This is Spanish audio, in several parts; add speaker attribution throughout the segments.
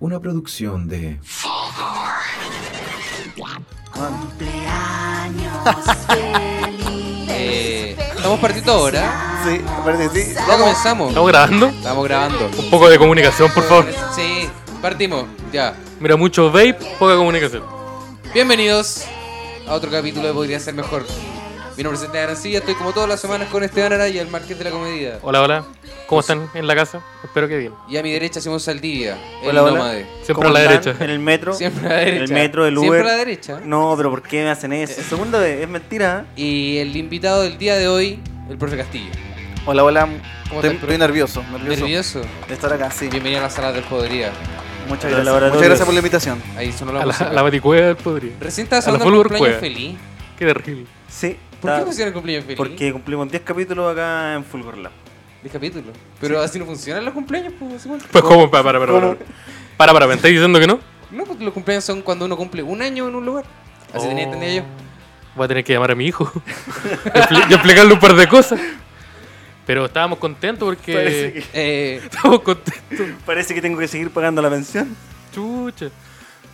Speaker 1: Una producción de
Speaker 2: Cumpleaños feliz.
Speaker 3: Eh, estamos partiendo ahora.
Speaker 4: Sí, parece que sí.
Speaker 3: Ya comenzamos.
Speaker 5: ¿Estamos grabando?
Speaker 3: Estamos grabando.
Speaker 5: Un poco de comunicación, por favor.
Speaker 3: Sí, partimos. Ya.
Speaker 5: Mira, mucho vape, poca comunicación.
Speaker 3: Bienvenidos a otro capítulo de Podría Ser Mejor. Mi nombre es Esteban Arancilla, estoy como todas las semanas con Esteban Araya, el marqués de la comedia.
Speaker 5: Hola, hola. ¿Cómo están en la casa? Espero que bien.
Speaker 3: Y a mi derecha hacemos Saldivia, el
Speaker 4: Hola, hola.
Speaker 3: nómade.
Speaker 5: Siempre
Speaker 4: ¿Cómo
Speaker 5: a la
Speaker 4: están?
Speaker 5: derecha.
Speaker 4: En el metro.
Speaker 3: Siempre a la
Speaker 4: En
Speaker 3: derecha.
Speaker 4: el metro, el Uber.
Speaker 3: Siempre a la derecha.
Speaker 4: No, pero ¿por qué me hacen eso? Segunda vez, es mentira.
Speaker 3: Y el invitado del día de hoy, el profe Castillo.
Speaker 4: Hola, hola.
Speaker 3: ¿Cómo
Speaker 6: Estoy,
Speaker 3: estás,
Speaker 6: estoy
Speaker 3: profe?
Speaker 6: nervioso, nervioso
Speaker 3: ¿Nervioso?
Speaker 6: de estar acá, sí.
Speaker 3: Bienvenido a la sala del podería.
Speaker 6: Muchas
Speaker 4: Al
Speaker 6: gracias.
Speaker 4: laboratorio.
Speaker 6: Muchas gracias por la invitación.
Speaker 3: Ahí sonó la
Speaker 5: A la,
Speaker 3: música.
Speaker 5: a la baticueva del podrido.
Speaker 3: Recién estaba
Speaker 5: a la
Speaker 3: sonando el
Speaker 5: Fulgor
Speaker 3: cumpleaños
Speaker 5: Cueva.
Speaker 3: feliz.
Speaker 5: Qué terrible.
Speaker 4: Sí.
Speaker 3: ¿Por
Speaker 4: está-
Speaker 3: qué no hicieron el cumpleaños feliz?
Speaker 4: Porque cumplimos 10 capítulos acá en Fulgor Lab.
Speaker 3: De capítulo. Pero así no funcionan los cumpleaños, pues, igual.
Speaker 5: Pues, ¿cómo? Para, para, para. Para, para, para, ¿me estáis diciendo que no?
Speaker 3: No, pues los cumpleaños son cuando uno cumple un año en un lugar. Así tenía
Speaker 5: Oh.
Speaker 3: entendido yo.
Speaker 5: Voy a tener que llamar a mi hijo y explicarle un par de cosas. Pero estábamos contentos
Speaker 4: Parece
Speaker 5: porque.
Speaker 4: que-
Speaker 3: Eh,
Speaker 5: Estábamos contentos.
Speaker 4: Parece que tengo que seguir pagando la pensión.
Speaker 5: Chucha.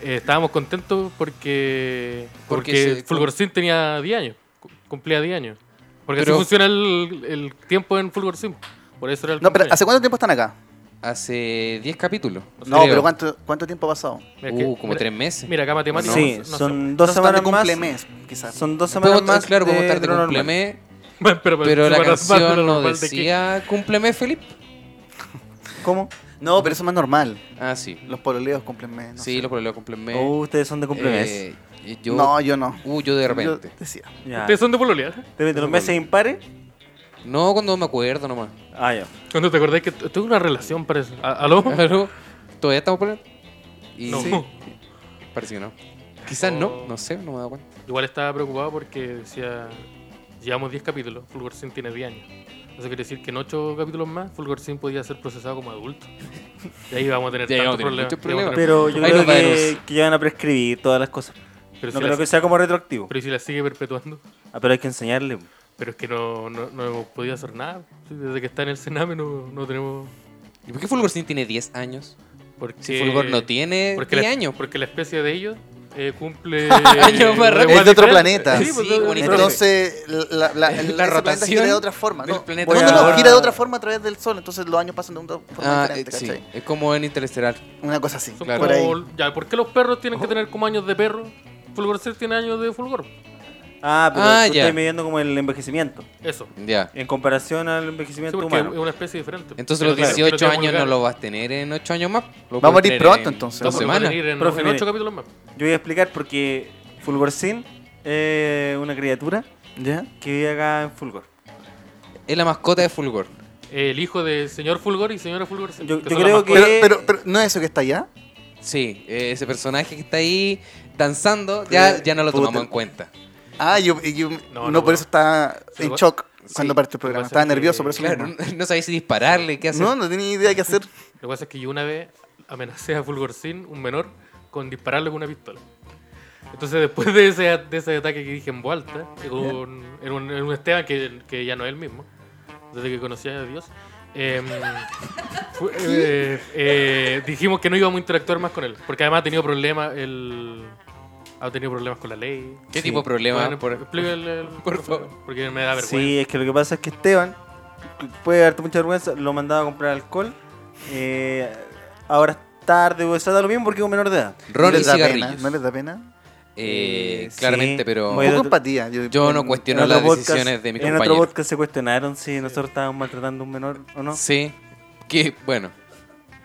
Speaker 5: Eh, estábamos contentos porque.
Speaker 3: Porque
Speaker 5: Porque,
Speaker 3: se-
Speaker 5: Fulgor Sim tenía 10 años. cu- Cumplía 10 años. Porque
Speaker 3: Pero-
Speaker 5: así funciona el, el tiempo en Fulgor Sim. Por eso era el.
Speaker 6: No, pero
Speaker 5: cumpleaños.
Speaker 6: ¿hace cuánto tiempo están acá?
Speaker 3: hace 10 capítulos.
Speaker 6: No,
Speaker 3: creo.
Speaker 6: pero ¿cuánto, cuánto tiempo ha pasado?
Speaker 5: Mira, es
Speaker 3: Uh,
Speaker 5: que-
Speaker 3: como
Speaker 5: mira-
Speaker 3: 3 meses.
Speaker 5: Mira, acá matemáticas.
Speaker 4: sí,
Speaker 5: no- no
Speaker 4: son
Speaker 5: sé.
Speaker 4: dos
Speaker 6: No están de
Speaker 4: semanas más.
Speaker 6: cumple mes, quizás.
Speaker 4: Son dos
Speaker 3: Podemos-
Speaker 4: semanas más.
Speaker 3: claro, podemos
Speaker 4: de
Speaker 3: estar de
Speaker 4: lo normal.
Speaker 3: cumpleaños,
Speaker 5: Bueno,
Speaker 3: pero la
Speaker 5: súper normal,
Speaker 3: canción no
Speaker 5: normal de que-
Speaker 3: decía cumpleaños feliz.
Speaker 4: ¿Cómo?
Speaker 6: No, pero eso es más normal.
Speaker 3: Ah, sí.
Speaker 6: Los pololeos cumplen mes. No
Speaker 3: sí,
Speaker 6: sé.
Speaker 3: los problemas cumpleaños.
Speaker 4: Oh, ustedes son de cumpleaños.
Speaker 3: Eh, y yo,
Speaker 6: No, yo no.
Speaker 3: Uh, yo de
Speaker 6: Yo
Speaker 3: repente.
Speaker 6: decía.
Speaker 4: ya.
Speaker 5: Ustedes son de ¿eh? pololear.
Speaker 4: ¿De de los meses impares?
Speaker 3: No, cuando me acuerdo nomás.
Speaker 4: Ah, ya.
Speaker 5: Cuando te acordás que t- tuve una relación, parece. ¿A- ¿Aló?
Speaker 3: Claro. ¿Todavía estamos por ahí? Y
Speaker 5: No.
Speaker 3: sí, parece que no. Quizás
Speaker 5: Oh.
Speaker 3: no, no sé, no me he dado cuenta.
Speaker 5: Igual estaba preocupado porque decía. Llevamos 10 capítulos, Fulgor Sim tiene 10 años. Eso quiere decir que en 8 capítulos más, Fulgor Sim podía ser procesado como adulto. Y ahí vamos a tener
Speaker 3: Ya
Speaker 5: tantos
Speaker 3: íbamos a tener
Speaker 5: problemas.
Speaker 3: muchos
Speaker 5: íbamos a tener
Speaker 4: Pero
Speaker 5: muchos
Speaker 4: yo
Speaker 3: Ahí
Speaker 4: creo
Speaker 3: nos
Speaker 4: que,
Speaker 3: vemos.
Speaker 4: que ya van a prescribir todas las cosas.
Speaker 5: problemas.
Speaker 4: No
Speaker 5: Pero si
Speaker 4: creo
Speaker 5: la-
Speaker 4: que sea como retroactivo.
Speaker 5: Pero si la sigue perpetuando.
Speaker 4: Ah, pero hay que enseñarle.
Speaker 5: Pero es que no, no, no hemos podido hacer nada. Sí, Desde que está en el Sename no, no tenemos.
Speaker 3: ¿Y por qué Fulgor Sin tiene 10 años?
Speaker 5: Porque,
Speaker 3: Si Fulgor no tiene
Speaker 5: porque
Speaker 3: 10
Speaker 5: la-
Speaker 3: años.
Speaker 5: Porque la especie de ellos eh, cumple.
Speaker 3: Años más
Speaker 5: igual
Speaker 3: rápido.
Speaker 6: Es de otro
Speaker 5: diferente.
Speaker 6: planeta.
Speaker 5: Sí, pues,
Speaker 3: Sí,
Speaker 5: no-
Speaker 3: un
Speaker 5: no-
Speaker 3: instante.
Speaker 6: Entonces, la, la, la-
Speaker 3: La
Speaker 6: ese planeta
Speaker 3: rotación
Speaker 6: gira de otra forma.
Speaker 3: del
Speaker 6: No,
Speaker 3: planeta.
Speaker 6: No,
Speaker 4: Voy
Speaker 6: no,
Speaker 4: a-
Speaker 6: no, gira de otra forma a través del sol. Entonces, los años pasan de una forma
Speaker 3: Ah,
Speaker 6: diferente,
Speaker 3: eh, sí.
Speaker 6: ¿cachai?
Speaker 3: Es como en Interestelar.
Speaker 6: Una cosa así.
Speaker 5: Son
Speaker 3: Claro.
Speaker 6: Por ahí.
Speaker 5: como- ya, ¿por qué los perros tienen
Speaker 3: Oh.
Speaker 5: que tener como años de perro? Fulgor Ser tiene años de Fulgor.
Speaker 4: Ah, pero
Speaker 3: Ah,
Speaker 4: tú
Speaker 3: ya.
Speaker 4: estás midiendo como el envejecimiento.
Speaker 5: Eso.
Speaker 3: Ya.
Speaker 4: En comparación al
Speaker 5: Sí,
Speaker 4: envejecimiento
Speaker 5: porque es
Speaker 4: humano.
Speaker 5: una especie diferente.
Speaker 3: Entonces
Speaker 5: Pero
Speaker 3: los
Speaker 5: claro,
Speaker 3: 18
Speaker 5: quiero que
Speaker 3: años no
Speaker 5: vulgar.
Speaker 3: lo vas a tener en 8 años más. Lo
Speaker 6: Va
Speaker 3: puedes
Speaker 6: a morir
Speaker 3: tener
Speaker 6: pronto,
Speaker 3: en
Speaker 6: entonces.
Speaker 5: No,
Speaker 3: Dos
Speaker 5: pero va a
Speaker 3: semanas.
Speaker 5: venir en,
Speaker 4: Profe,
Speaker 5: en
Speaker 4: mire.
Speaker 5: ocho capítulos más.
Speaker 4: Yo voy a explicar porque Fulgorcín es una criatura
Speaker 6: ¿Ya?
Speaker 4: que vive acá en Fulgor.
Speaker 3: Es la mascota de Fulgor.
Speaker 5: El hijo del señor Fulgor y señora Fulgor. sí,
Speaker 4: Yo-
Speaker 5: que
Speaker 4: yo
Speaker 5: son la
Speaker 4: creo
Speaker 5: mascota.
Speaker 4: que-
Speaker 6: Pero, pero, pero, ¿no es eso que está allá?
Speaker 3: Sí, eh, ese personaje que está ahí danzando, ya, ya no lo
Speaker 6: Puta.
Speaker 3: tomamos en cuenta.
Speaker 6: Ah, yo, yo-
Speaker 5: No,
Speaker 6: no,
Speaker 5: no,
Speaker 6: por
Speaker 5: no.
Speaker 6: eso estaba
Speaker 5: Se
Speaker 6: en
Speaker 5: va-
Speaker 6: shock
Speaker 3: sí,
Speaker 6: cuando partió el
Speaker 5: lo que
Speaker 6: programa.
Speaker 5: pasa
Speaker 6: Estaba
Speaker 5: es que-
Speaker 6: nervioso por eso
Speaker 3: Claro,
Speaker 6: mismo.
Speaker 3: no, no sabía si dispararle, qué hacer.
Speaker 6: No, no tenía ni idea qué hacer.
Speaker 5: Lo que pasa es que yo una vez amenacé a Fulgorcín, un menor, con dispararle con una pistola. Entonces, después de ese, de ese ataque que dije en Vuelta, en un, en un, en un Esteban que, que ya no es el mismo, desde que conocí a Dios, em, fu- eh, eh, dijimos que no íbamos a interactuar más con él. Porque además ha tenido problemas, el, ha tenido problemas con la ley.
Speaker 3: ¿Qué
Speaker 4: Sí.
Speaker 3: tipo de problema?
Speaker 5: Bueno, explícale al-
Speaker 3: Por favor.
Speaker 5: Porque me
Speaker 3: Ah,
Speaker 5: da vergüenza.
Speaker 4: Sí, es que lo que pasa es que Esteban, puede darte mucha vergüenza, lo mandaba a comprar alcohol. eh, ahora es tarde, o sea, da lo mismo porque es un menor de edad.
Speaker 3: Ron
Speaker 6: ¿No
Speaker 3: y
Speaker 6: les da pena?
Speaker 3: cigarrillos.
Speaker 6: ¿No les da pena?
Speaker 3: Eh,
Speaker 4: Sí,
Speaker 3: claramente, pero...
Speaker 6: Un
Speaker 4: Voy a-
Speaker 6: poco ah, de empatía.
Speaker 3: Yo no cuestiono
Speaker 4: En otro
Speaker 3: las
Speaker 4: podcast-
Speaker 3: decisiones de mis
Speaker 4: En otro
Speaker 3: compañeros.
Speaker 4: podcast se cuestionaron si nosotros estábamos maltratando a un menor o no.
Speaker 3: Sí, que bueno.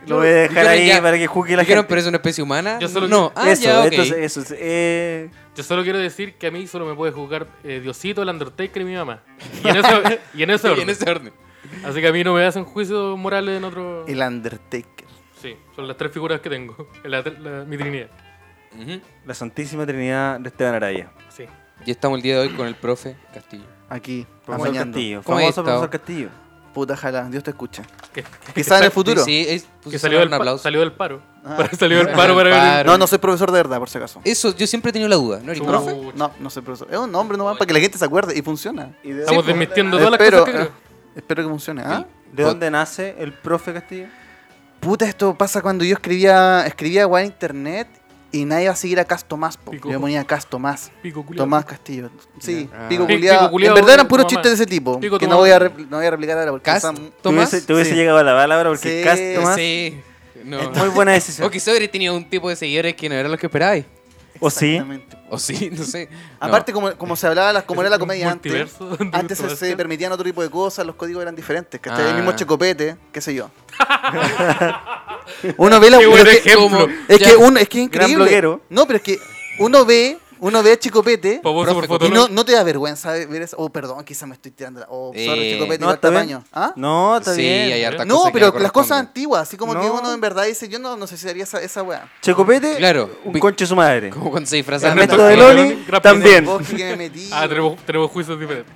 Speaker 4: Lo voy a dejar
Speaker 3: Dijeron
Speaker 4: ahí
Speaker 3: ya.
Speaker 4: para que juzgue la
Speaker 3: Dijeron,
Speaker 4: gente.
Speaker 3: pero es una especie humana.
Speaker 5: Yo solo-
Speaker 3: no, ah,
Speaker 4: eso,
Speaker 3: ya, ok.
Speaker 4: entonces, eso. es, eh,
Speaker 5: Yo solo quiero decir que a mí solo me puede juzgar eh, Diosito, el Undertaker y mi mamá. Y en ese, y en ese
Speaker 3: Sí,
Speaker 5: orden.
Speaker 3: en ese orden.
Speaker 5: Así que a mí no me hacen juicios morales en otro.
Speaker 6: El Undertaker.
Speaker 5: Sí, son las tres figuras que tengo. La- la- mi trinidad.
Speaker 3: Ujú.
Speaker 4: la Santísima Trinidad de Esteban Araya.
Speaker 5: Sí.
Speaker 3: Y estamos el día de hoy con el profe Castillo.
Speaker 6: Aquí,
Speaker 4: Profesor
Speaker 6: amañando.
Speaker 4: Castillo.
Speaker 3: ¿Cómo has
Speaker 4: Famoso
Speaker 3: estado?
Speaker 4: profesor Castillo.
Speaker 6: Puta jala, Dios te escucha.
Speaker 5: Que,
Speaker 6: Quizás en el futuro.
Speaker 3: Sí, es- pues,
Speaker 5: que salió,
Speaker 3: un
Speaker 5: del pa-
Speaker 3: aplauso.
Speaker 5: salió del paro.
Speaker 6: Ah.
Speaker 5: Para- salió del paro para
Speaker 3: Paro.
Speaker 5: ver.
Speaker 6: No, no soy profesor de verdad, por si acaso.
Speaker 3: Eso, yo siempre he tenido la duda. ¿No eres
Speaker 5: Su-
Speaker 3: profe?
Speaker 6: No, no soy profesor. Es un nombre nomás para que la gente se acuerde y funciona.
Speaker 3: pues,
Speaker 5: Estamos
Speaker 3: eh,
Speaker 5: desmintiendo todas las
Speaker 6: espero,
Speaker 5: cosas que creo.
Speaker 6: ah, espero que funcione. ¿ah?
Speaker 4: ¿De
Speaker 3: Pod-
Speaker 4: dónde nace el profe Castillo?
Speaker 6: Puta, esto pasa cuando yo escribía escribía weá en internet y nadie va a seguir a Cas Tomás. po.
Speaker 5: Pico.
Speaker 6: Yo ponía Cas Tomás.
Speaker 5: Pico culiao.
Speaker 6: Tomás Castillo. Sí,
Speaker 3: Ah.
Speaker 6: pico
Speaker 5: Pico
Speaker 6: culiado.
Speaker 5: culiao,
Speaker 6: En verdad eran
Speaker 5: tu
Speaker 6: puros
Speaker 5: mamá.
Speaker 6: chistes de ese tipo.
Speaker 5: Pico
Speaker 6: que
Speaker 5: tu
Speaker 6: no
Speaker 5: mamá.
Speaker 6: voy, a re- no voy a replicar ahora porque
Speaker 3: Cast
Speaker 6: son-
Speaker 4: Te
Speaker 3: Tomás.
Speaker 4: hubiese, te hubiese
Speaker 6: Sí.
Speaker 4: llegado a la palabra porque
Speaker 6: Sí,
Speaker 4: Cast Tomás
Speaker 3: Sí. No.
Speaker 4: es muy buena
Speaker 3: O
Speaker 4: decisión.
Speaker 3: quizá hubieras tenido un tipo de seguidores que no eran los que esperabais.
Speaker 4: O sí.
Speaker 6: Exactamente.
Speaker 3: O sí, no sé. No.
Speaker 6: Aparte, como, como se hablaba, las- como era la comedia antes,
Speaker 5: multiverso de
Speaker 6: antes se,
Speaker 5: Sebastián.
Speaker 6: permitían otro tipo de cosas, los códigos eran diferentes. ¿cachai?
Speaker 3: Ah.
Speaker 6: El mismo checopete, qué sé yo. uno ve la
Speaker 5: Qué buen
Speaker 6: pero es que-
Speaker 5: ejemplo.
Speaker 6: Es
Speaker 3: Ya.
Speaker 6: que, uno, es que es increíble.
Speaker 4: bloguero.
Speaker 6: No, pero es que uno ve, uno ve a Checopete
Speaker 5: Famoso por
Speaker 3: Profe,
Speaker 5: Fotolog.
Speaker 6: y no, no te da vergüenza de ver eso. Oh, perdón, quizás me estoy tirando. la- Oh, sorry,
Speaker 3: Eh,
Speaker 6: Checopete,
Speaker 4: no,
Speaker 6: igual
Speaker 4: está bien.
Speaker 6: tamaño. ¿Ah?
Speaker 4: No, está
Speaker 3: sí,
Speaker 4: bien.
Speaker 3: hay harta
Speaker 6: No,
Speaker 3: cosa que
Speaker 6: pero las
Speaker 3: corresponde.
Speaker 6: cosas antiguas, así como que
Speaker 4: No.
Speaker 6: uno en verdad dice, yo no, no sé si haría esa, esa weá.
Speaker 4: Checopete,
Speaker 3: Claro.
Speaker 4: un conche su madre.
Speaker 3: Como cuando se disfrazaban.
Speaker 4: Ernesto
Speaker 5: Ernesto
Speaker 4: de
Speaker 5: Deloni,
Speaker 4: Loli
Speaker 5: Grappling
Speaker 6: El
Speaker 4: también.
Speaker 6: bosque Oh, que me metí.
Speaker 5: Ah, tenemos, tenemos juicios diferentes.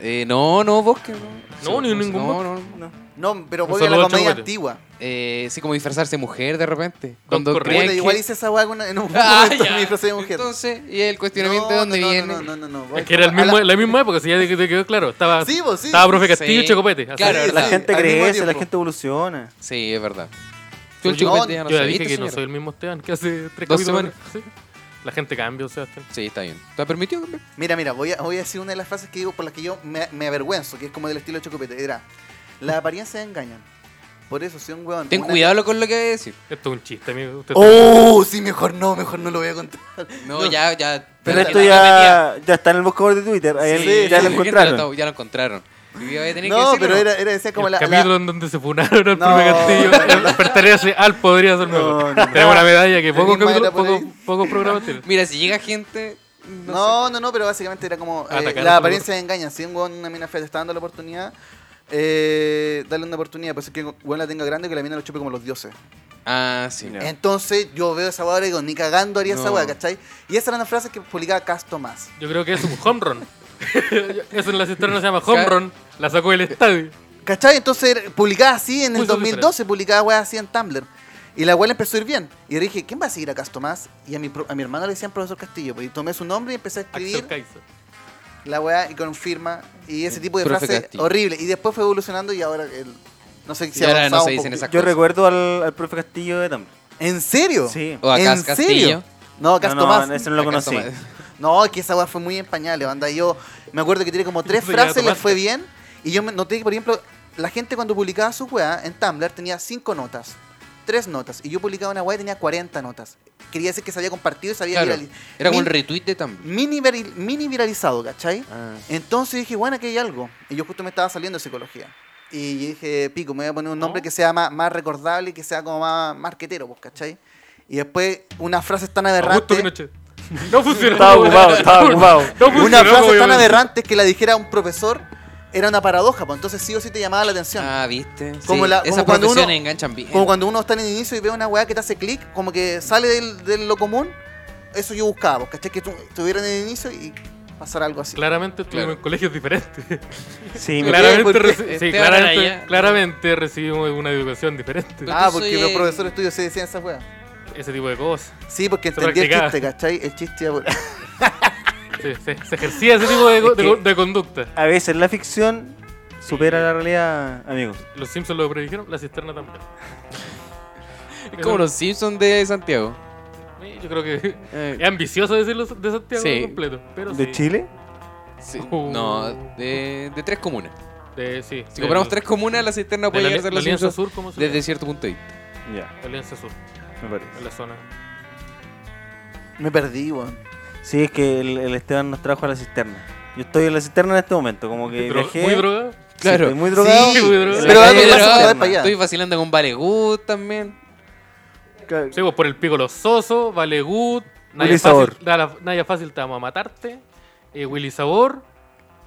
Speaker 3: Eh, no, no, Bosque. No,
Speaker 5: No, ni ningún
Speaker 3: No, no, no.
Speaker 6: No, pero
Speaker 5: Un
Speaker 6: voy a la
Speaker 5: saludo a
Speaker 6: comedia
Speaker 5: Checopete.
Speaker 6: antigua.
Speaker 3: Eh, sí, como disfrazarse de mujer de repente. Cuando
Speaker 5: Correa.
Speaker 3: crean
Speaker 6: Puta,
Speaker 3: que-
Speaker 6: igual hice esa weá alguna- en un
Speaker 3: Ah,
Speaker 6: momento
Speaker 3: ya.
Speaker 6: me disfrazé de mujer.
Speaker 3: Entonces, y el cuestionamiento de
Speaker 6: No,
Speaker 3: dónde
Speaker 6: no, no,
Speaker 3: viene.
Speaker 6: No, no, no, no, voy
Speaker 5: Es que era el
Speaker 6: como a
Speaker 5: mismo,
Speaker 6: la-
Speaker 5: la misma época, si ya te, te quedó claro. Estaba,
Speaker 6: Sí, vos, sí.
Speaker 5: estaba profe Castillo
Speaker 3: Sí.
Speaker 5: y Checopete. así.
Speaker 3: Claro,
Speaker 6: Sí,
Speaker 4: La
Speaker 6: sí,
Speaker 4: gente
Speaker 6: al mismo
Speaker 4: crece, la
Speaker 6: tiempo.
Speaker 4: gente evoluciona.
Speaker 3: Sí, es verdad. Yo el
Speaker 5: Yo-
Speaker 3: chupete ya no
Speaker 5: Yo ya
Speaker 3: sé,
Speaker 5: dije
Speaker 3: ¿viste,
Speaker 5: que no
Speaker 3: señora?
Speaker 5: soy el mismo Esteban que hace tres
Speaker 3: Dos
Speaker 5: capítulos. Sí. La gente cambia, o sea,
Speaker 3: Sí, está bien. ¿Te permitió? cambiar?
Speaker 6: Mira, mira, voy a, voy a decir una de las frases que digo por las que yo me, me avergüenzo, que es como del estilo de Chocopete. Era, las apariencias engañan. Por eso, si un weón...
Speaker 3: Ten
Speaker 6: una-
Speaker 3: cuidado con lo que voy a decir.
Speaker 5: esto es un chiste, amigo. Usted
Speaker 6: ¡Oh! Sí, mejor no, mejor no lo voy a contar.
Speaker 3: No, ya, ya.
Speaker 4: Pero
Speaker 3: ya-
Speaker 4: esto
Speaker 3: ya metía.
Speaker 4: ya, ya está en el buscador de Twitter. ahí
Speaker 3: Sí,
Speaker 4: el- ya
Speaker 3: la
Speaker 4: lo
Speaker 3: gente
Speaker 4: encontraron.
Speaker 3: lo- Ya lo encontraron. Y voy a tener que
Speaker 6: No,
Speaker 3: decirlo,
Speaker 6: pero era, era decía como
Speaker 5: el
Speaker 6: la...
Speaker 5: capítulo
Speaker 6: la-
Speaker 5: en donde se funaron al
Speaker 6: No.
Speaker 5: profe Castillo pertenece al Podría Ser Mejor.
Speaker 4: No, no, no.
Speaker 5: Tenemos la medalla que pocos
Speaker 6: misma
Speaker 5: capítulos-
Speaker 6: era por
Speaker 5: pocos
Speaker 6: ahí.
Speaker 5: pocos programas tienen.
Speaker 3: Mira, si llega gente. No. sé.
Speaker 6: No, no, no, pero básicamente era como...
Speaker 5: Atacar a
Speaker 6: Eh,
Speaker 5: todo el
Speaker 6: las
Speaker 5: mundo.
Speaker 6: apariencias engañan. Si un weón, una mina fea te está dando la oportunidad... Eh, dale una oportunidad, pues es que el weón la tenga grande y que la mina lo chupe como los dioses.
Speaker 3: Ah, sí.
Speaker 4: Ya.
Speaker 6: Entonces yo veo esa weá y digo, ni cagando haría esa
Speaker 3: No.
Speaker 6: weá, ¿cachai? Y esas eran las frases que publicaba Casto más.
Speaker 5: Yo creo que es un home run. Eso en la cisterna se llama home
Speaker 3: Ca-
Speaker 5: run. La sacó del estadio.
Speaker 6: ¿Cachai? Entonces era- publicaba así en el
Speaker 5: Justo
Speaker 6: 2012, publicaba weá así en Tumblr. Y la weá le empezó a ir bien. Y yo dije, ¿quién va a seguir a Casto más? Y a mi, pro- a mi hermano le decían profesor Castillo. Pues, y tomé su nombre y empecé a
Speaker 5: Axel
Speaker 6: escribir
Speaker 5: Kaiser.
Speaker 6: la weá y con firma. Y ese tipo de
Speaker 3: Profe
Speaker 6: frases
Speaker 3: Castillo.
Speaker 6: horrible. Y después fue evolucionando y ahora el- no sé si
Speaker 3: Y ahora
Speaker 6: ha
Speaker 3: no
Speaker 6: avanzado
Speaker 3: se
Speaker 6: un
Speaker 3: dicen
Speaker 6: poco.
Speaker 3: esas
Speaker 4: Yo
Speaker 3: cosas.
Speaker 4: recuerdo al, al profe Castillo de Tumblr.
Speaker 6: ¿En serio?
Speaker 4: Sí.
Speaker 3: O a Cas
Speaker 6: ¿En
Speaker 3: Castillo.
Speaker 6: serio? No, Casto
Speaker 4: no, no,
Speaker 6: más.
Speaker 4: ese no lo
Speaker 3: Acá
Speaker 4: conocí.
Speaker 3: toma-
Speaker 6: No, es que esa weá fue muy en pañales, banda. Yo me acuerdo que tiene como tres
Speaker 5: Entonces ya
Speaker 6: frases, le
Speaker 5: tomaste.
Speaker 6: fue bien. Y yo me noté que, por ejemplo, la gente cuando publicaba su weá en Tumblr tenía cinco notas, tres notas. Y yo publicaba una weá y tenía 40 notas. Quería decir que se había compartido y se había
Speaker 3: Claro.
Speaker 6: virali-
Speaker 3: Era como
Speaker 6: mi-
Speaker 3: el retweet de Tumblr.
Speaker 6: mini, virali- mini viralizado, ¿cachai?
Speaker 3: Ah.
Speaker 6: Entonces dije, bueno, aquí hay algo. Y yo justo me estaba saliendo de psicología. Y dije, pico, me voy a poner un nombre que sea más, más recordable y que sea como más marquetero, pues, ¿cachai? Y después unas frases tan
Speaker 5: Augusto
Speaker 6: aberrantes.
Speaker 5: Pinochet. No funcionó.
Speaker 4: Estaba ocupado, estaba ocupado.
Speaker 5: No funcionó,
Speaker 6: Una
Speaker 5: como
Speaker 6: frase
Speaker 5: yo
Speaker 6: tan
Speaker 5: pensé.
Speaker 6: aberrante que la dijera un profesor era una paradoja, pues entonces sí o sí te llamaba la atención.
Speaker 3: Ah, viste.
Speaker 6: Como
Speaker 3: Sí,
Speaker 6: la- como
Speaker 3: Esas
Speaker 6: cuando uno-
Speaker 3: profesiones enganchan bien.
Speaker 6: Como cuando uno está en el inicio y ve una weá que te hace clic, como que sale del, de lo común, eso yo buscaba, pues, ¿cachai? Que tu- estuviera en el inicio y pasara algo así.
Speaker 5: Claramente estuvimos
Speaker 3: Claro.
Speaker 5: en colegios diferentes.
Speaker 4: Sí,
Speaker 3: ¿Por
Speaker 4: mira,
Speaker 5: Claramente,
Speaker 3: Porque
Speaker 5: reci- sí,
Speaker 3: Esteban
Speaker 5: claramente,
Speaker 3: Araya-
Speaker 5: claramente recibimos una educación diferente.
Speaker 3: Pero
Speaker 6: Ah,
Speaker 3: tú
Speaker 6: porque
Speaker 3: soy
Speaker 6: los
Speaker 3: el-
Speaker 6: profesores tuyos se decían esas weas.
Speaker 5: Ese tipo de cosas.
Speaker 6: Sí, porque
Speaker 5: Se
Speaker 6: entendí el
Speaker 5: practicaba.
Speaker 6: chiste, ¿cachai? El chiste era por-
Speaker 5: Se, se- se ejercía ese tipo de, co- de co- de conducta.
Speaker 4: a veces la ficción supera la realidad, amigos.
Speaker 5: Los Simpsons lo predijeron, la cisterna también.
Speaker 3: Es como los Simpsons de Santiago.
Speaker 5: Sí, Yo creo que
Speaker 3: Eh,
Speaker 5: es ambicioso decirlo de Santiago
Speaker 3: Sí.
Speaker 5: completo. Pero
Speaker 4: ¿De
Speaker 5: sí.
Speaker 4: Chile?
Speaker 3: sí,
Speaker 5: Uh.
Speaker 3: No, de, de tres comunas.
Speaker 5: De- sí,
Speaker 3: Si
Speaker 5: de-
Speaker 3: compramos tres comunas, la cisterna
Speaker 5: de
Speaker 3: puede
Speaker 5: la,
Speaker 3: llegar a ser
Speaker 5: la
Speaker 3: los
Speaker 5: Alianza
Speaker 3: Simpsons
Speaker 5: Sur, ¿cómo se
Speaker 3: desde
Speaker 5: llama?
Speaker 3: cierto punto de vista.
Speaker 4: Ya,
Speaker 5: Alianza Sur,
Speaker 4: me
Speaker 5: en
Speaker 4: parece.
Speaker 5: la zona.
Speaker 6: Me perdí, weón.
Speaker 4: Sí, es que el, el Esteban nos trajo a la cisterna. Yo estoy en la cisterna en este momento, como que
Speaker 5: Dro-
Speaker 4: viajé.
Speaker 5: muy drogado.
Speaker 4: Sí,
Speaker 3: Claro. ah,
Speaker 4: estoy muy drogado.
Speaker 5: Sí, muy drogado.
Speaker 4: En la
Speaker 6: Pero
Speaker 4: calle
Speaker 6: algo
Speaker 4: de la
Speaker 6: pasa,
Speaker 4: cisterna.
Speaker 6: va para allá.
Speaker 3: Estoy vacilando con Valegut también.
Speaker 4: Claro.
Speaker 5: Sí, pues, por el Piccolo Soso, Valegut, Naya
Speaker 4: Willy
Speaker 5: Fácil,
Speaker 4: Sabor.
Speaker 5: Nala- Naya Fácil te vamos a matarte, eh, Willy Sabor,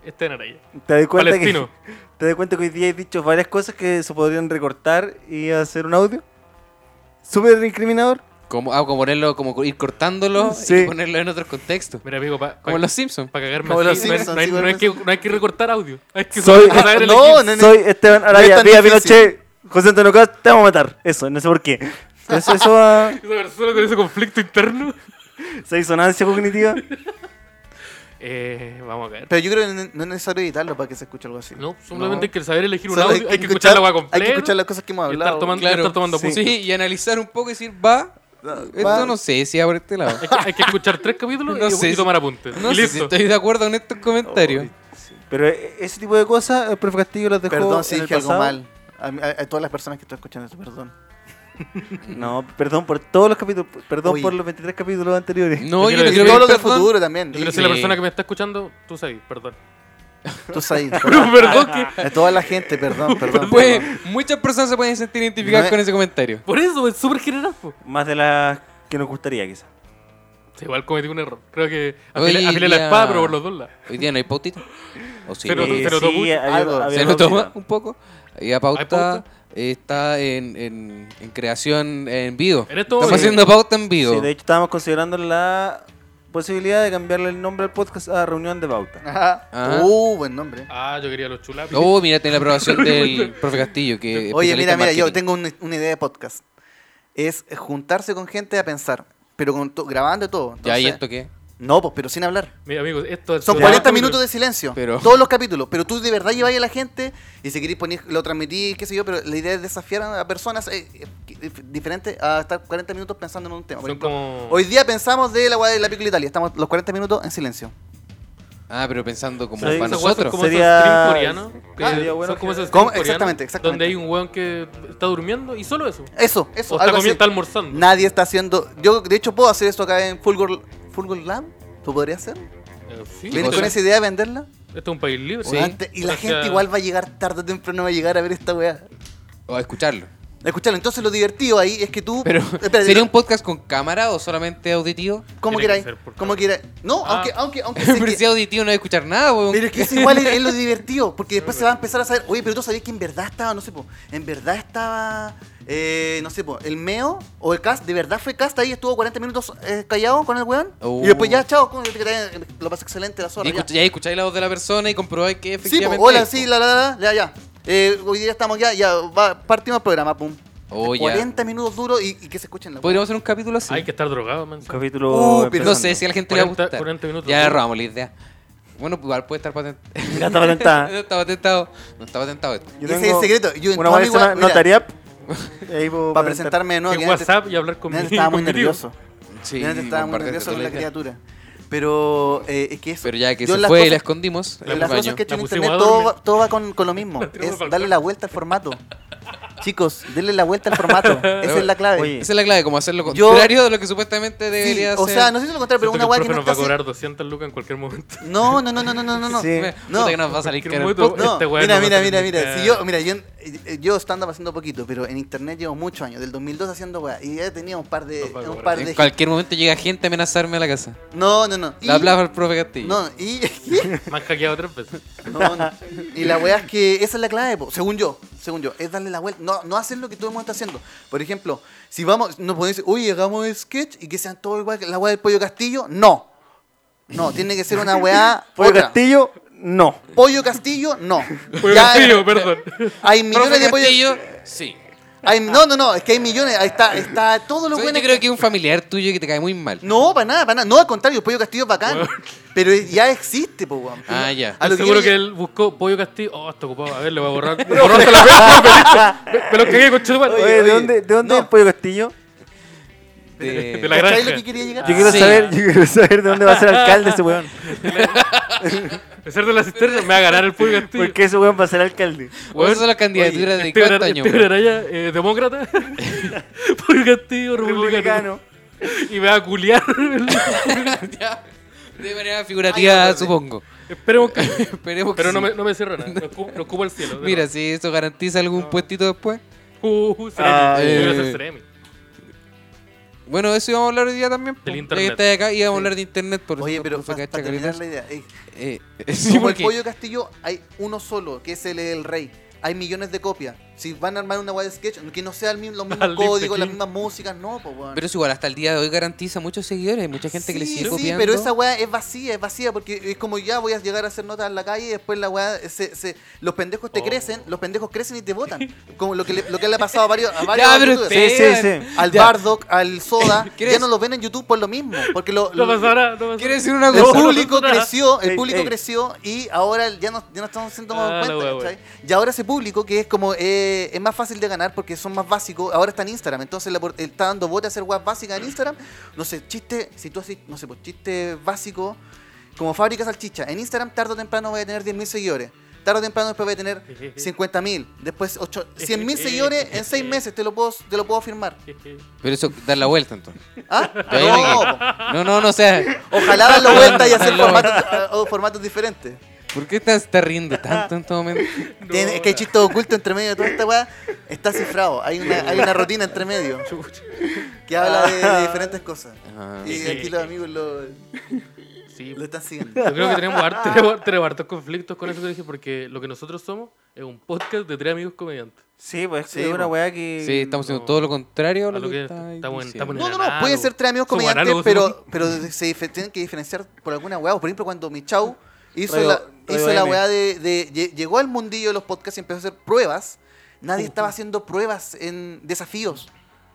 Speaker 5: este en Araya.
Speaker 4: Te das cuenta
Speaker 5: Palestino.
Speaker 4: que te das cuenta que hoy día he dicho varias cosas que se podrían recortar y hacer un audio. Súper incriminador.
Speaker 3: Como, ah, como ponerlo, como ir cortándolo y
Speaker 4: Sí.
Speaker 3: ponerlo en otros contextos.
Speaker 5: Mira, amigo, para
Speaker 3: Como los Simpsons.
Speaker 5: cagarme
Speaker 6: Como
Speaker 5: así,
Speaker 6: los
Speaker 5: no hay-
Speaker 6: Simpsons,
Speaker 5: no, hay,
Speaker 6: sí,
Speaker 5: no hay
Speaker 6: bueno,
Speaker 5: que, no hay que recortar audio. Hay que
Speaker 4: Soy-
Speaker 5: solo saber
Speaker 6: No,
Speaker 5: elegir.
Speaker 6: no, no.
Speaker 4: Soy Esteban
Speaker 6: No es
Speaker 4: Araya,
Speaker 6: tan
Speaker 4: viva
Speaker 6: difícil.
Speaker 4: Pinochet, José Antonio Cast, te vamos a matar. Eso, no sé por qué. Eso, eso va-
Speaker 5: Esa persona con ese conflicto interno.
Speaker 4: esa disonancia cognitiva.
Speaker 5: Eh, vamos a ver.
Speaker 6: Pero yo creo que no es necesario editarlo para que se escuche algo así.
Speaker 5: No, simplemente
Speaker 6: No.
Speaker 5: hay que saber elegir un
Speaker 6: Solo
Speaker 5: audio. Hay, que escuchar la agua completa.
Speaker 6: Hay que escuchar las cosas que hemos
Speaker 5: y estar
Speaker 6: hablado.
Speaker 5: tomando, y
Speaker 3: Claro.
Speaker 5: estar tomando
Speaker 3: Sí.
Speaker 5: apuntes.
Speaker 3: y analizar un poco y decir, va,
Speaker 6: Va.
Speaker 3: esto no sé si va por este lado.
Speaker 5: Hay que, hay que escuchar tres capítulos
Speaker 3: No
Speaker 5: y,
Speaker 3: sé
Speaker 5: y
Speaker 3: si-
Speaker 5: tomar apuntes.
Speaker 3: No
Speaker 5: y
Speaker 3: sé si
Speaker 5: listo.
Speaker 3: estoy de acuerdo con estos comentarios.
Speaker 4: Pero eh, ese tipo de cosas, el profe Castillo las dejó.
Speaker 6: Perdón si
Speaker 4: en el
Speaker 6: dije algo
Speaker 4: pasado.
Speaker 6: mal. A, mí- a- a todas las personas que están escuchando esto, perdón.
Speaker 4: No, perdón por todos los capítulos. Perdón
Speaker 6: Oye.
Speaker 4: por los 23 capítulos anteriores.
Speaker 3: No,
Speaker 5: Yo
Speaker 3: yo le
Speaker 5: quiero decir-
Speaker 3: quiero
Speaker 6: Y
Speaker 3: pedir
Speaker 6: todo lo del
Speaker 3: perdón.
Speaker 6: futuro
Speaker 5: Yo
Speaker 6: también.
Speaker 5: quiero decir a la persona que me está escuchando, tú sabes, perdón.
Speaker 6: Tú sabes.
Speaker 5: Pero perdón que.
Speaker 6: A toda la gente, perdón, perdón.
Speaker 3: Pues,
Speaker 6: perdón.
Speaker 3: muchas personas se pueden sentir identificadas
Speaker 6: No es-
Speaker 3: con ese comentario.
Speaker 5: Por eso, es súper general. po.
Speaker 4: Más de las que nos gustaría, quizás.
Speaker 5: Sí, igual cometí un error. Creo que
Speaker 3: Hoy
Speaker 5: afilé, afilé la
Speaker 3: día-
Speaker 5: espada, pero por los dos lados.
Speaker 3: Hoy día no hay pautita. O sí,
Speaker 5: Pero-
Speaker 3: hay.
Speaker 5: se notó mucho.
Speaker 4: Eh, había-
Speaker 6: Algo.
Speaker 4: había
Speaker 3: se lo
Speaker 4: pautita.
Speaker 3: toma un poco. Y a
Speaker 5: ¿Hay
Speaker 3: pauta
Speaker 5: pauta?
Speaker 3: eh, está en, en, en creación en vivo.
Speaker 5: En esto-
Speaker 3: Estamos
Speaker 5: Sí.
Speaker 3: haciendo pauta en vivo.
Speaker 4: Sí, de hecho, estábamos considerando la posibilidad de cambiarle el nombre al podcast a Reunión de Pauta.
Speaker 6: Ajá.
Speaker 3: Ajá.
Speaker 6: Uh, buen nombre.
Speaker 5: Ah, yo quería los chulapis.
Speaker 3: Oh, mira, tiene la aprobación del profe Castillo. Que
Speaker 5: pues,
Speaker 3: es
Speaker 6: Oye,
Speaker 3: especialista
Speaker 6: mira,
Speaker 3: en
Speaker 6: mira, yo
Speaker 3: marketing.
Speaker 6: tengo un- una idea de podcast. Es juntarse con gente a pensar, pero con to- grabando todo.
Speaker 3: Ya, ¿y
Speaker 6: Entonces-
Speaker 3: esto qué?
Speaker 6: No, pues, pero sin hablar.
Speaker 5: Mira, amigos, esto es-
Speaker 6: Son
Speaker 5: ya,
Speaker 6: 40
Speaker 5: capítulo.
Speaker 6: minutos de silencio,
Speaker 3: Pero-
Speaker 6: todos los capítulos, pero tú de verdad lleváis a la gente y si queréis poner, lo transmitís, qué sé yo, pero la idea es desafiar a personas eh, eh, dif- diferentes a estar 40 minutos pensando en un tema. Por
Speaker 5: Son
Speaker 6: ejemplo,
Speaker 5: como.
Speaker 6: Hoy día pensamos de la guay de la piccola Italia, estamos los 40 minutos en silencio.
Speaker 3: Ah, pensando como
Speaker 4: Sí,
Speaker 3: para
Speaker 4: esa
Speaker 5: Esos weas son
Speaker 3: nosotros.
Speaker 5: como esos
Speaker 4: Sería-
Speaker 5: stream coreanos, que
Speaker 4: sería bueno
Speaker 5: son como
Speaker 4: que-
Speaker 5: esos
Speaker 6: ¿Cómo?
Speaker 5: stream coreanos
Speaker 6: Exactamente, exactamente.
Speaker 5: Donde hay un weón que está durmiendo y solo eso.
Speaker 6: Eso,
Speaker 5: o está,
Speaker 6: eso, algo
Speaker 5: comiendo,
Speaker 6: así.
Speaker 5: está almorzando.
Speaker 6: Nadie está haciendo, yo de hecho puedo hacer esto acá en Fulgor, Fulgor Lab, ¿tú podrías hacer?
Speaker 5: Eh, sí,
Speaker 6: ¿Vienes
Speaker 5: o
Speaker 6: con
Speaker 5: sea,
Speaker 6: esa idea de venderla?
Speaker 5: Esto Este es un país libre.
Speaker 3: Sí.
Speaker 6: Weón, te- y la
Speaker 5: O sea-
Speaker 6: gente igual va a llegar tarde o temprano, va a llegar a ver esta weá.
Speaker 3: O a escucharlo.
Speaker 6: Escuchalo, entonces lo divertido ahí es que tú...
Speaker 3: Pero,
Speaker 6: Espérate,
Speaker 3: ¿sería
Speaker 6: lo-
Speaker 3: un podcast con cámara o solamente auditivo?
Speaker 6: Como
Speaker 5: Tiene que
Speaker 6: queráis.
Speaker 5: ser por
Speaker 6: Como queráis. No,
Speaker 5: Ah.
Speaker 6: aunque, aunque, aunque. sé
Speaker 3: Pero
Speaker 6: que-
Speaker 3: si auditivo no va a escuchar nada, weón.
Speaker 6: pero es que es igual es, es lo divertido. Porque después se va a empezar a saber. Oye, pero tú sabías que en verdad estaba, no sé, po, en verdad estaba. eh, no sé, po, el meo o el cast, de verdad fue cast ahí, estuvo 40 minutos eh, callado con el weón.
Speaker 3: Oh.
Speaker 6: Y después ya, chao, con- que te vaya- lo pasé excelente la
Speaker 3: Y
Speaker 6: zorra. ya.
Speaker 3: escucha- ya escucháis la voz de la persona y comprobáis que
Speaker 6: Sí, po,
Speaker 3: efectivamente.
Speaker 6: hola,
Speaker 3: es,
Speaker 6: sí,
Speaker 3: po.
Speaker 6: la, la, la, la, ya. Eh, hoy día estamos ya, ya, va, partimos el programa, pum.
Speaker 3: Oh, ya.
Speaker 6: 40 minutos duros y, y que se escuchen la
Speaker 3: Podríamos hacer un capítulo así.
Speaker 5: pues, Hay que estar drogado, man.
Speaker 4: Un capítulo.
Speaker 6: Uh, pero
Speaker 4: empezando.
Speaker 3: Oh, No sé si a la gente le va a
Speaker 5: 40
Speaker 3: gustar.
Speaker 5: 40 minutos.
Speaker 3: ya robamos la idea. Bueno, igual puede estar patentado.
Speaker 4: Ya está
Speaker 6: Ah.
Speaker 4: patentada.
Speaker 3: no está patentado. No está patentado esto.
Speaker 6: Ese es el secreto. Yo en
Speaker 4: una buena
Speaker 6: toda mi
Speaker 4: semana,
Speaker 6: gua- mira.
Speaker 4: notariap. Ahí puedo presentar.
Speaker 6: Para presentarme de nuevo.
Speaker 5: En
Speaker 6: que antes-
Speaker 5: WhatsApp y hablar con
Speaker 6: Nena,
Speaker 5: mi-
Speaker 6: estaba muy
Speaker 5: con mi tío.
Speaker 6: nervioso.
Speaker 3: Sí,
Speaker 6: Nena, estaba muy
Speaker 3: bombardeaste
Speaker 6: nervioso
Speaker 3: toda la
Speaker 6: con la
Speaker 3: idea.
Speaker 6: criatura. Pero eh, es que eso.
Speaker 3: Pero ya que
Speaker 6: yo
Speaker 3: se
Speaker 6: las
Speaker 3: fue y
Speaker 6: cosas-
Speaker 3: la escondimos en
Speaker 6: en
Speaker 3: el
Speaker 6: Las cosas
Speaker 3: baño.
Speaker 6: que he hecho en
Speaker 5: La
Speaker 6: internet,
Speaker 5: pusimos a
Speaker 6: todo
Speaker 5: dormir.
Speaker 6: va, todo va con, con lo mismo.
Speaker 5: tiramos
Speaker 6: Es
Speaker 5: pa'l
Speaker 6: darle la vuelta al formato. Chicos, denle la vuelta al formato. Esa es la clave.
Speaker 4: Oye,
Speaker 3: Esa es la clave, como hacer lo
Speaker 6: Yo-
Speaker 3: contrario de lo que supuestamente
Speaker 6: Sí,
Speaker 3: debería
Speaker 6: o
Speaker 3: hacer.
Speaker 6: sea, no sé si lo contrario, pero
Speaker 5: Siento que
Speaker 6: una
Speaker 5: el
Speaker 6: weá
Speaker 5: profe
Speaker 6: que no
Speaker 5: nos va
Speaker 6: está
Speaker 5: a
Speaker 6: así-
Speaker 5: cobrar 200 lucas en cualquier momento.
Speaker 6: No, no, no, no, no, no, no, no.
Speaker 4: Sí.
Speaker 3: Me-
Speaker 6: No,
Speaker 3: puta que nos va a salir
Speaker 5: cualquier
Speaker 3: caro el
Speaker 5: momento-
Speaker 3: podcast.
Speaker 6: No,
Speaker 5: Este weón
Speaker 6: mira,
Speaker 5: no va a
Speaker 6: mira, mira,
Speaker 5: tener
Speaker 6: mira.
Speaker 5: que-
Speaker 6: Si yo, mira, yo, eh, yo stand-up haciendo poquito, pero en internet llevo muchos años, del 2002 haciendo weá. Y ya tenía un par de.
Speaker 5: Nos va a
Speaker 6: Un
Speaker 5: cobrar.
Speaker 6: par
Speaker 3: En
Speaker 6: de
Speaker 3: cualquier momento llega gente a amenazarme a la casa.
Speaker 6: no, no, no. Y-
Speaker 3: La hablaba el profe Castillo.
Speaker 6: No, y.
Speaker 5: Me han hackeado tres veces.
Speaker 6: No, no. Y la weá es que esa es la clave, po. según yo, según yo, es darle la vuelta, no, no hacer lo que todo el mundo está haciendo. Por ejemplo, si vamos, no podemos decir, oye, hagamos el sketch y que sean todos igual que la weá del pollo castillo, no. No, tiene que ser una weá.
Speaker 4: Pollo
Speaker 6: otra.
Speaker 4: Castillo, no.
Speaker 6: Pollo castillo, no.
Speaker 5: Pollo
Speaker 6: Ya, eh,
Speaker 5: Castillo, perdón.
Speaker 3: profe
Speaker 6: Hay millones de pollo.
Speaker 3: Castillo, sí.
Speaker 6: Hay, no, no, no, es que hay millones, ahí está, está todo lo
Speaker 3: Soy-
Speaker 6: bueno.
Speaker 3: Yo creo que es un familiar tuyo que te cae muy mal.
Speaker 6: No, para nada, para nada. No, al contrario, el pollo castillo es bacán. Pero ya existe, po, weón.
Speaker 3: Ah, ya.
Speaker 6: A lo que
Speaker 5: Seguro que,
Speaker 6: quiero-
Speaker 5: él buscó Pollo Castillo. Oh, está ocupado. A ver, le voy a borrar. Borrar la película. Me- Me lo cagué con Chetumal.
Speaker 4: Oye, ¿de
Speaker 6: oye,
Speaker 4: dónde, de dónde
Speaker 6: no.
Speaker 4: es el Pollo Castillo?
Speaker 3: De-
Speaker 5: de la
Speaker 6: ¿Cachai
Speaker 5: granja.
Speaker 6: lo que quería llegar?
Speaker 4: Yo quiero
Speaker 3: Sí.
Speaker 4: saber, yo quiero saber de dónde va a ser alcalde ese weón.
Speaker 5: El ser de la cisterna me va a ganar el Pollo Castillo. este
Speaker 4: Porque ese weón va a ser alcalde.
Speaker 3: Bueno, esa es la candidatura de
Speaker 5: Esteban
Speaker 3: 40
Speaker 5: Ara-
Speaker 3: años.
Speaker 5: Esteban Araya, eh, demócrata. Pollo Castillo, republicano.
Speaker 4: Republicano.
Speaker 5: Y me va a culiar.
Speaker 3: Ya. De manera figurativa, supongo.
Speaker 5: Esperemos que.
Speaker 3: Esperemos que
Speaker 5: Pero no
Speaker 3: sí.
Speaker 5: me, no me cierro nada. No ocu- no ocupo el cielo. de
Speaker 3: Mira,
Speaker 5: verdad.
Speaker 3: si eso garantiza algún puestito después.
Speaker 5: Uh, uh, Ceremi.
Speaker 4: Ah,
Speaker 5: Yo
Speaker 3: eh.
Speaker 5: voy a ser Ceremi.
Speaker 3: Bueno, de eso íbamos a hablar hoy día también. po. Ya
Speaker 5: Del
Speaker 3: que
Speaker 5: internet.
Speaker 3: estás acá, íbamos a hablar de internet. Por
Speaker 6: Oye,
Speaker 3: eso,
Speaker 6: pero
Speaker 3: profe,
Speaker 6: para
Speaker 3: cacha,
Speaker 6: terminar
Speaker 3: caleta.
Speaker 6: la idea, eh,
Speaker 3: Eh, eh, sí,
Speaker 6: como el
Speaker 3: porque
Speaker 6: pollo castillo hay uno solo, que es el, el rey. Hay millones de copias. Si van a armar una weá de sketch, que no sea el mismo, los
Speaker 5: Al
Speaker 6: mismos
Speaker 5: Lipe
Speaker 6: códigos, las
Speaker 5: King.
Speaker 6: mismas músicas, no, pues weón.
Speaker 3: Pero es igual, hasta el día de hoy garantiza muchos seguidores, hay mucha gente que le
Speaker 6: Sí,
Speaker 3: sigue
Speaker 6: sí,
Speaker 3: copiando.
Speaker 6: pero esa weá es vacía, es vacía, porque es como ya voy a llegar a hacer notas en la calle y después la weá, se, se- los pendejos te
Speaker 5: Oh.
Speaker 6: crecen, los pendejos crecen y te votan. Como lo que le, lo que le ha pasado a varios. A varios
Speaker 3: Ya, pero
Speaker 6: youtubers.
Speaker 4: Sí, sí, sí.
Speaker 3: Vean.
Speaker 6: Al
Speaker 3: Ya.
Speaker 6: Bardock, al Soda,
Speaker 3: ¿Crees?
Speaker 6: ya no los ven en YouTube por lo mismo. Porque lo,
Speaker 5: No pasa nada, no pasa
Speaker 3: Quiere
Speaker 5: nada.
Speaker 3: decir una
Speaker 6: el
Speaker 3: cosa.
Speaker 5: No.
Speaker 6: público
Speaker 5: nada.
Speaker 6: creció, el
Speaker 4: Ey,
Speaker 6: público
Speaker 4: ey.
Speaker 6: creció y ahora ya no, ya no estamos siendo
Speaker 5: Ah, la
Speaker 6: cuenta,
Speaker 5: wea, wea.
Speaker 6: ¿cachai? Y ahora ese público que es como eh, es más fácil de ganar porque son más básicos, ahora está en Instagram, entonces la por- eh, está dando bote a hacer weas básicas en Instagram, no sé, chiste, si tú haces, no sé, pues chiste básico, como fábrica salchicha, en Instagram tarde o temprano voy a tener 10.000 seguidores. Tarde o temprano después voy a tener 50.000, después ocho- 100.000 seguidores en 6 meses, te lo puedo, te lo puedo firmar.
Speaker 3: Pero eso, dar la vuelta entonces.
Speaker 6: ¿Ah?
Speaker 3: Yo ahí me
Speaker 6: No,
Speaker 3: quedé. No, no, no, o sea,
Speaker 6: ojalá darlo vuelta y hacer
Speaker 3: Dale vuelta.
Speaker 6: formatos, o formatos diferentes.
Speaker 3: ¿por qué estás está riendo tanto en todo momento?
Speaker 6: Tiene- es que hay chistes ocultos entre medio de toda esta weá. Está cifrado. Hay una, hay una rutina entre medio
Speaker 5: Chucha.
Speaker 6: que habla de, de diferentes cosas.
Speaker 3: Ah.
Speaker 6: Y aquí los amigos lo, lo
Speaker 5: Sí, pues,
Speaker 6: están siguiendo.
Speaker 5: Yo creo que tenemos har- tenemos- tenemos hartos conflictos con eso que dije, porque lo que nosotros somos es un podcast de tres amigos comediantes.
Speaker 4: Sí, pues es
Speaker 6: Sí,
Speaker 4: una
Speaker 6: po.
Speaker 4: weá que.
Speaker 3: Sí, estamos haciendo
Speaker 5: No.
Speaker 3: todo lo contrario a
Speaker 5: A
Speaker 3: lo,
Speaker 5: lo
Speaker 3: que,
Speaker 5: que
Speaker 3: está
Speaker 5: estamos en- estamos en
Speaker 6: No,
Speaker 5: el
Speaker 6: no, no. Pueden ser tres amigos
Speaker 5: Somos
Speaker 6: comediantes,
Speaker 5: análogos,
Speaker 6: pero,
Speaker 5: somos-
Speaker 6: pero se dif- tienen que diferenciar por alguna weá. Por ejemplo, cuando Michau hizo
Speaker 4: Radio-
Speaker 6: la,
Speaker 4: Radio
Speaker 6: hizo la
Speaker 4: M.
Speaker 6: weá de, de- lle- Llegó al mundillo de los podcasts y empezó a hacer pruebas. Nadie estaba haciendo pruebas en desafíos.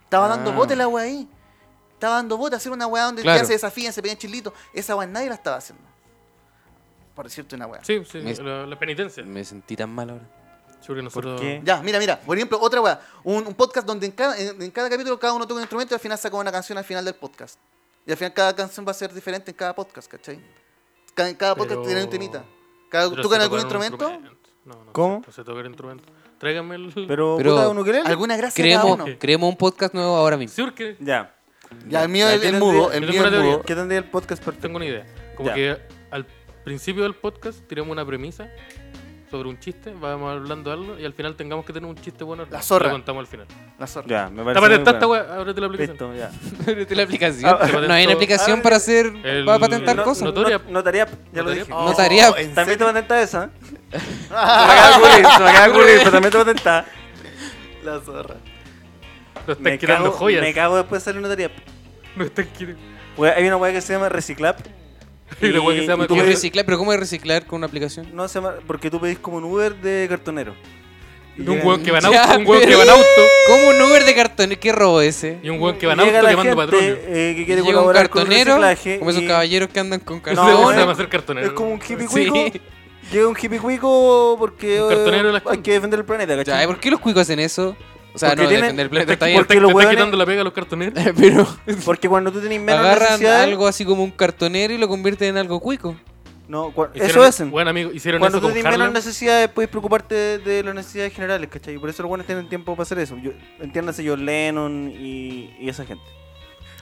Speaker 6: Estaba dando
Speaker 3: Ah.
Speaker 6: bote la weá ahí. Estaba dando bote, hacer una weá donde
Speaker 3: Claro.
Speaker 6: ya se desafían, se pedían chilitos. Esa weá nadie la estaba haciendo. Por decirte una weá.
Speaker 5: Sí, sí,
Speaker 3: Me-
Speaker 5: la, la penitencia.
Speaker 3: Me sentí tan mal ahora.
Speaker 5: Yo creo que nosotros...
Speaker 4: qué?
Speaker 6: Ya, mira, mira. Por ejemplo, otra weá. Un, un podcast donde en cada, en, en cada capítulo cada uno toca un instrumento y al final saca una canción al final del podcast. Y al final cada canción va a ser diferente en cada podcast, ¿cachai? Cada, en cada podcast
Speaker 5: Pero-
Speaker 6: tiene un temita. Cada,
Speaker 5: pero
Speaker 6: ¿Tocan
Speaker 5: se
Speaker 6: algún
Speaker 5: tocaron un
Speaker 6: instrumento?
Speaker 5: No, no.
Speaker 4: ¿Cómo?
Speaker 5: sé, No sé tocar instrumento. Tráigame el...
Speaker 4: Pero,
Speaker 3: Pero-
Speaker 4: puta, un ukelele.
Speaker 6: ¿Alguna gracia
Speaker 3: Creemos,
Speaker 6: cada uno?
Speaker 3: creemos un podcast nuevo ahora mismo.
Speaker 5: Sí, porque
Speaker 4: Ya.
Speaker 6: Ya, el mío es
Speaker 4: Ya,
Speaker 6: el
Speaker 4: yo
Speaker 6: mudo.
Speaker 4: tengo-
Speaker 5: yo
Speaker 6: El
Speaker 5: tengo
Speaker 6: mío es
Speaker 5: una
Speaker 6: mudo.
Speaker 5: teoría.
Speaker 4: ¿Qué tendría el podcast perfecto?
Speaker 5: tengo una idea. Como
Speaker 4: Ya.
Speaker 5: que al principio del podcast tiremos una premisa sobre un chiste, vamos hablando algo y al final tengamos que tener un chiste bueno.
Speaker 6: La zorra.
Speaker 5: Lo contamos al final.
Speaker 6: La zorra.
Speaker 4: Ya, me
Speaker 5: Está
Speaker 4: parece. muy
Speaker 5: patentado esta
Speaker 4: bueno.
Speaker 5: weá, ábrete la
Speaker 4: Listo,
Speaker 5: aplicación.
Speaker 4: ya.
Speaker 3: Pero la aplicación.
Speaker 4: Ah,
Speaker 3: no hay una aplicación para hacer.
Speaker 5: El-
Speaker 3: para patentar
Speaker 5: No-
Speaker 3: cosas.
Speaker 5: Notoria.
Speaker 4: No- notaría, ya lo
Speaker 5: Notaría.
Speaker 4: dije.
Speaker 3: No estaría-
Speaker 6: Oh, ¿en
Speaker 4: También te
Speaker 6: serio?
Speaker 4: voy a tentar esa. Se me acaba de ocurrir, se me acaba de ocurrir, pero también te voy a tentar.
Speaker 6: La zorra.
Speaker 5: Nos están
Speaker 4: Me
Speaker 5: quitando
Speaker 4: cago,
Speaker 5: joyas.
Speaker 4: me cago después de hacer una notaría.
Speaker 5: Nos están quitando.
Speaker 4: Wea, hay una weá que se llama Reciclap.
Speaker 5: Y la weá que se llama
Speaker 4: y
Speaker 3: ¿Cómo
Speaker 4: tú
Speaker 5: Como-
Speaker 4: pedís-
Speaker 3: reciclar? ¿Pero cómo es reciclar con una aplicación?
Speaker 4: No se llama. Porque tú pedís como un Uber de cartonero. Y
Speaker 5: De un
Speaker 4: llegan-
Speaker 5: hueón que va en
Speaker 3: Ya,
Speaker 5: auto, un hueón que
Speaker 3: pero-
Speaker 5: va en auto
Speaker 3: ¿Cómo un Uber de cartones? ¿Qué robo ese?
Speaker 5: y un hueón que va en
Speaker 4: llega
Speaker 5: auto
Speaker 4: la
Speaker 5: quemando
Speaker 4: gente,
Speaker 5: patrullo.
Speaker 4: eh, que quiere
Speaker 3: Llega un
Speaker 4: colaborar con el
Speaker 3: cartonero,
Speaker 4: reciclaje
Speaker 3: como esos
Speaker 4: y-
Speaker 3: caballeros que andan con
Speaker 5: Ese
Speaker 4: No,
Speaker 5: hueón
Speaker 3: cartones.
Speaker 5: se
Speaker 4: es-
Speaker 5: va a hacer cartonero.
Speaker 4: Es como un hippie
Speaker 5: Sí.
Speaker 4: cuico. Llega un hippie cuico porque
Speaker 5: Un cartonero de las
Speaker 4: eh, hay
Speaker 5: conchas.
Speaker 4: que defender el planeta,
Speaker 3: Ya, ¿y
Speaker 4: ¿cachai?
Speaker 3: ¿Por qué los cuicos hacen eso? O sea,
Speaker 4: Porque
Speaker 3: no,
Speaker 4: tienen-
Speaker 3: defender el planeta está
Speaker 5: Te-
Speaker 3: bien.
Speaker 4: porque-
Speaker 5: te- te
Speaker 4: los
Speaker 5: está
Speaker 4: hueones-
Speaker 5: quitando la pega a los cartoneros.
Speaker 3: Pero
Speaker 4: Porque cuando tú tenés menos
Speaker 3: agarran
Speaker 4: necesidades-
Speaker 3: algo así como un cartonero y lo convierten en algo cuico.
Speaker 4: No, cua- eso
Speaker 5: Hicieron-
Speaker 4: hacen.
Speaker 5: Buen amigo, hicieron
Speaker 4: Cuando
Speaker 5: eso
Speaker 4: tú
Speaker 5: con
Speaker 4: tenés menos
Speaker 5: Harlem.
Speaker 4: necesidades, puedes preocuparte de, de las necesidades generales, ¿cachai? Y por eso los buenos tienen tiempo para hacer eso. Yo, entiéndase yo, Lennon y, y esa gente.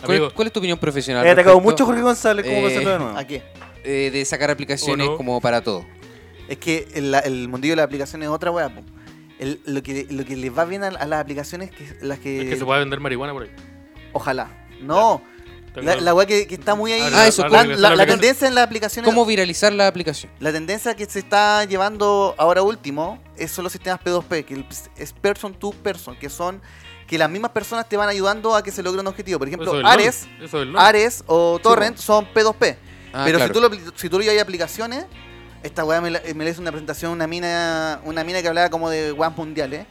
Speaker 3: ¿Cuál,
Speaker 5: Amigo,
Speaker 3: es- cuál es tu opinión profesional?
Speaker 4: He atacado
Speaker 3: respecto,
Speaker 4: mucho a Jorge González como
Speaker 3: Ah, Eh,
Speaker 4: para hacerlo de nuevo.
Speaker 6: ¿A qué?
Speaker 3: eh, de sacar aplicaciones
Speaker 5: ¿O no?
Speaker 3: como para todo.
Speaker 6: Es que el, la- el mundillo de las aplicaciones es otra weá. po. El- lo, que, lo que les va bien a, a las aplicaciones que las que.
Speaker 5: es que se puede vender marihuana por ahí.
Speaker 6: Ojalá. No. La, la weá que, que está muy ahí.
Speaker 5: Ah,
Speaker 3: Ah, eso,
Speaker 6: la,
Speaker 3: ¿cómo?
Speaker 6: la- la
Speaker 5: aplicación.
Speaker 6: tendencia en las aplicaciones.
Speaker 3: ¿Cómo viralizar la aplicación?
Speaker 6: La tendencia que se está llevando ahora último es- son los sistemas P2P, que el- es person to person, que son que las mismas personas te van ayudando a que se logre un objetivo. Por ejemplo,
Speaker 5: Eso es LOL,
Speaker 6: Ares,
Speaker 5: Eso es LOL.
Speaker 6: Ares o Torrent son P2P.
Speaker 3: Ah,
Speaker 6: Pero
Speaker 3: claro.
Speaker 6: si tú lo, apli- si tú lo llevas a aplicaciones, esta weá me, la- me la hizo una presentación una mina, una mina que hablaba como de weas mundiales.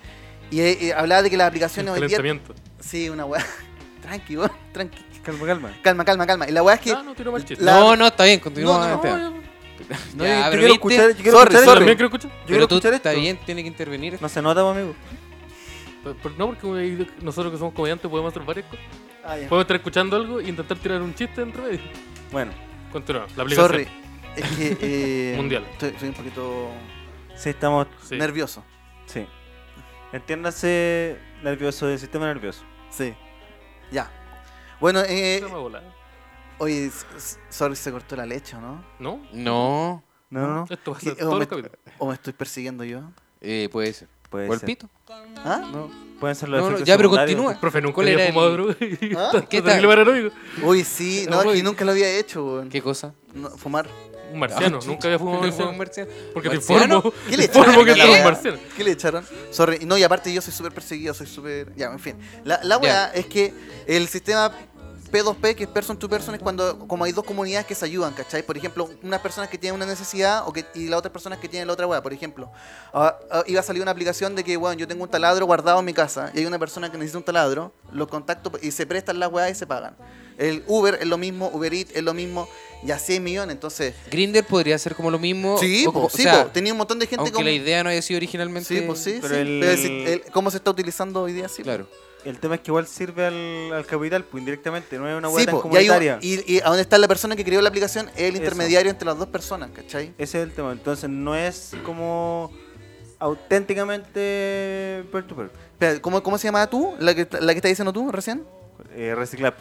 Speaker 6: Y eh, eh, hablaba de que las aplicaciones hoy día.
Speaker 5: Calentamiento.
Speaker 6: Sí, una weá. Tranqui, weón, tranqui.
Speaker 4: Calma, calma.
Speaker 6: Calma, calma, calma. Y la weá es que.
Speaker 5: Ah, no, tiró mal chiste.
Speaker 6: la-
Speaker 3: No, no, está bien, continúa.
Speaker 6: No, no,
Speaker 3: Esteban.
Speaker 5: No,
Speaker 4: No,
Speaker 3: Ya,
Speaker 4: yo- yo
Speaker 3: pero
Speaker 4: quiero
Speaker 3: viste,
Speaker 4: escuchar, yo quiero
Speaker 6: Sorry,
Speaker 4: escuchar
Speaker 6: sorry.
Speaker 4: esto.
Speaker 5: También quiero escuchar.
Speaker 4: Yo quiero
Speaker 3: Pero tú
Speaker 4: escuchar
Speaker 3: está
Speaker 4: esto.
Speaker 3: bien, tiene que intervenir.
Speaker 4: No se nota, pues, amigo.
Speaker 5: Pero- pero No, porque ahí nosotros que somos comediantes podemos hacer varias cosas.
Speaker 6: Ah, ya.
Speaker 5: Podemos estar escuchando algo e intentar tirar un chiste dentro de
Speaker 4: Bueno,
Speaker 5: Continúa, la aplicación.
Speaker 6: Sorry. Es que. eh,
Speaker 5: Mundial.
Speaker 6: Estoy, soy un poquito
Speaker 4: sí, estamos.
Speaker 5: Sí.
Speaker 6: nervioso.
Speaker 4: Sí. Entiéndase nervioso del sistema nervioso.
Speaker 6: Sí. Ya. Bueno, eh,
Speaker 5: Se llama bola.
Speaker 6: oye, s- s- sorry, se cortó la leche, ¿o ¿no?
Speaker 5: ¿No?
Speaker 3: No,
Speaker 4: No, no, no.
Speaker 5: Esto va a
Speaker 6: ¿Qué-
Speaker 5: ser
Speaker 6: o,
Speaker 5: todo
Speaker 6: me,
Speaker 5: el capítulo.
Speaker 6: o me estoy persiguiendo yo?
Speaker 3: eh, puede ser.
Speaker 4: Puede
Speaker 3: ¿O el
Speaker 4: ser.
Speaker 3: pito?
Speaker 6: ¿Ah?
Speaker 4: No, pueden ser los
Speaker 3: No, no,
Speaker 4: efectos
Speaker 3: ya, pero
Speaker 4: secundarios.
Speaker 3: continúa.
Speaker 5: Profe, nunca
Speaker 3: ¿Cuál era
Speaker 5: había
Speaker 3: el-
Speaker 5: fumado droga.
Speaker 6: ¿Ah?
Speaker 5: Está
Speaker 3: ¿Qué
Speaker 5: terrible
Speaker 3: tal?
Speaker 5: paranoico.
Speaker 6: Uy, sí, no,
Speaker 3: Uy.
Speaker 6: y nunca lo había hecho, weón.
Speaker 3: ¿Qué cosa?
Speaker 6: No, fumar.
Speaker 5: un marciano. Nunca había fumado un
Speaker 3: Nunca fue Ah, un
Speaker 5: marciano.
Speaker 3: marciano.
Speaker 5: Porque
Speaker 3: ¿Marciano?
Speaker 5: te informo,
Speaker 6: ¿Qué
Speaker 5: te
Speaker 6: le
Speaker 5: informo
Speaker 6: echaron?
Speaker 5: que
Speaker 6: a la
Speaker 5: era un
Speaker 6: wea?
Speaker 5: marciano.
Speaker 6: ¿Qué le echaron? Sorry. No, y aparte yo soy súper perseguido, soy súper... Ya, en fin. La, la weá es que el sistema P2P, que es person to person, es cuando como hay dos comunidades que se ayudan, ¿cachai? Por ejemplo, una persona que tiene una necesidad o que, y la otra persona que tiene la otra weá. Por ejemplo, ah, ah, iba a salir una aplicación de que, bueno, yo tengo un taladro guardado en mi casa y hay una persona que necesita un taladro, los contacto y se prestan las weá y se pagan. El Uber es lo mismo, Uber Eats es lo mismo, y así hay millones, entonces...
Speaker 3: Grinder podría ser como lo mismo.
Speaker 6: Sí,
Speaker 3: o
Speaker 6: po,
Speaker 3: como- Oh, o
Speaker 6: sí,
Speaker 3: sea,
Speaker 6: po, tenía un montón de gente
Speaker 3: aunque
Speaker 6: como...
Speaker 3: la idea no haya sido originalmente.
Speaker 6: Sí, pues sí,
Speaker 4: Pero
Speaker 6: sí.
Speaker 4: el-
Speaker 6: Pero el si- el- ¿Cómo se está utilizando hoy día? Sí, pues.
Speaker 3: Claro.
Speaker 4: El tema es que igual sirve al, al capital, pues indirectamente, no es una
Speaker 6: Sí,
Speaker 4: hueá tan
Speaker 6: pues, y, hay un-
Speaker 4: comunitaria.
Speaker 6: y- y a dónde está la persona que creó la aplicación es el
Speaker 4: Eso.
Speaker 6: intermediario entre las dos personas, ¿cachai?
Speaker 4: Ese es el tema, entonces no es como auténticamente peer to peer.
Speaker 6: Espera, ¿Cómo, cómo se llamaba tú? ¿La que, la que estás diciendo tú recién?
Speaker 4: Eh, reciclap,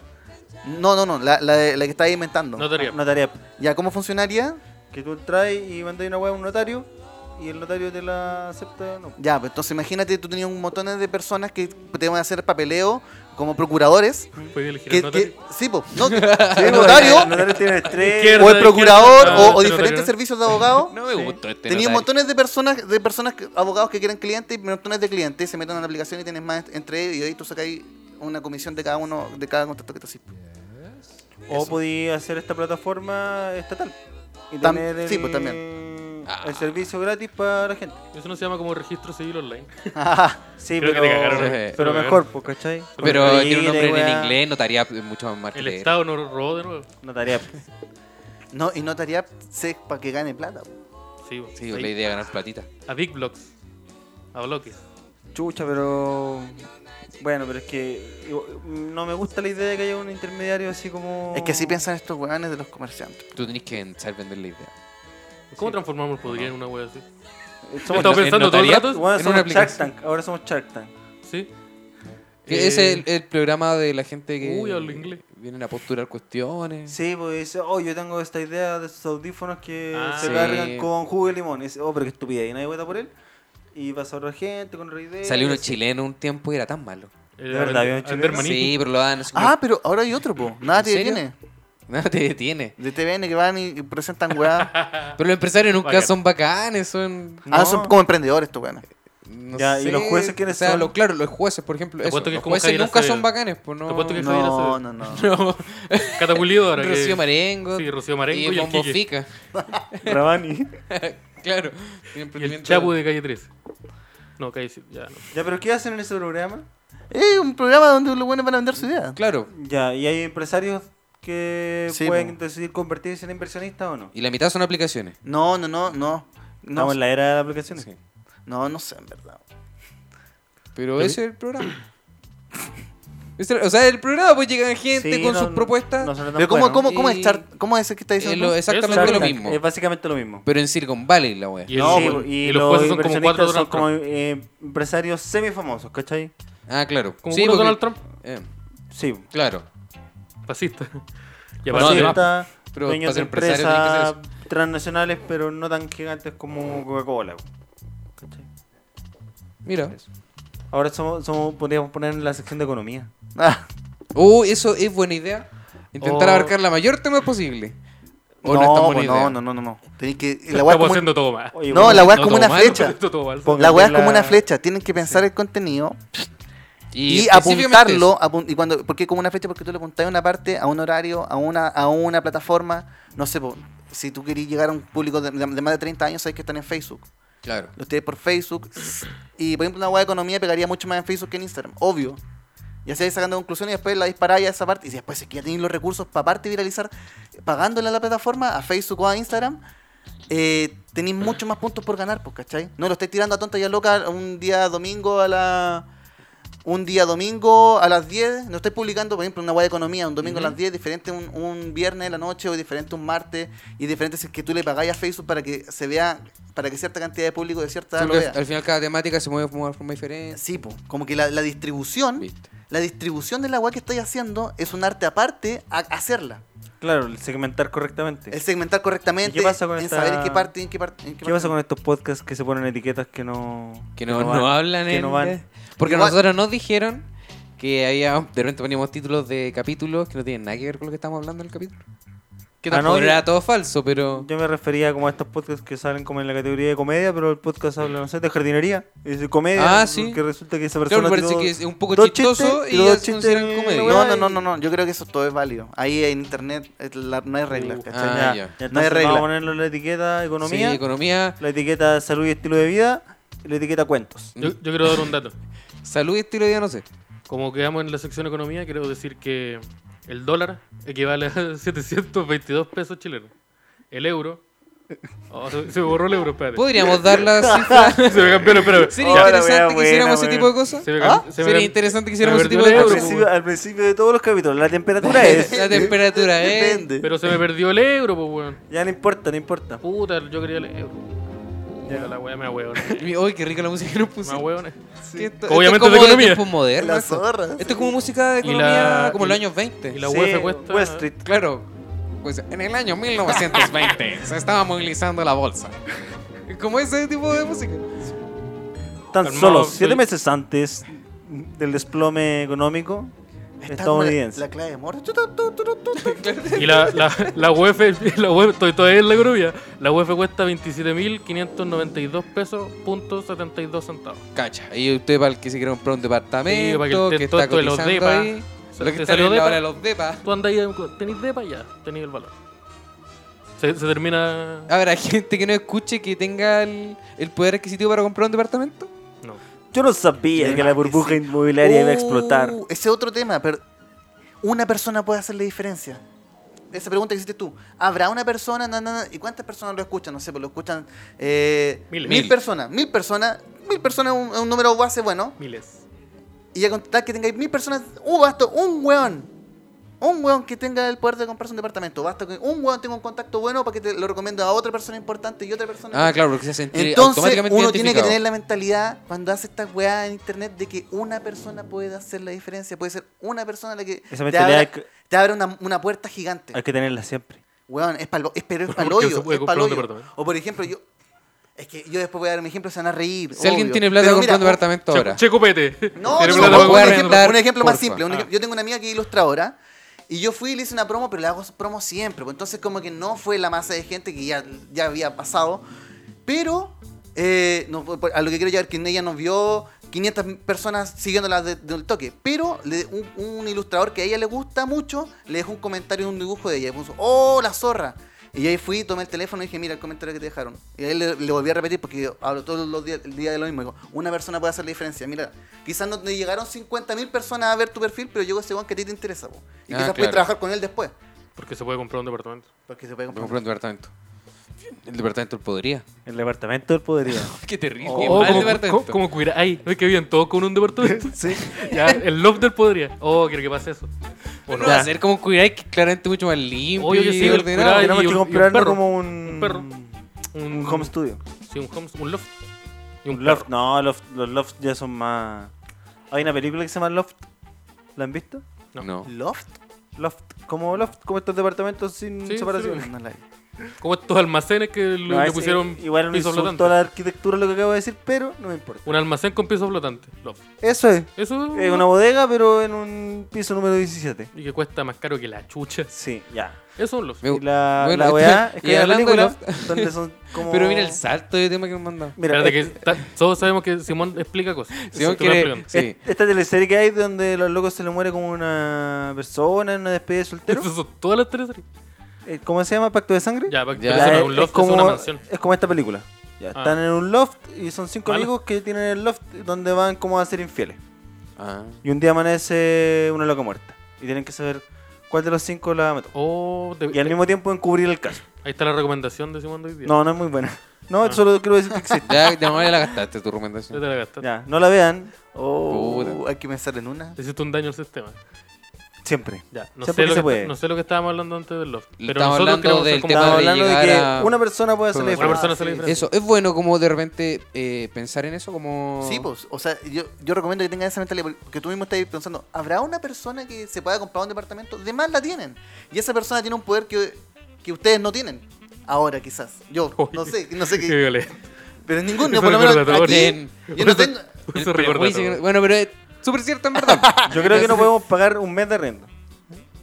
Speaker 6: No, no, no, la, la de- la que estás inventando.
Speaker 5: No daría.
Speaker 4: una tarea
Speaker 6: ¿Ya cómo funcionaría?
Speaker 4: Ah, que tú traes y mandas una hueá a un notario y el notario te la acepta. No.
Speaker 6: Ya, pues entonces imagínate, tú tenías un montón de personas que te van a hacer papeleo como procuradores.
Speaker 5: Podía elegir
Speaker 6: Que,
Speaker 5: el notario.
Speaker 6: que- sí, pues, no,
Speaker 4: El
Speaker 6: notario
Speaker 4: El notario tiene estrés.
Speaker 5: Izquierda.
Speaker 6: o el procurador
Speaker 5: Ah,
Speaker 6: o- o,
Speaker 5: notario,
Speaker 6: diferentes
Speaker 5: ¿no?
Speaker 6: servicios de abogados.
Speaker 3: No me gustó este.
Speaker 6: Tenía
Speaker 3: notario.
Speaker 6: montones de personas, de personas, que- abogados que quieran clientes y montones de clientes, se meten a la aplicación y tienes más entre ellos y ahí tú sacas una comisión de cada uno, de cada contrato que te haces.
Speaker 4: O podía hacer esta plataforma estatal. Y
Speaker 6: Tam-
Speaker 4: tener el,
Speaker 6: sí, pues, también.
Speaker 4: el servicio gratis para la gente.
Speaker 5: Eso no se llama como registro civil online.
Speaker 3: Ah,
Speaker 4: Sí,
Speaker 5: Creo que
Speaker 4: pero,
Speaker 5: te cagaron,
Speaker 3: eh.
Speaker 4: pero
Speaker 5: Creo que
Speaker 4: mejor, pues, ¿cachai?
Speaker 3: Pero
Speaker 4: Con
Speaker 3: tiene un nombre
Speaker 4: letra y
Speaker 3: en
Speaker 4: weá.
Speaker 3: inglés, notaría mucho más
Speaker 5: El
Speaker 3: marketing.
Speaker 5: Estado no robó de nuevo.
Speaker 4: Notaría.
Speaker 6: No, y notaría se para que gane plata. po.
Speaker 5: Sí, bo.
Speaker 3: Sí, pues,
Speaker 5: Ahí.
Speaker 3: la idea de ganar platita.
Speaker 5: A Big Blocks. A bloques.
Speaker 4: Chucha, pero. Bueno, pero es que. igual- No me gusta la idea de que haya un intermediario así como.
Speaker 6: Es que así piensan estos weones de los comerciantes.
Speaker 3: Tú tenés que saber vender la idea.
Speaker 5: ¿Cómo transformamos el poder en una wea así? Yo
Speaker 4: Somos,
Speaker 5: estaba
Speaker 3: en
Speaker 5: pensando todo el
Speaker 3: notaría,
Speaker 5: rato.
Speaker 4: bueno,
Speaker 3: en una
Speaker 4: somos Shark
Speaker 3: aplicación.
Speaker 4: Tank. Ahora somos Shark Tank.
Speaker 5: Sí.
Speaker 3: Que
Speaker 5: Eh,
Speaker 3: Ese es el, el programa de la gente que
Speaker 5: Uy, hablo inglés.
Speaker 3: vienen a postular cuestiones.
Speaker 4: Sí, pues dice, oh, yo tengo esta idea de esos audífonos que
Speaker 5: Ah.
Speaker 4: se
Speaker 5: Sí.
Speaker 4: cargan con jugo de limón. Y dice, oh, pero qué estupidez. Y nadie vota por él. Y pasa otra gente con otra idea.
Speaker 3: Salió uno
Speaker 4: y así.
Speaker 3: chileno un tiempo y era tan malo.
Speaker 5: El
Speaker 4: de verdad, había un chileno.
Speaker 5: Andermaní.
Speaker 3: Sí, pero lo dan. así como-
Speaker 6: Ah, pero ahora hay otro, po. Nada
Speaker 3: ¿En
Speaker 6: te
Speaker 3: serio?
Speaker 6: detiene.
Speaker 3: Nada te detiene.
Speaker 6: De TVN que van y y presentan weá.
Speaker 3: Pero los empresarios nunca
Speaker 5: Bacán.
Speaker 3: son bacanes, son.
Speaker 6: Ah,
Speaker 4: No.
Speaker 6: son como emprendedores estos weones.
Speaker 3: no
Speaker 4: Ya, ¿y
Speaker 3: sé,
Speaker 4: los jueces quiénes
Speaker 3: o sea,
Speaker 4: son?
Speaker 3: lo- claro, los jueces, por ejemplo.
Speaker 5: Te
Speaker 3: Eso,
Speaker 5: apuesto que es
Speaker 3: los
Speaker 5: como
Speaker 3: jueces
Speaker 5: Javier
Speaker 3: nunca
Speaker 5: Acevedo.
Speaker 3: son bacanes, pues no.
Speaker 5: Te apuesto que-
Speaker 6: No, no, no.
Speaker 3: no.
Speaker 5: Catapulido ahora. que-
Speaker 3: Rocío Marengo.
Speaker 5: Sí, Rocío Marengo y
Speaker 3: Y
Speaker 5: el
Speaker 3: Bombo
Speaker 5: Quique.
Speaker 3: Fica.
Speaker 4: Rabani.
Speaker 3: Claro. Y
Speaker 5: Y el Chapu de calle 13. No, calle 7. Ya, no.
Speaker 4: ya, pero ¿qué hacen en ese programa?
Speaker 6: Es un programa donde los weones van a vender su idea.
Speaker 3: Claro.
Speaker 4: Ya, y hay empresarios que
Speaker 6: Sí,
Speaker 4: pueden
Speaker 6: po.
Speaker 4: decidir convertirse en inversionistas o no.
Speaker 3: Y la mitad son aplicaciones.
Speaker 6: No, no, no, no. No,
Speaker 4: Estamos en la era de las aplicaciones.
Speaker 3: Sí.
Speaker 6: no, no sé, en verdad.
Speaker 3: Pero ese es el programa. Ese- o sea, el programa, pues llegan gente
Speaker 4: Sí,
Speaker 3: con
Speaker 4: no-
Speaker 3: sus propuestas.
Speaker 4: no suena tan
Speaker 6: Pero ¿cómo,
Speaker 4: bueno.
Speaker 6: cómo, cómo, es
Speaker 3: Y-
Speaker 6: Char- ¿cómo es el que está
Speaker 3: es
Speaker 6: diciendo?
Speaker 3: lo-
Speaker 6: tú?
Speaker 3: exactamente
Speaker 5: Shark
Speaker 3: lo
Speaker 5: Tank,
Speaker 3: mismo.
Speaker 4: Es básicamente lo mismo.
Speaker 3: Pero en Silicon Valley, la wea.
Speaker 5: Y el-
Speaker 4: No,
Speaker 5: sí,
Speaker 4: po, y,
Speaker 5: y
Speaker 4: los,
Speaker 5: los jueces son como
Speaker 4: inversionistas
Speaker 5: cuatro
Speaker 4: son
Speaker 5: Donald
Speaker 4: como eh, empresarios semifamosos, ¿cachai?
Speaker 3: Ah, claro.
Speaker 5: Como
Speaker 3: Sí,
Speaker 5: uno
Speaker 3: porque-
Speaker 5: Donald Trump.
Speaker 3: eh,
Speaker 4: Sí.
Speaker 3: claro.
Speaker 5: Fascista. Y
Speaker 3: Bueno,
Speaker 5: aparte,
Speaker 3: además-
Speaker 4: Fascista,
Speaker 3: Pero
Speaker 4: dueños
Speaker 3: para
Speaker 4: de
Speaker 3: ser empresario tenés que
Speaker 4: empresas transnacionales, pero no tan gigantes como Coca-Cola. ¿cachai?
Speaker 3: Mira.
Speaker 4: Ahora somos, somos- podríamos poner en la sección de economía.
Speaker 6: Ah,
Speaker 3: Oh, eso es buena idea. Intentar
Speaker 5: Oh.
Speaker 3: abarcar la mayor tema posible. O no,
Speaker 6: no,
Speaker 3: es tan buena
Speaker 6: pues,
Speaker 3: idea.
Speaker 6: no, no, no, no, no. Tenéis que. La weá es
Speaker 5: estamos
Speaker 6: como,
Speaker 5: haciendo todo mal.
Speaker 4: Oye,
Speaker 6: no,
Speaker 4: bueno,
Speaker 6: la weá es
Speaker 5: No, pues,
Speaker 6: como
Speaker 5: todo
Speaker 6: una
Speaker 5: mal,
Speaker 6: flecha.
Speaker 5: esto todo mal.
Speaker 4: Pongan
Speaker 6: La weá es
Speaker 4: la-
Speaker 6: como una flecha. Tienen que pensar el contenido y,
Speaker 3: específicamente
Speaker 6: apuntarlo.
Speaker 3: eso.
Speaker 6: apun- y cuando, porque como una flecha, porque tú le apuntás a una parte, a un horario, a una, a una plataforma. No sé, po, si tú querés llegar a un público de, de- de más de 30 años, sabes que están en Facebook.
Speaker 3: Claro.
Speaker 6: Los tienes por Facebook. Y por ejemplo, una weá de economía pegaría mucho más en Facebook que en Instagram. Obvio. Y así vais sacando conclusiones y después la disparáis a esa parte. Y si después es que ya tenéis los recursos para parte viralizar, pagándole a la plataforma, a Facebook o a Instagram, eh, tenéis muchos más puntos por ganar, pues, ¿cachai? No lo estáis tirando a tonta y a loca un día domingo a la. Un día domingo a las 10, no estáis publicando, por ejemplo, una guay de economía, un domingo a las 10, diferente un, un viernes de la noche o diferente un martes, y diferente si es que tú le pagáis a Facebook para que se vea, para que cierta cantidad de público de cierta edad
Speaker 3: Sí,
Speaker 6: lo
Speaker 3: porque
Speaker 6: vea.
Speaker 3: al final cada temática se mueve de una forma diferente.
Speaker 6: Sí, po. como que la, la distribución,
Speaker 3: Viste.
Speaker 6: la distribución del agua que estáis haciendo es un arte aparte a hacerla.
Speaker 4: Claro, el segmentar correctamente.
Speaker 6: El segmentar correctamente,
Speaker 4: ¿Y qué pasa con
Speaker 6: en
Speaker 4: esta-
Speaker 6: saber en qué parte, en qué parte, en qué
Speaker 4: ¿Qué
Speaker 6: parte-
Speaker 4: pasa con estos podcasts que se ponen etiquetas que no...
Speaker 3: Que no,
Speaker 4: van,
Speaker 3: no hablan
Speaker 4: que
Speaker 3: en-
Speaker 4: no van?
Speaker 3: Porque a
Speaker 6: Igual-
Speaker 3: nosotros nos dijeron que había, de repente poníamos títulos de capítulos que no tienen nada que ver con lo que estamos hablando en el capítulo. Que
Speaker 4: Ah, no,
Speaker 3: tampoco
Speaker 4: yo-
Speaker 3: era todo falso, pero.
Speaker 4: Yo me refería como a estos podcasts que salen como en la categoría de comedia, pero el podcast habla, no sé, de jardinería. Es de comedia.
Speaker 3: Ah, sí.
Speaker 4: Que resulta que esa
Speaker 3: Claro,
Speaker 4: persona.
Speaker 3: me parece
Speaker 4: tiró
Speaker 3: que es un poco
Speaker 4: dos
Speaker 3: chistoso
Speaker 4: chistes,
Speaker 3: y
Speaker 4: tiró
Speaker 3: ya
Speaker 4: dos
Speaker 3: se
Speaker 4: chistes
Speaker 3: consideran
Speaker 4: en la
Speaker 3: comedia.
Speaker 4: weá
Speaker 6: No, no,
Speaker 4: y-
Speaker 6: no, no, no, yo creo que eso todo es válido. Ahí en internet eh, la- no hay reglas, ¿cachai?
Speaker 3: Ah,
Speaker 4: Ya.
Speaker 3: ya.
Speaker 6: No hay
Speaker 4: Entonces
Speaker 6: regla.
Speaker 4: vamos a ponerlo en la etiqueta economía,
Speaker 3: Sí, economía.
Speaker 4: la etiqueta salud y estilo de vida, y la etiqueta cuentos.
Speaker 5: Yo, yo quiero dar un dato.
Speaker 3: Salud y estilo de vida, no sé.
Speaker 5: Como quedamos en la sección economía, quiero decir que el dólar equivale a 722 pesos chilenos. El euro. Oh, se, se borró el euro, espérate.
Speaker 3: Podríamos dar la cifra.
Speaker 5: Se me cambió, el- espérate.
Speaker 3: Sería
Speaker 4: Ahora,
Speaker 3: interesante
Speaker 4: weá,
Speaker 3: que hiciéramos
Speaker 4: buena,
Speaker 3: ese tipo de
Speaker 4: weón.
Speaker 3: cosas.
Speaker 5: Se me cam- se me
Speaker 3: Sería
Speaker 5: cam-
Speaker 3: interesante que
Speaker 5: se me
Speaker 3: hiciéramos ese
Speaker 5: perdió
Speaker 3: tipo de
Speaker 5: el
Speaker 4: Al
Speaker 5: euro,
Speaker 3: cosas.
Speaker 5: pues, po,
Speaker 4: principio, al principio de todos los capítulos, la temperatura es.
Speaker 3: La temperatura eh. es.
Speaker 6: Depende.
Speaker 5: Pero se me perdió el euro, pues, weón.
Speaker 4: Ya no importa, no importa.
Speaker 5: Puta, yo quería el euro. Puta, la weá me ahueona.
Speaker 3: Uy, qué rica la música que nos
Speaker 5: Me
Speaker 3: puso.
Speaker 5: ahueona.
Speaker 3: Que esto-
Speaker 5: Obviamente
Speaker 3: esto es
Speaker 5: de
Speaker 3: como
Speaker 5: economía.
Speaker 3: tiempos modernos,
Speaker 6: La
Speaker 3: esto.
Speaker 6: zorra.
Speaker 3: Esto es como música de
Speaker 5: Y la-
Speaker 3: economía, como los
Speaker 5: y-
Speaker 3: años 20.
Speaker 5: y la UEFA cuesta-
Speaker 4: Wall Street.
Speaker 3: Claro, pues en el año 1920 se estaba movilizando la bolsa. Como ese tipo de música.
Speaker 4: Tan
Speaker 5: Calmado,
Speaker 4: solo
Speaker 5: soy-
Speaker 4: siete meses antes del desplome económico
Speaker 6: Está como la-
Speaker 4: estadounidense.
Speaker 6: La clave de amor. Tu, tu, tu, tu, tu, tu.
Speaker 5: Y la, la, la UEF, la UEF, estoy todavía en la economía. La UEF cuesta 27.592 pesos, punto 72 centavos.
Speaker 3: Cacha, y usted para el que se quiera comprar un
Speaker 5: Sí, para que
Speaker 3: departamento,
Speaker 5: el
Speaker 3: que,
Speaker 5: te-
Speaker 3: está
Speaker 5: todo esto de los
Speaker 3: cotizando
Speaker 5: depa.
Speaker 3: ahí,
Speaker 5: O sea,
Speaker 3: lo
Speaker 5: te
Speaker 3: que está
Speaker 5: salió
Speaker 3: viendo
Speaker 5: depa.
Speaker 3: ahora los depa.
Speaker 5: Tú andas ahí, tenéis depa ya, tenéis el valor. Se, se termina.
Speaker 3: Habrá gente que no escuche que tenga el, el poder adquisitivo para comprar un departamento.
Speaker 5: No.
Speaker 4: Yo no sabía que la burbuja inmobiliaria iba a explotar.
Speaker 6: Uh, ese otro tema, pero una persona puede hacerle diferencia. Esa pregunta que hiciste tú. ¿Habrá una persona? na, na, na? ¿Y cuántas personas lo escuchan? No sé, pues lo escuchan eh,
Speaker 5: Miles.
Speaker 6: mil
Speaker 5: Mil.
Speaker 6: personas. Mil personas. Mil personas es un, es un número base bueno.
Speaker 5: Miles.
Speaker 6: Y ya contar que tengáis mil personas. Uh, basta un weón. Un weón que tenga el poder de comprarse un departamento. Basta que un weón tenga un contacto bueno para que te lo recomiendo a otra persona importante y otra persona.
Speaker 3: Ah, claro, porque se sentir
Speaker 6: Entonces,
Speaker 3: automáticamente
Speaker 6: uno tiene que
Speaker 3: identificado.
Speaker 6: tener la mentalidad cuando hace estas weas en internet de que una persona puede hacer la diferencia. Puede ser una persona la que
Speaker 4: Esa
Speaker 6: te
Speaker 4: mentalidad
Speaker 6: abre,
Speaker 4: hay que-
Speaker 6: te abre una, una puerta gigante.
Speaker 4: Hay que tenerla siempre.
Speaker 6: Weón, es pa'l bo- es- pero es
Speaker 5: Porque
Speaker 6: pa'l
Speaker 5: se
Speaker 6: hoyo.
Speaker 5: puede
Speaker 6: Es
Speaker 5: comprar
Speaker 6: pa'l
Speaker 5: un
Speaker 6: hoyo.
Speaker 5: departamento.
Speaker 6: O por ejemplo, yo. Es que yo después voy a dar mi ejemplo, se van a reír.
Speaker 3: Si alguien
Speaker 6: obvio.
Speaker 3: tiene plata,
Speaker 6: Pero
Speaker 3: compra
Speaker 6: mira,
Speaker 3: un departamento ahora.
Speaker 5: Che, che copete.
Speaker 6: no,
Speaker 5: Tiene plata
Speaker 6: no, no,
Speaker 5: para
Speaker 6: un
Speaker 3: guarda,
Speaker 5: comprar
Speaker 6: ejemplo,
Speaker 3: arrendar,
Speaker 6: un ejemplo más
Speaker 3: porfa.
Speaker 6: simple. un
Speaker 5: Ah.
Speaker 6: ejemplo- Yo tengo una amiga que es ilustradora y yo fui y le hice una promo, pero le hago promo siempre. pues, Entonces como que no fue la masa de gente que ya, ya había pasado. Pero eh, no, por- por- a lo que quiero llegar, que ella nos vio 500 personas siguiéndola de- del toque. Pero le- un, un ilustrador que a ella le gusta mucho le dejó un comentario en un dibujo de ella. Y puso, ¡Oh, la zorra! Y ahí fui, tomé el teléfono y dije, mira el comentario que te dejaron. Y ahí le, le volví a repetir porque yo hablo todos los días, el día de lo mismo. Digo, una persona puede hacer la diferencia. Mira, quizás no te llegaron 50.000 personas a ver tu perfil, pero llegó ese one que a ti te interesa. po. Y
Speaker 3: Ah,
Speaker 6: quizás
Speaker 3: claro.
Speaker 6: puedes trabajar con él después.
Speaker 5: Porque se puede comprar un departamento.
Speaker 6: Porque se puede
Speaker 3: Voy a
Speaker 6: comprar.
Speaker 3: comprar un departamento. El departamento podría.
Speaker 4: El departamento del poderío.
Speaker 3: Qué terrible.
Speaker 5: Oh,
Speaker 3: qué
Speaker 5: como,
Speaker 3: mal
Speaker 5: como,
Speaker 3: departamento.
Speaker 5: como cuida- Ay, no es que bien, todo con un departamento. sí. Ya, el love del podría. Oh, quiero que pase eso. O no.
Speaker 3: No, hacer como cuidar que es claramente mucho más limpio
Speaker 5: Obvio que sí,
Speaker 3: y
Speaker 5: el
Speaker 3: ordenado.
Speaker 5: cuidado-
Speaker 4: Tenemos
Speaker 5: y
Speaker 4: que
Speaker 5: un- y un
Speaker 4: comprarlo
Speaker 5: perro.
Speaker 4: como un,
Speaker 5: Un perro.
Speaker 4: un home studio.
Speaker 5: Sí, un home, un loft. Y un,
Speaker 4: Un loft.
Speaker 5: perro.
Speaker 4: No, loft- los lofts ya son más. Hay una película que se llama Loft. ¿La han visto?
Speaker 5: No.
Speaker 3: No.
Speaker 6: ¿Loft?
Speaker 4: Loft. Como loft, como estos departamentos sin
Speaker 5: Sí,
Speaker 4: separación.
Speaker 5: sí, Como estos almacenes que le-
Speaker 4: No,
Speaker 5: le
Speaker 4: ese-
Speaker 5: pusieron
Speaker 4: igual no
Speaker 5: piso
Speaker 4: insultó
Speaker 5: flotante.
Speaker 4: a la arquitectura lo que acabo de decir, pero no me importa.
Speaker 5: Un almacén con piso flotante. Loft.
Speaker 4: Eso es.
Speaker 5: Eso
Speaker 4: Es una bodega, pero en un piso número 17.
Speaker 5: Y que cuesta más caro que la chucha. Eso
Speaker 4: Sí, ya.
Speaker 5: es un loft.
Speaker 3: Me-
Speaker 4: Y la,
Speaker 3: Bueno,
Speaker 4: la weá es
Speaker 3: y
Speaker 4: que hay una
Speaker 3: hablando de
Speaker 4: película
Speaker 3: loft-
Speaker 4: donde son como.
Speaker 3: Pero mira el salto de tema que me mandado.
Speaker 4: Mira, eh,
Speaker 5: Espérate
Speaker 4: es-
Speaker 5: que ta- todos sabemos que Simón explica cosas.
Speaker 3: Simón
Speaker 5: Tú estás
Speaker 3: quiere-
Speaker 5: explicando.
Speaker 3: sí.
Speaker 4: es- Esta teleserie que hay donde los locos se le muere como una persona en una despedida de soltero.
Speaker 5: Esas son todas las tres series.
Speaker 4: Eh, ¿Cómo se llama? ¿Pacto de sangre?
Speaker 5: Ya, para que
Speaker 3: Ya,
Speaker 5: pero eso no
Speaker 4: es,
Speaker 5: es un loft,
Speaker 4: eh, es como,
Speaker 5: es una mansión.
Speaker 4: es como esta película. Ya,
Speaker 5: Ah.
Speaker 4: Están en un loft y son cinco
Speaker 5: Mala.
Speaker 4: amigos que tienen el loft donde van como a ser infieles.
Speaker 3: Ah.
Speaker 4: Y un día amanece una loca muerta. Y tienen que saber cuál de los cinco la mató.
Speaker 5: Oh, te-
Speaker 4: Y al mismo tiempo encubrir el caso.
Speaker 5: ahí está la recomendación de Simón de hoy día.
Speaker 4: No, no es muy buena. No,
Speaker 5: Ah.
Speaker 4: solo quiero decir que existe.
Speaker 3: Ya, de manera la gastaste tu
Speaker 5: Ya
Speaker 3: recomendación.
Speaker 5: te la gastaste.
Speaker 4: Ya, no la vean
Speaker 6: Oh,
Speaker 3: Puta.
Speaker 6: hay que pensar en una.
Speaker 5: Te hiciste un daño al sistema.
Speaker 4: siempre.
Speaker 5: Ya, no
Speaker 4: Siempre
Speaker 5: sé,
Speaker 4: que
Speaker 5: lo
Speaker 4: se
Speaker 5: que,
Speaker 4: puede.
Speaker 5: no sé lo que estábamos hablando antes del loft. Pero
Speaker 3: Estamos
Speaker 5: nosotros
Speaker 3: hablando
Speaker 5: queremos ser
Speaker 3: del
Speaker 5: como
Speaker 3: tema
Speaker 4: Estamos
Speaker 3: de
Speaker 4: hablando de
Speaker 3: llegar
Speaker 4: que
Speaker 3: a-
Speaker 4: una persona puede hacer la
Speaker 3: Una
Speaker 5: una
Speaker 4: diferencia.
Speaker 5: persona hace la diferencia.
Speaker 3: Eso, es bueno como de repente eh, pensar en eso como...
Speaker 6: Sí, pues, o sea, yo, yo recomiendo que tengan esa mentalidad, porque tú mismo estás ahí pensando, ¿habrá una persona que se pueda comprar un departamento? De más la tienen. Y esa persona tiene un poder que, que ustedes no tienen. Ahora, quizás. Yo, no sé, no sé
Speaker 5: Qué
Speaker 6: qué.
Speaker 5: violento.
Speaker 6: Pero ninguno,
Speaker 5: Eso
Speaker 6: por
Speaker 5: es
Speaker 6: lo menos
Speaker 5: recordatorio.
Speaker 6: aquí, yo no tengo...
Speaker 5: Eso
Speaker 3: El
Speaker 5: recordatorio.
Speaker 3: prejuicio que- Bueno, pero es súper cierto en verdad.
Speaker 4: Yo creo que no podemos pagar un mes de renta.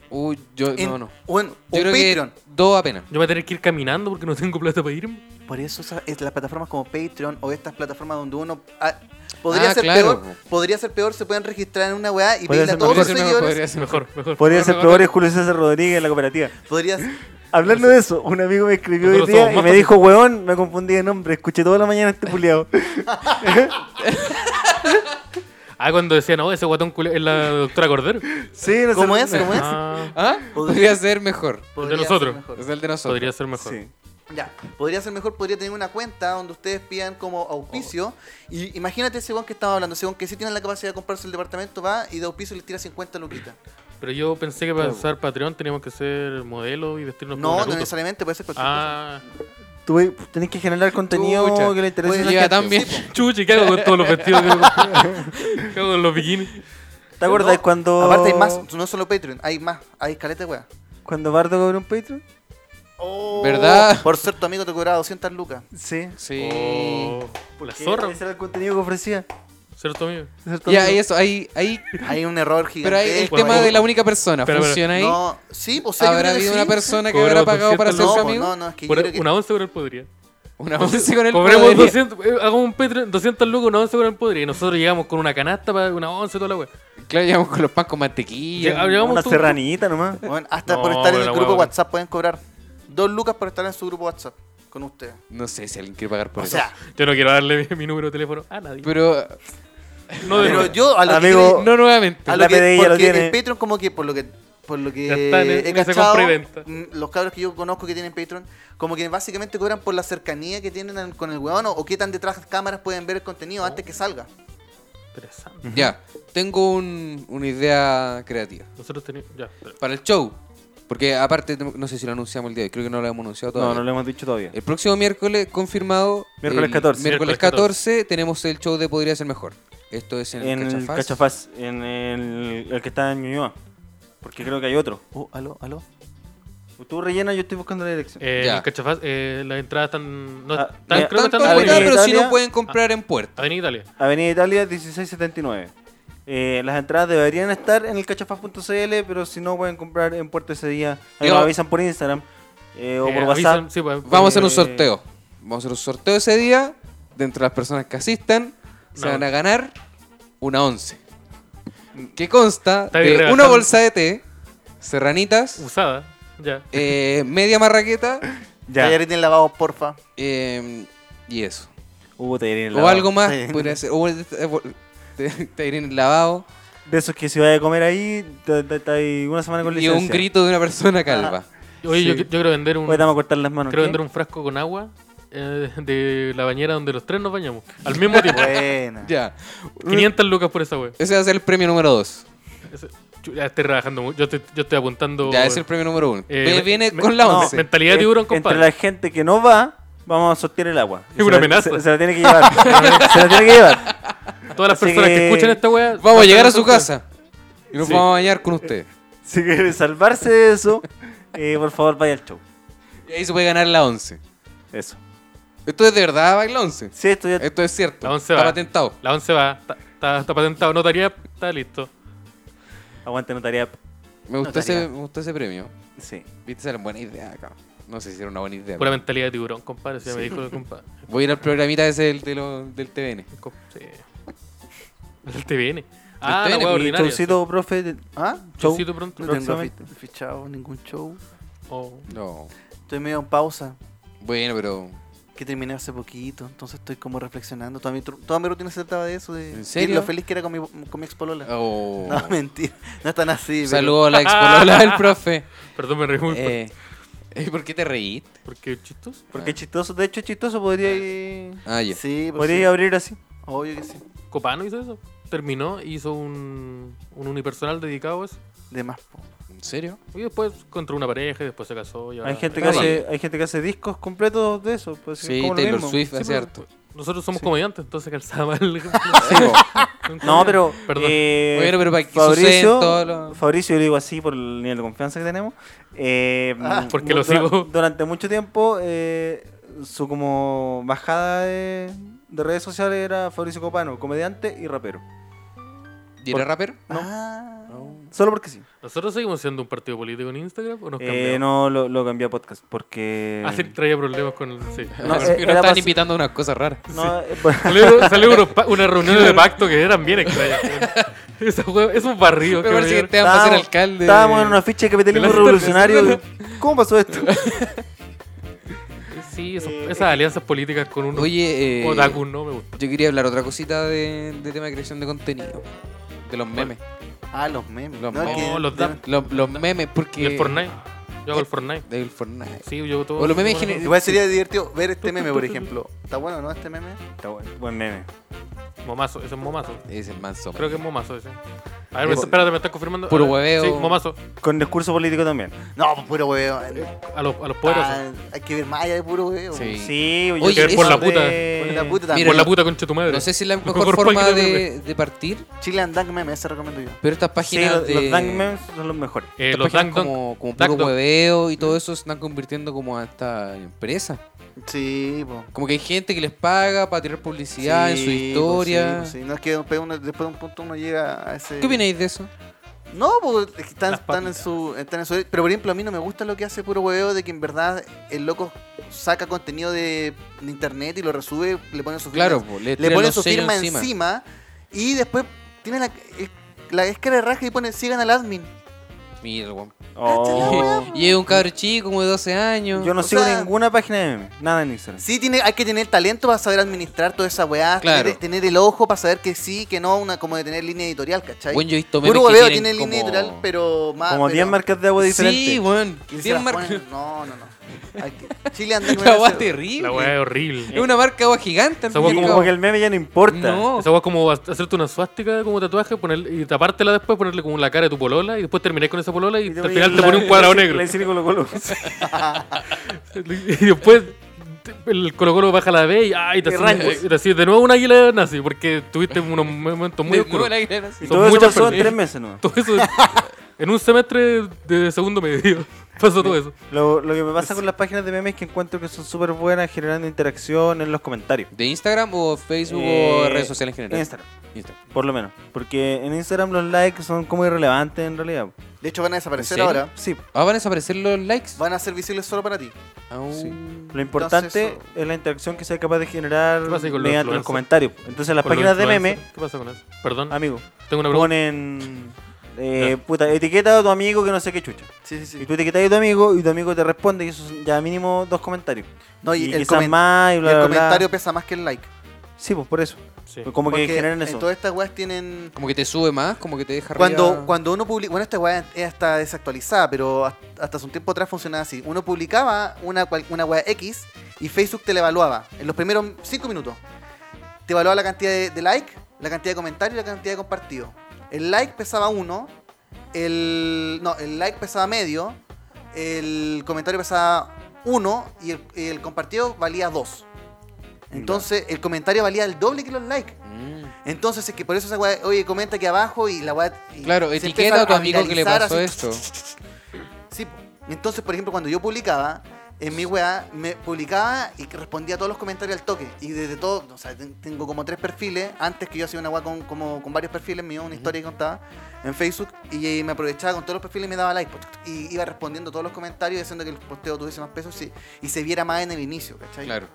Speaker 3: Uy, yo
Speaker 6: En-
Speaker 3: no, no.
Speaker 6: Bueno,
Speaker 3: Yo
Speaker 6: un
Speaker 3: creo
Speaker 6: Patreon.
Speaker 3: que dos apenas.
Speaker 5: Yo voy a tener que ir caminando porque no tengo plata para irme.
Speaker 6: Por eso esa- es las plataformas como Patreon o estas plataformas donde uno ah, podría
Speaker 3: Ah,
Speaker 6: ser
Speaker 3: claro.
Speaker 6: peor, podría ser peor, se pueden registrar en una weá y
Speaker 4: Podría
Speaker 6: pedirle a
Speaker 4: ser
Speaker 6: todos
Speaker 3: Podría
Speaker 6: los
Speaker 3: ser mejor,
Speaker 6: seguidores.
Speaker 3: podría ser mejor.
Speaker 5: Mejor, mejor. Ah,
Speaker 4: Podría
Speaker 3: Bueno,
Speaker 4: ser
Speaker 3: no,
Speaker 4: peor
Speaker 3: no.
Speaker 4: es Julio César Rodríguez en la cooperativa.
Speaker 6: Podría ser-
Speaker 4: Hablando de eso, un amigo me escribió hoy
Speaker 5: Nosotros
Speaker 4: día
Speaker 5: somos
Speaker 4: y
Speaker 5: más
Speaker 4: me dijo, weón, me confundí de nombre, escuché toda la mañana este puliado.
Speaker 5: Ah, cuando decían, no, ese guatón culé es la doctora Cordero.
Speaker 4: Sí, no sé.
Speaker 6: ¿Cómo es? ¿Cómo es?
Speaker 5: Ah,
Speaker 3: ¿Ah? Podría ser mejor.
Speaker 6: Podría ser
Speaker 5: nosotros.
Speaker 6: mejor.
Speaker 3: Es el de nosotros.
Speaker 5: podría ser mejor.
Speaker 4: Sí.
Speaker 6: Ya, podría ser mejor, podría tener una cuenta donde ustedes pidan como auspicio.
Speaker 5: Oh.
Speaker 6: Y imagínate ese weón que estaba hablando, ese weón que sí tiene la capacidad de comprarse el departamento, va y de auspicio le tira 50 luquitas.
Speaker 5: Pero yo pensé que para usar Patreon teníamos que ser modelo y vestirnos como
Speaker 6: No, no
Speaker 5: Naruto.
Speaker 6: necesariamente, puede ser cualquier
Speaker 5: Ah,
Speaker 4: Tú eh, tenés que generar contenido
Speaker 3: Chucha.
Speaker 4: que le interese. a la
Speaker 3: Oye,
Speaker 4: gente.
Speaker 3: también.
Speaker 5: chuchi, ¿qué hago con todos los vestidos? que hago? ¿Qué hago con los bikinis?
Speaker 4: ¿Te acordás
Speaker 6: No,
Speaker 4: cuando...
Speaker 6: Aparte hay
Speaker 3: Oh.
Speaker 6: más, no solo Patreon, hay más, hay caleta de weá.
Speaker 4: ¿Cuando Bardo cobró un Patreon?
Speaker 3: ¿Verdad?
Speaker 6: Oh, Por ser tu amigo te cobraba 200 lucas.
Speaker 4: Sí.
Speaker 3: Sí.
Speaker 5: Oh, la zorra,
Speaker 4: Ese era el contenido que ofrecía.
Speaker 5: ¿cierto amigo?
Speaker 4: ¿cierto?
Speaker 3: Ya, y eso, ahí, ahí.
Speaker 6: Hay un error
Speaker 3: Pero
Speaker 6: gigante.
Speaker 3: ahí el tema de la única persona.
Speaker 5: Pero, pero,
Speaker 3: ¿Funciona ahí?
Speaker 6: No, sí, o sea, yo
Speaker 3: ¿Habrá
Speaker 6: creo que
Speaker 3: habido
Speaker 6: sí.
Speaker 3: una persona que
Speaker 5: Cobró
Speaker 3: habrá pagado para ser
Speaker 6: No,
Speaker 3: su
Speaker 6: pues,
Speaker 3: amigo?
Speaker 6: no, no, es que yo
Speaker 5: Por- e-
Speaker 6: creo que-
Speaker 5: Una once con el podría.
Speaker 3: Una once con el
Speaker 5: Cobremos
Speaker 3: podería.
Speaker 5: 200, eh, hagamos un Patreon, 200 lucas, una once con el podría. Y nosotros llegamos con una canasta para una once, toda la wea.
Speaker 3: Claro, llegamos con los pan con mantequilla.
Speaker 5: Llega- llegamos
Speaker 4: Una
Speaker 5: tú-
Speaker 4: serranita nomás.
Speaker 6: Bueno, hasta
Speaker 5: No,
Speaker 6: por estar en
Speaker 5: pero
Speaker 6: el
Speaker 5: la
Speaker 6: grupo
Speaker 5: hueá-
Speaker 6: WhatsApp pueden cobrar dos lucas por estar en su grupo WhatsApp con ustedes.
Speaker 3: No sé si alguien quiere pagar por
Speaker 6: O
Speaker 3: eso.
Speaker 6: sea,
Speaker 5: Yo no quiero darle mi, mi número de teléfono a nadie.
Speaker 3: pero
Speaker 5: no de
Speaker 6: pero
Speaker 5: nuevo.
Speaker 6: yo a lo
Speaker 4: Amigo,
Speaker 6: que
Speaker 3: no nuevamente.
Speaker 6: a
Speaker 4: la
Speaker 6: lo que,
Speaker 4: PDI ya lo
Speaker 6: porque
Speaker 4: tiene.
Speaker 6: el Patreon como que por lo que por lo que
Speaker 5: Ya está en- en
Speaker 6: he
Speaker 5: esa compra
Speaker 6: cachado,
Speaker 5: y venta.
Speaker 6: mm, los cabros que yo conozco que tienen Patreon, como que básicamente cobran por la cercanía que tienen al- con el weón o, o qué tan detrás de cámaras pueden ver el contenido antes que salga.
Speaker 5: Interesante.
Speaker 3: Ya, tengo un- una idea creativa.
Speaker 5: Nosotros teníamos. Ya, espera.
Speaker 3: Para el show. Porque aparte, no sé si lo anunciamos el día de hoy, creo que no Eh, lo hemos anunciado todavía.
Speaker 4: No, no lo hemos dicho todavía.
Speaker 3: El próximo miércoles, confirmado.
Speaker 4: Miércoles
Speaker 3: el
Speaker 4: 14.
Speaker 3: Miércoles
Speaker 5: Miércoles 14,
Speaker 3: 14 tenemos el show de Podría Ser Mejor. Esto es en,
Speaker 4: En el
Speaker 3: Cachafaz.
Speaker 4: Cachafaz, en el, el que está en Ñuñoa. Porque creo que hay otro.
Speaker 6: Oh, aló, aló.
Speaker 4: Uh. Tú rellena, yo estoy buscando la dirección.
Speaker 5: Eh,
Speaker 3: Ya.
Speaker 5: el Cachafaz, eh, las entradas están. No,
Speaker 4: Ah,
Speaker 5: están-
Speaker 4: mira,
Speaker 5: creo que
Speaker 3: Tanto
Speaker 5: están
Speaker 3: afuera,
Speaker 4: en Avenida
Speaker 5: disponibles.
Speaker 3: pero si
Speaker 4: Italia.
Speaker 3: no pueden
Speaker 5: Ah.
Speaker 3: comprar en puerta.
Speaker 5: Avenida Italia.
Speaker 4: Avenida Italia 1679. Eh, las entradas deberían estar en el cachafaz.cl, pero si no pueden comprar en Puerto ese día. Ahí
Speaker 3: Yo-
Speaker 4: nos avisan por Instagram eh, o
Speaker 5: Eh,
Speaker 4: por
Speaker 5: avisan-
Speaker 4: WhatsApp.
Speaker 5: sí, pues,
Speaker 3: Vamos a hacer un
Speaker 4: Eh,
Speaker 3: sorteo. Vamos a hacer un sorteo ese día. Dentro de las personas que asistan, se
Speaker 5: No.
Speaker 3: van a ganar una once. Que consta
Speaker 5: Está bien
Speaker 3: de
Speaker 5: rebajando.
Speaker 3: una bolsa de té, serranitas,
Speaker 5: Usada. Ya.
Speaker 3: eh, media marraqueta
Speaker 4: Ya.
Speaker 6: Tallerín en lavado, porfa.
Speaker 3: eh, y eso.
Speaker 4: Hubo tallerín en
Speaker 3: O
Speaker 4: lavado.
Speaker 3: algo más.
Speaker 6: Sí.
Speaker 3: Podría ser. O el- te- te iré en el lavado.
Speaker 4: De esos que se va a comer ahí, te- te- te- hay una semana con
Speaker 3: Y
Speaker 4: licencia. Ah.
Speaker 3: un grito de una persona calva.
Speaker 5: Oye, yo,
Speaker 4: sí.
Speaker 5: yo quiero vender un.
Speaker 4: Hoy te vamos a cortar las manos.
Speaker 5: Quiero
Speaker 4: ¿qué?
Speaker 5: vender un frasco con agua eh, de la bañera donde los tres nos bañamos. Al mismo tiempo.
Speaker 6: Buena.
Speaker 3: Ya.
Speaker 5: 500 lucas por esa wea.
Speaker 3: Ese va a ser el premio número 2.
Speaker 5: Ese- chu- Ya estoy trabajando mucho. Yo estoy, yo estoy apuntando.
Speaker 3: Ya es el premio número 1.
Speaker 5: Oh, Eh, me-
Speaker 3: viene
Speaker 5: me-
Speaker 3: con la
Speaker 4: no,
Speaker 3: 11.
Speaker 4: me-
Speaker 5: Mentalidad de tiburón,
Speaker 4: Entre
Speaker 5: compadre.
Speaker 4: la gente que no va, vamos a sortear el agua.
Speaker 5: Es una
Speaker 4: Se la-
Speaker 5: amenaza.
Speaker 4: Se, se la tiene que llevar. se la tiene que llevar.
Speaker 5: Todas las
Speaker 4: Así
Speaker 5: personas que...
Speaker 4: que-
Speaker 5: escuchan esta wea.
Speaker 3: Vamos a
Speaker 5: van
Speaker 3: llegar a
Speaker 5: tener
Speaker 3: su
Speaker 5: sorteo.
Speaker 3: casa. Y nos
Speaker 5: Sí.
Speaker 3: vamos a bañar con usted.
Speaker 4: Si quiere salvarse de eso, eh, por favor vaya al show.
Speaker 3: Y ahí se puede ganar la 11.
Speaker 4: Eso.
Speaker 3: Esto es de verdad, va la 11.
Speaker 4: Sí, esto ya
Speaker 3: Esto es cierto.
Speaker 5: La 11
Speaker 3: Está
Speaker 5: va.
Speaker 3: patentado.
Speaker 5: La 11 va. Está, está- está patentado. Notaría. Está listo.
Speaker 4: aguante notaría.
Speaker 3: Me gustó,
Speaker 6: Notaría.
Speaker 3: ese, me gustó ese premio.
Speaker 4: Sí.
Speaker 3: Viste, esa era una buena idea acá. No sé si era una buena idea.
Speaker 5: Pura mentalidad de tiburón, compadre. Si ya me dijo el compadre.
Speaker 3: Voy a ir al programita ese del, de lo- del TVN.
Speaker 5: Com- sí. El TVN. Ah,
Speaker 3: TVN,
Speaker 5: la wea
Speaker 4: pues,
Speaker 3: mi
Speaker 5: ordinaria.
Speaker 4: Showcito, profe. de-
Speaker 6: ¿Ah?
Speaker 4: Show.
Speaker 5: Showcito pronto.
Speaker 6: No tengo
Speaker 4: Próximamente.
Speaker 6: fi- fichado ningún show.
Speaker 5: Oh.
Speaker 3: No.
Speaker 6: Estoy medio en pausa.
Speaker 3: Bueno, pero.
Speaker 6: que terminé hace poquito, entonces estoy como reflexionando. Toda mi, tru- toda mi rutina se trataba de eso, de,
Speaker 3: ¿En
Speaker 6: de
Speaker 3: serio?
Speaker 6: lo feliz que era con mi, con mi expolola.
Speaker 3: Oh.
Speaker 6: No, mentira, no es tan así.
Speaker 3: Un
Speaker 6: pero-
Speaker 3: saludo a la expolola del profe.
Speaker 5: Perdón, me reí muy fuerte.
Speaker 3: Eh, eh, ¿Por qué te reíste?
Speaker 5: Porque chistos.
Speaker 4: Porque es chistoso. De hecho, es chistoso. Podría ir,
Speaker 3: Ah, ya.
Speaker 6: Sí, pues
Speaker 4: podría
Speaker 6: sí,
Speaker 4: abrir así.
Speaker 6: obvio que sí.
Speaker 5: Copano hizo eso. Terminó, hizo un, un unipersonal dedicado a eso.
Speaker 6: De más. po.
Speaker 3: ¿En serio?
Speaker 5: Y después encontró una pareja y después se casó. Y ahora-
Speaker 3: Ah,
Speaker 4: Hay gente, que
Speaker 3: claro.
Speaker 4: hace, hay gente que hace discos completos de eso. Pues,
Speaker 3: Sí,
Speaker 4: como lo
Speaker 3: Taylor
Speaker 4: mismo.
Speaker 3: Swift,
Speaker 5: Sí,
Speaker 3: es
Speaker 5: pero
Speaker 3: cierto.
Speaker 5: Nosotros somos comediantes, entonces calzaba el.
Speaker 3: pues.
Speaker 4: pues. No, pero.
Speaker 5: Perdón.
Speaker 4: eh,
Speaker 3: Bueno, pero para que suceden
Speaker 4: Fabricio,
Speaker 3: todos los-
Speaker 4: Fabricio, yo le digo así por el nivel de confianza que tenemos. eh,
Speaker 6: Ah,
Speaker 5: porque lo
Speaker 4: dura-
Speaker 5: sigo.
Speaker 4: Durante mucho tiempo, eh, su como bajada de, de redes sociales era Fabricio Copano, comediante y rapero.
Speaker 3: ¿Y era rapero?
Speaker 6: Ah,
Speaker 4: Solo porque sí.
Speaker 5: ¿Nosotros seguimos siendo un partido político en Instagram o nos cambiamos?
Speaker 4: Eh, no, lo, lo cambié a podcast porque...
Speaker 5: Así traía problemas con el. Sí.
Speaker 3: Porque
Speaker 4: No, eh,
Speaker 3: nos
Speaker 4: era
Speaker 3: estaban
Speaker 4: pas-
Speaker 3: invitando a unas cosas raras.
Speaker 4: No, eh, bueno,
Speaker 5: Salió, salió unos pa- unas reuniones de pacto que eran bien extrañas. Esa hueá- esos barridos
Speaker 3: Me
Speaker 5: que
Speaker 3: parece que
Speaker 5: me
Speaker 3: te van a hacer
Speaker 4: estábamos-
Speaker 3: alcalde.
Speaker 4: Estábamos en una ficha de capitalismo
Speaker 5: de la
Speaker 4: revolucionario. ¿Cómo pasó esto?
Speaker 5: dieron. Sí, esos- esas alianzas políticas con un
Speaker 3: Oye, eh,
Speaker 5: otaku no me gusta.
Speaker 3: yo quería hablar otra cosita de, de tema de creación de contenido. De los memes.
Speaker 6: Ah, los memes.
Speaker 3: Los
Speaker 6: No,
Speaker 3: memes.
Speaker 6: que-
Speaker 5: No, los dam-
Speaker 3: Los, los memes, porque...
Speaker 5: Y el Fortnite. Yo hago el Fortnite.
Speaker 3: Del Fortnite.
Speaker 5: Sí, yo hago todo.
Speaker 3: Eh, O los memes
Speaker 5: todo-
Speaker 3: gener-
Speaker 6: Igual sería divertido ver este meme, por ejemplo. ¿Está bueno, no? Este meme.
Speaker 4: Está bueno, buen meme.
Speaker 5: Momazo, ese es momazo.
Speaker 3: Es el manso.
Speaker 5: Creo que es momazo ese. A ver,
Speaker 4: Puro-
Speaker 5: espérate, me estás confirmando.
Speaker 3: puro
Speaker 5: A ver,
Speaker 3: hueveo.
Speaker 5: Sí, momazo.
Speaker 4: Con discurso político también.
Speaker 6: No, pues puro huevo. ah,
Speaker 5: A los, a los
Speaker 3: Ah,
Speaker 5: poderosos.
Speaker 6: hay que ver más allá de puro huevo.
Speaker 3: Sí.
Speaker 4: Sí,
Speaker 3: Oye,
Speaker 4: creo que
Speaker 3: por la
Speaker 4: de-
Speaker 6: Por
Speaker 5: puta.
Speaker 6: la puta
Speaker 3: Mira,
Speaker 5: Por
Speaker 6: también.
Speaker 5: la puta concha de tu madre.
Speaker 3: No sé si es la
Speaker 5: Lo
Speaker 3: mejor,
Speaker 5: mejor
Speaker 3: forma
Speaker 5: página de
Speaker 3: de, de partir,
Speaker 6: Chile and Dunk Meme, ese recomiendo yo.
Speaker 3: pero estas
Speaker 4: Sí,
Speaker 3: páginas
Speaker 4: los,
Speaker 3: de...
Speaker 4: los dank memes son los mejores.
Speaker 5: Eh,
Speaker 3: estas
Speaker 5: los
Speaker 3: páginas
Speaker 5: Dunk Dunk.
Speaker 3: como, como
Speaker 5: Dunk
Speaker 3: puro
Speaker 5: Dunk.
Speaker 3: hueveo y todo eso se están convirtiendo como a esta empresa.
Speaker 6: Sí, po.
Speaker 3: Como que hay gente que les paga para tirar publicidad en su
Speaker 6: Sí,
Speaker 3: historia.
Speaker 6: po, sí, po, sí. No es que después, uno- después de un punto uno llega a ese.
Speaker 3: ¿Qué opináis de eso?
Speaker 6: No, porque están,
Speaker 5: Las
Speaker 6: están en
Speaker 5: papitas.
Speaker 6: su, están en su. Pero por ejemplo, a mí no me gusta lo que hace puro hueveo de que en verdad el loco saca contenido de, de internet y lo resube, le pone su firma.
Speaker 3: Claro, po, le,
Speaker 6: Pues le
Speaker 3: tiran
Speaker 6: pone
Speaker 3: los
Speaker 6: su
Speaker 3: sellos
Speaker 6: firma encima. y después tiene la, eh, la escala de raja y pone sigan al admin.
Speaker 3: Mira, el weón.
Speaker 4: Oh.
Speaker 3: Y es un cabro chico como de 12 años.
Speaker 4: Yo no
Speaker 6: O
Speaker 4: sigo
Speaker 6: sea-
Speaker 4: ninguna página de memes. Nada en Instagram.
Speaker 6: Sí, tiene, hay que tener talento para saber administrar toda esa weá,
Speaker 3: Claro.
Speaker 6: tener, tener el ojo para saber que sí, que no, una como de tener línea editorial, ¿cachai?
Speaker 3: Bueno, yo he visto memes
Speaker 6: Puro
Speaker 3: que
Speaker 6: hueveo
Speaker 3: tienen
Speaker 6: tiene línea
Speaker 3: como-
Speaker 6: editorial, pero más.
Speaker 4: Como
Speaker 6: ah, pero-
Speaker 4: 10 marcas de agua diferentes.
Speaker 3: Sí, weón.
Speaker 6: que se
Speaker 3: Bien
Speaker 6: las
Speaker 3: marca.
Speaker 6: ponen- No, no, no. Hay que- Chile anda con
Speaker 3: La
Speaker 6: ese-
Speaker 3: agua es terrible.
Speaker 5: La weá es
Speaker 3: Es
Speaker 5: horrible.
Speaker 3: una marca de agua gigante. al
Speaker 5: Esa
Speaker 3: fin
Speaker 5: weá
Speaker 3: y al
Speaker 4: como,
Speaker 3: cabo.
Speaker 4: que el meme ya no importa.
Speaker 3: No.
Speaker 5: Esa hueá es como ha- hacerte una suástica como tatuaje poner, y tapártela después, ponerle como la cara de tu polola y después terminar con esa polola y,
Speaker 4: Y te
Speaker 5: al
Speaker 4: voy
Speaker 5: final
Speaker 4: a
Speaker 5: te
Speaker 4: la-
Speaker 5: pone un cuadrado
Speaker 4: la-
Speaker 5: negro.
Speaker 4: La decir Colo Colo.
Speaker 5: Y después te- el Colo Colo baja la B y, ah, y te
Speaker 4: Y
Speaker 5: haces
Speaker 4: rangos.
Speaker 5: y te haces de nuevo un águila nazi porque tuviste unos momentos muy
Speaker 3: De nuevo
Speaker 5: oscuros.
Speaker 3: el aire era así.
Speaker 4: Y
Speaker 5: Son
Speaker 4: todo eso
Speaker 5: muchas
Speaker 4: pasó en
Speaker 5: personas.
Speaker 4: tres meses, ¿no?
Speaker 5: Todo eso en un semestre de segundo medio pasó todo eso.
Speaker 4: Lo, lo que me pasa con las páginas de memes es que encuentro que son súper buenas generando interacción en los comentarios.
Speaker 3: ¿De Instagram o Facebook o
Speaker 4: Eh,
Speaker 3: redes sociales en general?
Speaker 4: Instagram.
Speaker 3: Instagram.
Speaker 4: Por lo menos. Porque en Instagram los likes son como irrelevantes en realidad.
Speaker 6: De hecho, van a desaparecer
Speaker 3: ¿En serio?
Speaker 6: ahora.
Speaker 4: Sí.
Speaker 3: Ah, van a desaparecer los likes.
Speaker 6: Van a ser visibles solo para ti.
Speaker 3: Ah, un-
Speaker 4: Sí. Lo importante
Speaker 6: Entonces,
Speaker 4: es la interacción que sea capaz de generar
Speaker 5: ¿Qué pasa ahí con los
Speaker 4: mediante los
Speaker 5: influencers?
Speaker 4: comentarios. Entonces las
Speaker 5: Con los
Speaker 4: páginas de memes,
Speaker 5: influencers. ¿Qué pasa con eso? Perdón,
Speaker 4: amigo,
Speaker 5: tengo una pregunta.
Speaker 4: ponen eh, puta, etiqueta a tu amigo que no sé qué chucha.
Speaker 6: Sí, sí,
Speaker 4: Y
Speaker 6: sí.
Speaker 4: tú etiquetas a tu amigo y tu amigo te responde y eso son ya mínimo dos comentarios.
Speaker 6: No,
Speaker 4: y
Speaker 6: y, el,
Speaker 4: quizás
Speaker 6: comen-
Speaker 4: más y
Speaker 6: y
Speaker 4: bla,
Speaker 6: el
Speaker 4: bla, bla.
Speaker 6: comentario pesa más que el like.
Speaker 4: Sí, pues por eso.
Speaker 5: Sí.
Speaker 4: Como
Speaker 6: Porque
Speaker 4: que generan
Speaker 6: en
Speaker 4: eso.
Speaker 6: todas estas weas tienen.
Speaker 3: Como que te sube más, como que te deja
Speaker 6: Cuando,
Speaker 3: arriba.
Speaker 6: cuando uno publica. Bueno, esta wea es hasta desactualizada, pero hasta- hasta hace un tiempo atrás funcionaba así. Uno publicaba una, cual- una wea X y Facebook te la evaluaba en los primeros 5 minutos. Te evaluaba la cantidad de, de like, la cantidad de comentarios y la cantidad de compartidos. El like pesaba uno, el. No, el like pesaba medio, el comentario pesaba uno y el, y el compartido valía dos. Entonces, el comentario valía el doble que los likes.
Speaker 3: Mm.
Speaker 6: Entonces es que por eso esa weá, oye, comenta aquí abajo y la weá. y
Speaker 3: Claro,
Speaker 6: se
Speaker 3: etiqueta
Speaker 6: empieza
Speaker 3: a tu amigo que le
Speaker 6: viralizar
Speaker 3: pasó
Speaker 6: así.
Speaker 3: esto.
Speaker 6: Sí, po. entonces por ejemplo cuando yo publicaba, en mi weá me publicaba y que respondía a todos los comentarios al toque. Y desde todo, o sea, ten- tengo como tres perfiles. Antes que yo hacía una weá con, como, con varios perfiles míos, una historia que contaba en Facebook. Y, eh, me aprovechaba con todos los perfiles y me daba like. po, Y iba respondiendo todos los comentarios y haciendo que el posteo tuviese más peso sí, y se viera más en el inicio, ¿cachai?
Speaker 3: Claro.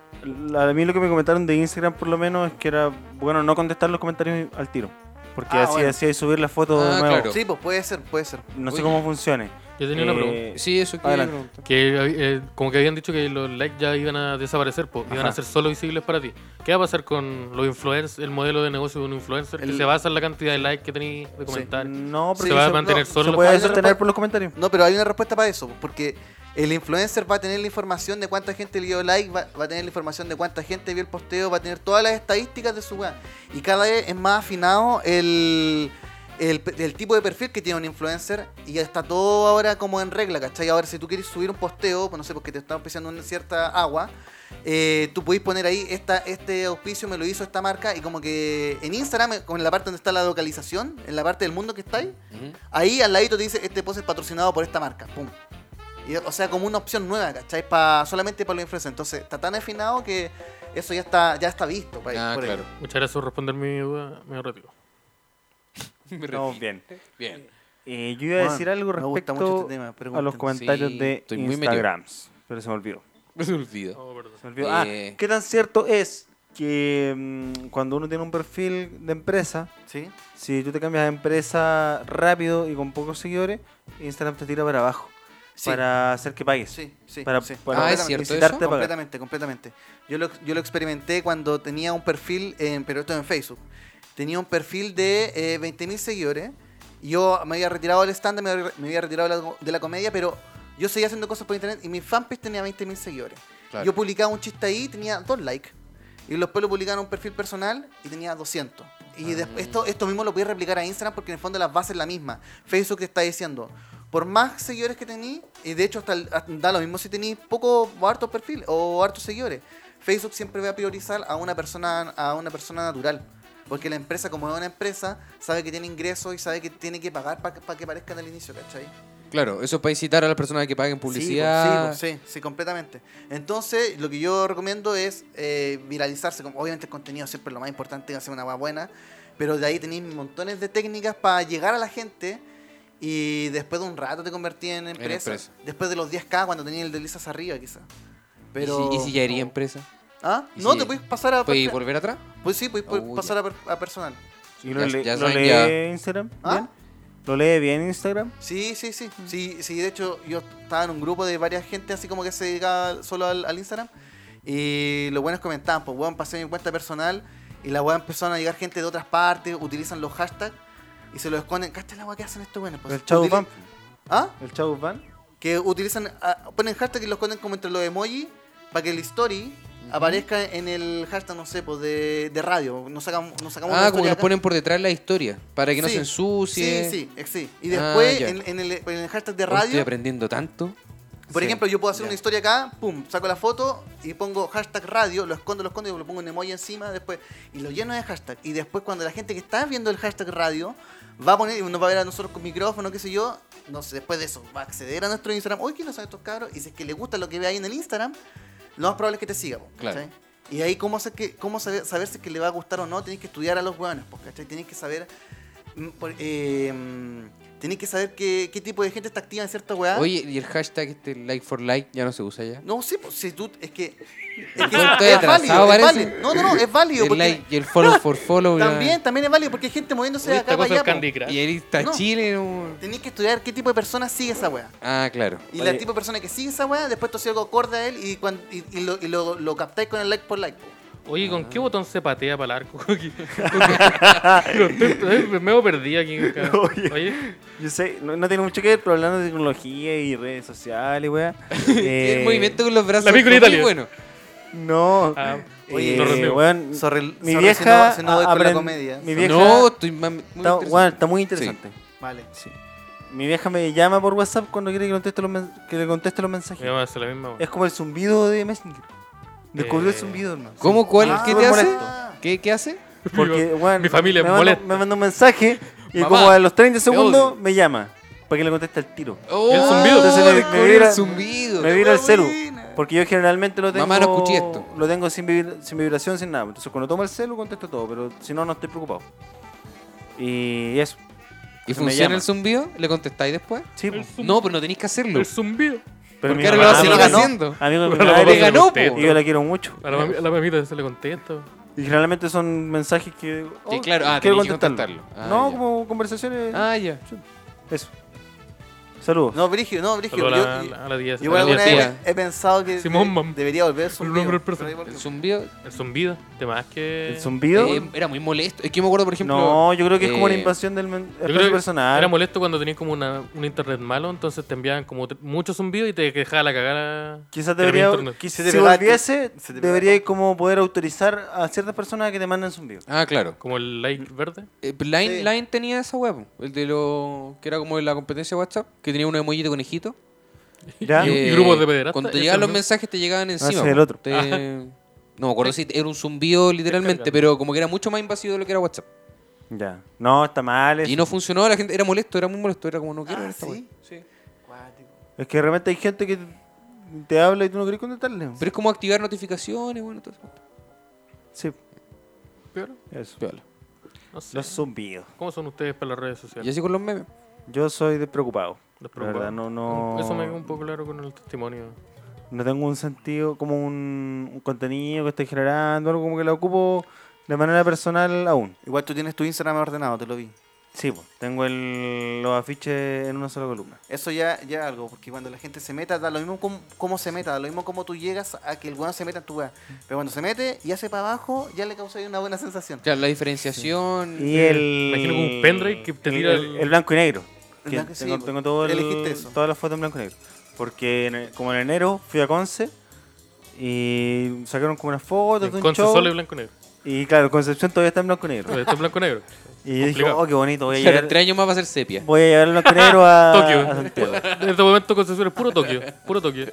Speaker 4: A mí lo que me comentaron de Instagram por lo menos es que era bueno no contestar los comentarios al tiro. Porque
Speaker 6: Ah,
Speaker 4: así,
Speaker 6: bueno.
Speaker 4: así hay subir las fotos
Speaker 3: Ah,
Speaker 4: de nuevo.
Speaker 3: claro.
Speaker 6: Sí, pues puede ser, puede ser.
Speaker 4: No sé
Speaker 3: Oye.
Speaker 4: cómo funcione.
Speaker 5: Yo tenía una
Speaker 4: Eh,
Speaker 5: pregunta.
Speaker 3: Sí, eso que
Speaker 4: Adelante.
Speaker 3: pregunta.
Speaker 5: Que eh, como que habían dicho que los likes ya iban a desaparecer, po, iban
Speaker 4: Ajá.
Speaker 5: a ser solo visibles para ti. ¿Qué va a pasar con los influencers, el modelo de negocio de un influencer que
Speaker 6: El-
Speaker 5: se basa en la cantidad de likes que tenéis de comentarios?
Speaker 4: No,
Speaker 5: Se
Speaker 4: porque
Speaker 5: va a mantener
Speaker 4: no,
Speaker 5: solo
Speaker 4: se
Speaker 5: los
Speaker 4: puede
Speaker 6: comentarios.
Speaker 4: sostener por los comentarios.
Speaker 6: No, pero hay una respuesta para eso, porque el influencer va a tener la información de cuánta gente le dio like, va, va a tener la información de cuánta gente vio el posteo, va a tener todas las estadísticas de su web. Y cada vez es más afinado el, el, pe- el tipo de perfil que tiene un influencer y ya está todo ahora como en regla, ¿cachai? Ahora si tú quieres subir un posteo, pues no sé, porque te están ofreciendo una cierta agua, eh, tú podés poner ahí, esta, este auspicio me lo hizo esta marca y como que en Instagram, eh, como en la parte donde está la localización, en la parte del mundo que está ahí,
Speaker 3: Ujú.
Speaker 6: Ahí al ladito te dice, este post es patrocinado por esta marca. Pum. Y, o sea, como una opción nueva, ¿cachai? Pa- solamente para los influencers. Entonces, está tan afinado que eso ya está, ya está visto. pa-
Speaker 3: Ah,
Speaker 6: por ahí.
Speaker 3: claro.
Speaker 5: Muchas gracias por responder mi duda, me retiro.
Speaker 3: Me
Speaker 4: No,
Speaker 3: retiro.
Speaker 4: bien.
Speaker 3: Bien.
Speaker 4: Eh, yo iba a
Speaker 6: Juan,
Speaker 4: decir algo
Speaker 6: me gusta
Speaker 4: respecto
Speaker 6: mucho este tema,
Speaker 4: a los
Speaker 6: pregúntenme.
Speaker 4: comentarios
Speaker 3: Sí,
Speaker 4: de
Speaker 3: estoy muy metido.
Speaker 4: Instagram, pero se me olvidó.
Speaker 3: No se olvido.
Speaker 5: Oh, perdón.
Speaker 4: Se me olvidó. Ah,
Speaker 3: Eh.
Speaker 4: ¿qué tan cierto es que mm, cuando uno tiene un perfil de empresa,
Speaker 6: ¿Sí?
Speaker 4: si tú te cambias de empresa rápido y con pocos seguidores, Instagram te tira para abajo
Speaker 6: Sí.
Speaker 4: para hacer que pagues.
Speaker 6: Sí, sí.
Speaker 4: Para,
Speaker 6: sí.
Speaker 4: para
Speaker 3: Ah, ¿es cierto eso?
Speaker 4: incitarte a pagar.
Speaker 6: Completamente, completamente. Yo lo, yo lo experimenté cuando tenía un perfil, en, pero esto en Facebook. Tenía un perfil de eh, 20.000 seguidores. Yo me había retirado del stand, me, había- me había retirado de la, de la comedia, pero yo seguía haciendo cosas por internet y mi fanpage tenía 20.000 seguidores.
Speaker 3: Claro.
Speaker 6: Yo publicaba un chiste ahí y tenía dos likes. Y después lo publicaban en un perfil personal y tenía 200. Y des- esto, esto mismo lo puedes replicar a Instagram porque en el fondo la base es la misma. Facebook te está diciendo, por más seguidores que tenís, y de hecho hasta, el- hasta- da lo mismo si tenís poco o hartos perfiles o hartos seguidores. Facebook siempre va a priorizar a una persona, a una persona natural. Porque la empresa, como es una empresa, sabe que tiene ingresos y sabe que tiene que pagar para que parezca en el inicio, ¿cachai?
Speaker 3: Claro, eso es para incitar a las personas que paguen
Speaker 6: Sí, pues,
Speaker 3: publicidad.
Speaker 6: Sí, pues, sí, sí, completamente. Entonces, lo que yo recomiendo es eh, viralizarse. Como, obviamente, el contenido siempre es lo más importante, hacer una más buena. Pero de ahí tenéis montones de técnicas para llegar a la gente. Y después de un rato te convertí en empresa.
Speaker 3: empresa.
Speaker 6: Después de los 10K, cuando tenías el deslizas arriba, quizás. Pero...
Speaker 3: ¿Y, si, y si ya iría empresa?
Speaker 6: ¿Ah?
Speaker 3: y
Speaker 6: No,
Speaker 3: si-
Speaker 6: te puedes pasar a...
Speaker 3: ¿Puedes
Speaker 6: perfe-
Speaker 3: volver atrás?
Speaker 6: Pues sí, puedes
Speaker 3: Oh,
Speaker 6: pasar a, per- a personal.
Speaker 4: ¿Y lo,
Speaker 3: Ya-
Speaker 4: lee-
Speaker 3: ya
Speaker 4: lo
Speaker 3: saben,
Speaker 4: lee
Speaker 3: ya.
Speaker 4: Instagram?
Speaker 6: ¿Ah?
Speaker 4: bien? ¿Lo lee bien Instagram?
Speaker 6: Sí, sí, sí.
Speaker 3: Mm.
Speaker 6: Sí, sí, de hecho, yo estaba en un grupo de varias gente así como que se dedicaba solo al, al Instagram. Y los buenos comentaban, pues weón, pasé mi cuenta personal y la weón empezaron a llegar gente de otras partes, utilizan los hashtags y se los esconden. ¿Cacha la weá que hacen estos buenos? Pues,
Speaker 4: ¿El Chau
Speaker 6: utili-
Speaker 4: Van?
Speaker 6: ¿Ah?
Speaker 4: ¿El Chau Van?
Speaker 6: Que utilizan, ah, ponen hashtag y los esconden como entre los emojis para que el story aparezca en el hashtag, no sé, pues de, de radio. Nos sacamos, nos sacamos una
Speaker 3: Ah, como
Speaker 6: historia
Speaker 3: que lo
Speaker 6: acá.
Speaker 3: ponen por detrás la historia, para que no
Speaker 6: Sí.
Speaker 3: se ensucie.
Speaker 6: Sí, sí, eh, sí. Y
Speaker 3: Ah,
Speaker 6: después
Speaker 3: ya.
Speaker 6: en, en el, en el hashtag de
Speaker 3: Hoy Estoy
Speaker 6: radio.
Speaker 3: aprendiendo tanto.
Speaker 6: Por
Speaker 4: Sí,
Speaker 6: ejemplo, yo puedo hacer
Speaker 4: ya.
Speaker 6: una historia acá, pum, saco la foto y pongo hashtag radio, lo escondo, lo escondo y lo pongo en emoji encima después y lo lleno de hashtag. Y después cuando la gente que está viendo el hashtag radio va a poner, nos va a ver a nosotros con micrófono, qué sé yo, no sé, después de eso va a acceder a nuestro Instagram, oye, ¿quiénes son estos cabros? Y si es que le gusta lo que ve ahí en el Instagram, lo más probable es que te siga, po,
Speaker 3: Claro.
Speaker 6: ¿cachai? Y ahí cómo, hacer que, cómo saber, saber si es que le va a gustar o no, tenés que estudiar a los hueones, po, ¿cachai? Tenés que saber... mm, por- eh, mm, tenés que saber qué, qué tipo de gente está activa en cierta weá.
Speaker 3: Oye, y el hashtag este like for like ya no se usa ya.
Speaker 6: ¿Ah? No, sí, pues si tú. Es que. Es que
Speaker 3: Estoy atrasado,
Speaker 6: es
Speaker 3: parece.
Speaker 6: válido. No, no, no, es válido.
Speaker 3: el
Speaker 6: Porque
Speaker 3: like y el follow for follow. ya.
Speaker 6: también, también es válido porque hay gente moviéndose de
Speaker 5: Oye, esta
Speaker 6: acá para
Speaker 5: cosa del
Speaker 6: allá.
Speaker 5: Candy
Speaker 6: po.
Speaker 5: Crush.
Speaker 3: Y el Insta
Speaker 6: No.
Speaker 3: Chile. no-
Speaker 6: Tenés que estudiar qué tipo de persona sigue esa weá.
Speaker 3: Ah, claro.
Speaker 6: Y
Speaker 4: Oye.
Speaker 6: la tipo de persona que sigue esa weá, después tú haces algo acorde a él y, cuan- y, y lo, y lo, lo captáis con el like por like. po.
Speaker 5: Oye, ¿con qué botón se patea para el arco? Porque- porque- Lo estoy- estoy- me he perdido aquí. cara.
Speaker 4: Oye.
Speaker 5: Oye,
Speaker 4: Yo sé, no, no tiene mucho que ver, pero hablando de tecnología y redes sociales, weá. eh,
Speaker 3: el movimiento con los brazos.
Speaker 5: la película
Speaker 3: es muy
Speaker 5: italiana.
Speaker 3: bueno.
Speaker 4: No.
Speaker 5: Ah,
Speaker 4: eh, oye,
Speaker 5: lo renuevo.
Speaker 4: weón,
Speaker 6: Sorry,
Speaker 4: mi
Speaker 6: sorry si
Speaker 4: vieja.
Speaker 6: no- si no voy por la
Speaker 4: aprend-
Speaker 6: comedia.
Speaker 4: Mi vieja.
Speaker 3: No, estoy más- muy
Speaker 4: está,
Speaker 3: interesante.
Speaker 4: weón, está muy interesante.
Speaker 6: Vale.
Speaker 4: Sí. Mi vieja me llama por WhatsApp cuando quiere que, conteste los men- que le conteste los mensajes.
Speaker 5: me va a hacer la misma. weón.
Speaker 4: Es como el zumbido de Messenger. Descubrió el
Speaker 5: Eh,
Speaker 4: zumbido, hermano.
Speaker 3: ¿Cómo? ¿Cuál?
Speaker 4: Ah,
Speaker 3: ¿Qué
Speaker 4: súper
Speaker 3: te hace?
Speaker 4: molesto.
Speaker 3: ¿Qué, qué hace?
Speaker 4: Porque,
Speaker 5: Digo,
Speaker 4: weón,
Speaker 5: mi familia
Speaker 4: me
Speaker 5: es
Speaker 4: mandó-
Speaker 5: molesta.
Speaker 4: Me manda un mensaje y
Speaker 3: Mamá,
Speaker 4: como a los 30 segundos
Speaker 3: odio.
Speaker 4: me llama para que le conteste el tiro.
Speaker 5: el zumbido?
Speaker 4: Entonces me- me
Speaker 3: descubrí
Speaker 4: vibra-
Speaker 3: el zumbido.
Speaker 4: Me vibra el
Speaker 6: Qué
Speaker 4: celu.
Speaker 6: buena.
Speaker 4: Porque yo generalmente lo tengo.
Speaker 3: Mamá, no escuché esto.
Speaker 4: Lo tengo sin, vibra- sin vibración, sin nada. Entonces cuando tomo el celu contesto todo, pero si no, no estoy preocupado. Y eso.
Speaker 3: ¿Y
Speaker 4: Se me
Speaker 3: funciona
Speaker 4: llama.
Speaker 3: el zumbido? ¿Le contestáis después?
Speaker 4: Sí, pues. po.
Speaker 5: zumbido.
Speaker 3: No, pero no tenéis que hacerlo.
Speaker 5: El zumbido.
Speaker 4: pero
Speaker 3: ¿Por
Speaker 4: mi
Speaker 3: qué ahora
Speaker 5: lo
Speaker 4: mamá
Speaker 5: vas a
Speaker 4: me
Speaker 5: seguir
Speaker 4: ganó,
Speaker 3: haciendo?
Speaker 4: Amigo, mi
Speaker 5: Ahora lo
Speaker 4: mamá
Speaker 5: vas a
Speaker 4: me
Speaker 5: hacer
Speaker 4: ganó,
Speaker 3: ganó,
Speaker 5: usted,
Speaker 3: po.
Speaker 4: y yo la quiero mucho.
Speaker 5: A la, mami- a la mamita se le contesta.
Speaker 4: Y generalmente son mensajes que. oh,
Speaker 3: Sí, claro. Ah,
Speaker 4: quiero
Speaker 3: tenés que
Speaker 4: contestarlo.
Speaker 3: contestarlo. Ah,
Speaker 4: no,
Speaker 3: ya.
Speaker 4: como conversaciones.
Speaker 3: Ah, ya.
Speaker 4: Eso. Saludos.
Speaker 6: No, Brigio, no, Brigio.
Speaker 5: Solo a la,
Speaker 6: yo- yo-
Speaker 5: a la tía.
Speaker 6: Igual
Speaker 3: a la
Speaker 6: alguna
Speaker 3: tía.
Speaker 6: vez he pensado que
Speaker 5: Simón,
Speaker 6: de-
Speaker 5: mam.
Speaker 6: debería volver su
Speaker 5: El nombre del personaje.
Speaker 3: El zumbido
Speaker 5: El zumbido. Además que.
Speaker 4: El zumbido.
Speaker 3: eh, era muy molesto. Es que yo me acuerdo, por ejemplo.
Speaker 4: no, yo creo que es como una
Speaker 3: eh,
Speaker 4: invasión del men-
Speaker 5: Yo
Speaker 4: espacio
Speaker 5: creo que
Speaker 4: personal.
Speaker 5: Era molesto cuando tenías como una, un internet malo, entonces te enviaban como tre- muchos zumbidos y te dejaba la cagada.
Speaker 4: Quizás
Speaker 5: que era mi
Speaker 4: debería,
Speaker 5: internet.
Speaker 4: quizás
Speaker 6: Se te
Speaker 4: si
Speaker 6: pegaba-
Speaker 4: volviese,
Speaker 6: se te pegaba
Speaker 4: debería como poder autorizar a ciertas personas a que te manden zumbido.
Speaker 3: Ah, claro.
Speaker 5: Como el like verde.
Speaker 3: Eh, Line,
Speaker 6: Sí.
Speaker 3: Line tenía esa web, el de lo que era como de la competencia de WhatsApp, que tenía un emoji de conejito.
Speaker 4: ¿Ya? Ah,
Speaker 5: Y-
Speaker 3: eh,
Speaker 5: y grupos de pederastas,
Speaker 3: Cuando te
Speaker 5: ese
Speaker 3: llegaban los
Speaker 5: también.
Speaker 3: mensajes te llegaban encima.
Speaker 4: ese es el
Speaker 3: po.
Speaker 4: otro.
Speaker 3: Te- No me acuerdo si era un zumbido literalmente,
Speaker 5: Descargando.
Speaker 3: pero como que era mucho más invasivo de lo que era WhatsApp.
Speaker 4: Ya. No, está mal. eso.
Speaker 3: Y no funcionó, la gente era molesto, era muy molesto, era como no quiero
Speaker 6: Ah,
Speaker 3: ver esta
Speaker 6: ¿sí?
Speaker 3: wea. Sí.
Speaker 4: Es que realmente hay gente que te habla y tú no querés contestarle.
Speaker 3: Pero es como activar notificaciones, bueno, todo eso.
Speaker 4: Sí,
Speaker 5: Peor.
Speaker 4: eso.
Speaker 5: No sé.
Speaker 4: Los zumbidos.
Speaker 5: ¿Cómo son ustedes para las redes
Speaker 3: Y
Speaker 5: sociales?
Speaker 3: así con los memes.
Speaker 4: Yo soy despreocupado.
Speaker 5: Los
Speaker 4: La verdad, no, no,
Speaker 5: Mm, Eso me quedó un poco claro con el testimonio.
Speaker 4: no tengo un sentido, como un, un contenido que estoy generando, algo como que lo ocupo de manera personal aún.
Speaker 6: Igual tú tienes tu Instagram ordenado, te lo vi.
Speaker 4: Sí, po, tengo el- los afiches en una sola columna.
Speaker 6: Eso ya ya es algo, porque cuando la gente se meta, da lo mismo cómo, cómo se meta, da lo mismo cómo tú llegas a que el bueno se meta en tu weá. Pero cuando se mete y hace para abajo, ya le causa ahí una buena sensación.
Speaker 3: Claro, la diferenciación.
Speaker 4: Y el.
Speaker 5: imagino como un pendrive que te
Speaker 4: el-
Speaker 5: tira
Speaker 4: el,
Speaker 5: el-
Speaker 4: el blanco y negro.
Speaker 6: El
Speaker 4: Que
Speaker 6: blanco- sí,
Speaker 4: tengo
Speaker 6: po,
Speaker 4: tengo todo el-
Speaker 6: elegiste eso.
Speaker 4: todas las fotos en blanco y negro. Porque en- como en enero fui a Conce y sacaron como unas fotos de un
Speaker 5: Con
Speaker 4: show.
Speaker 5: solo y blanco y negro.
Speaker 4: Y claro, Concepción todavía está en blanco y negro.
Speaker 5: Esto es blanco y negro.
Speaker 4: Y yo dije,
Speaker 5: complicado.
Speaker 4: oh, qué bonito, voy a
Speaker 3: Claro, en tres
Speaker 4: llevar,
Speaker 3: años más va a ser sepia.
Speaker 4: voy a llevar el blanco y negro a,
Speaker 5: Tokio.
Speaker 4: a Ah, Santiago.
Speaker 5: En este momento Concepción es puro Tokio. Puro Tokio.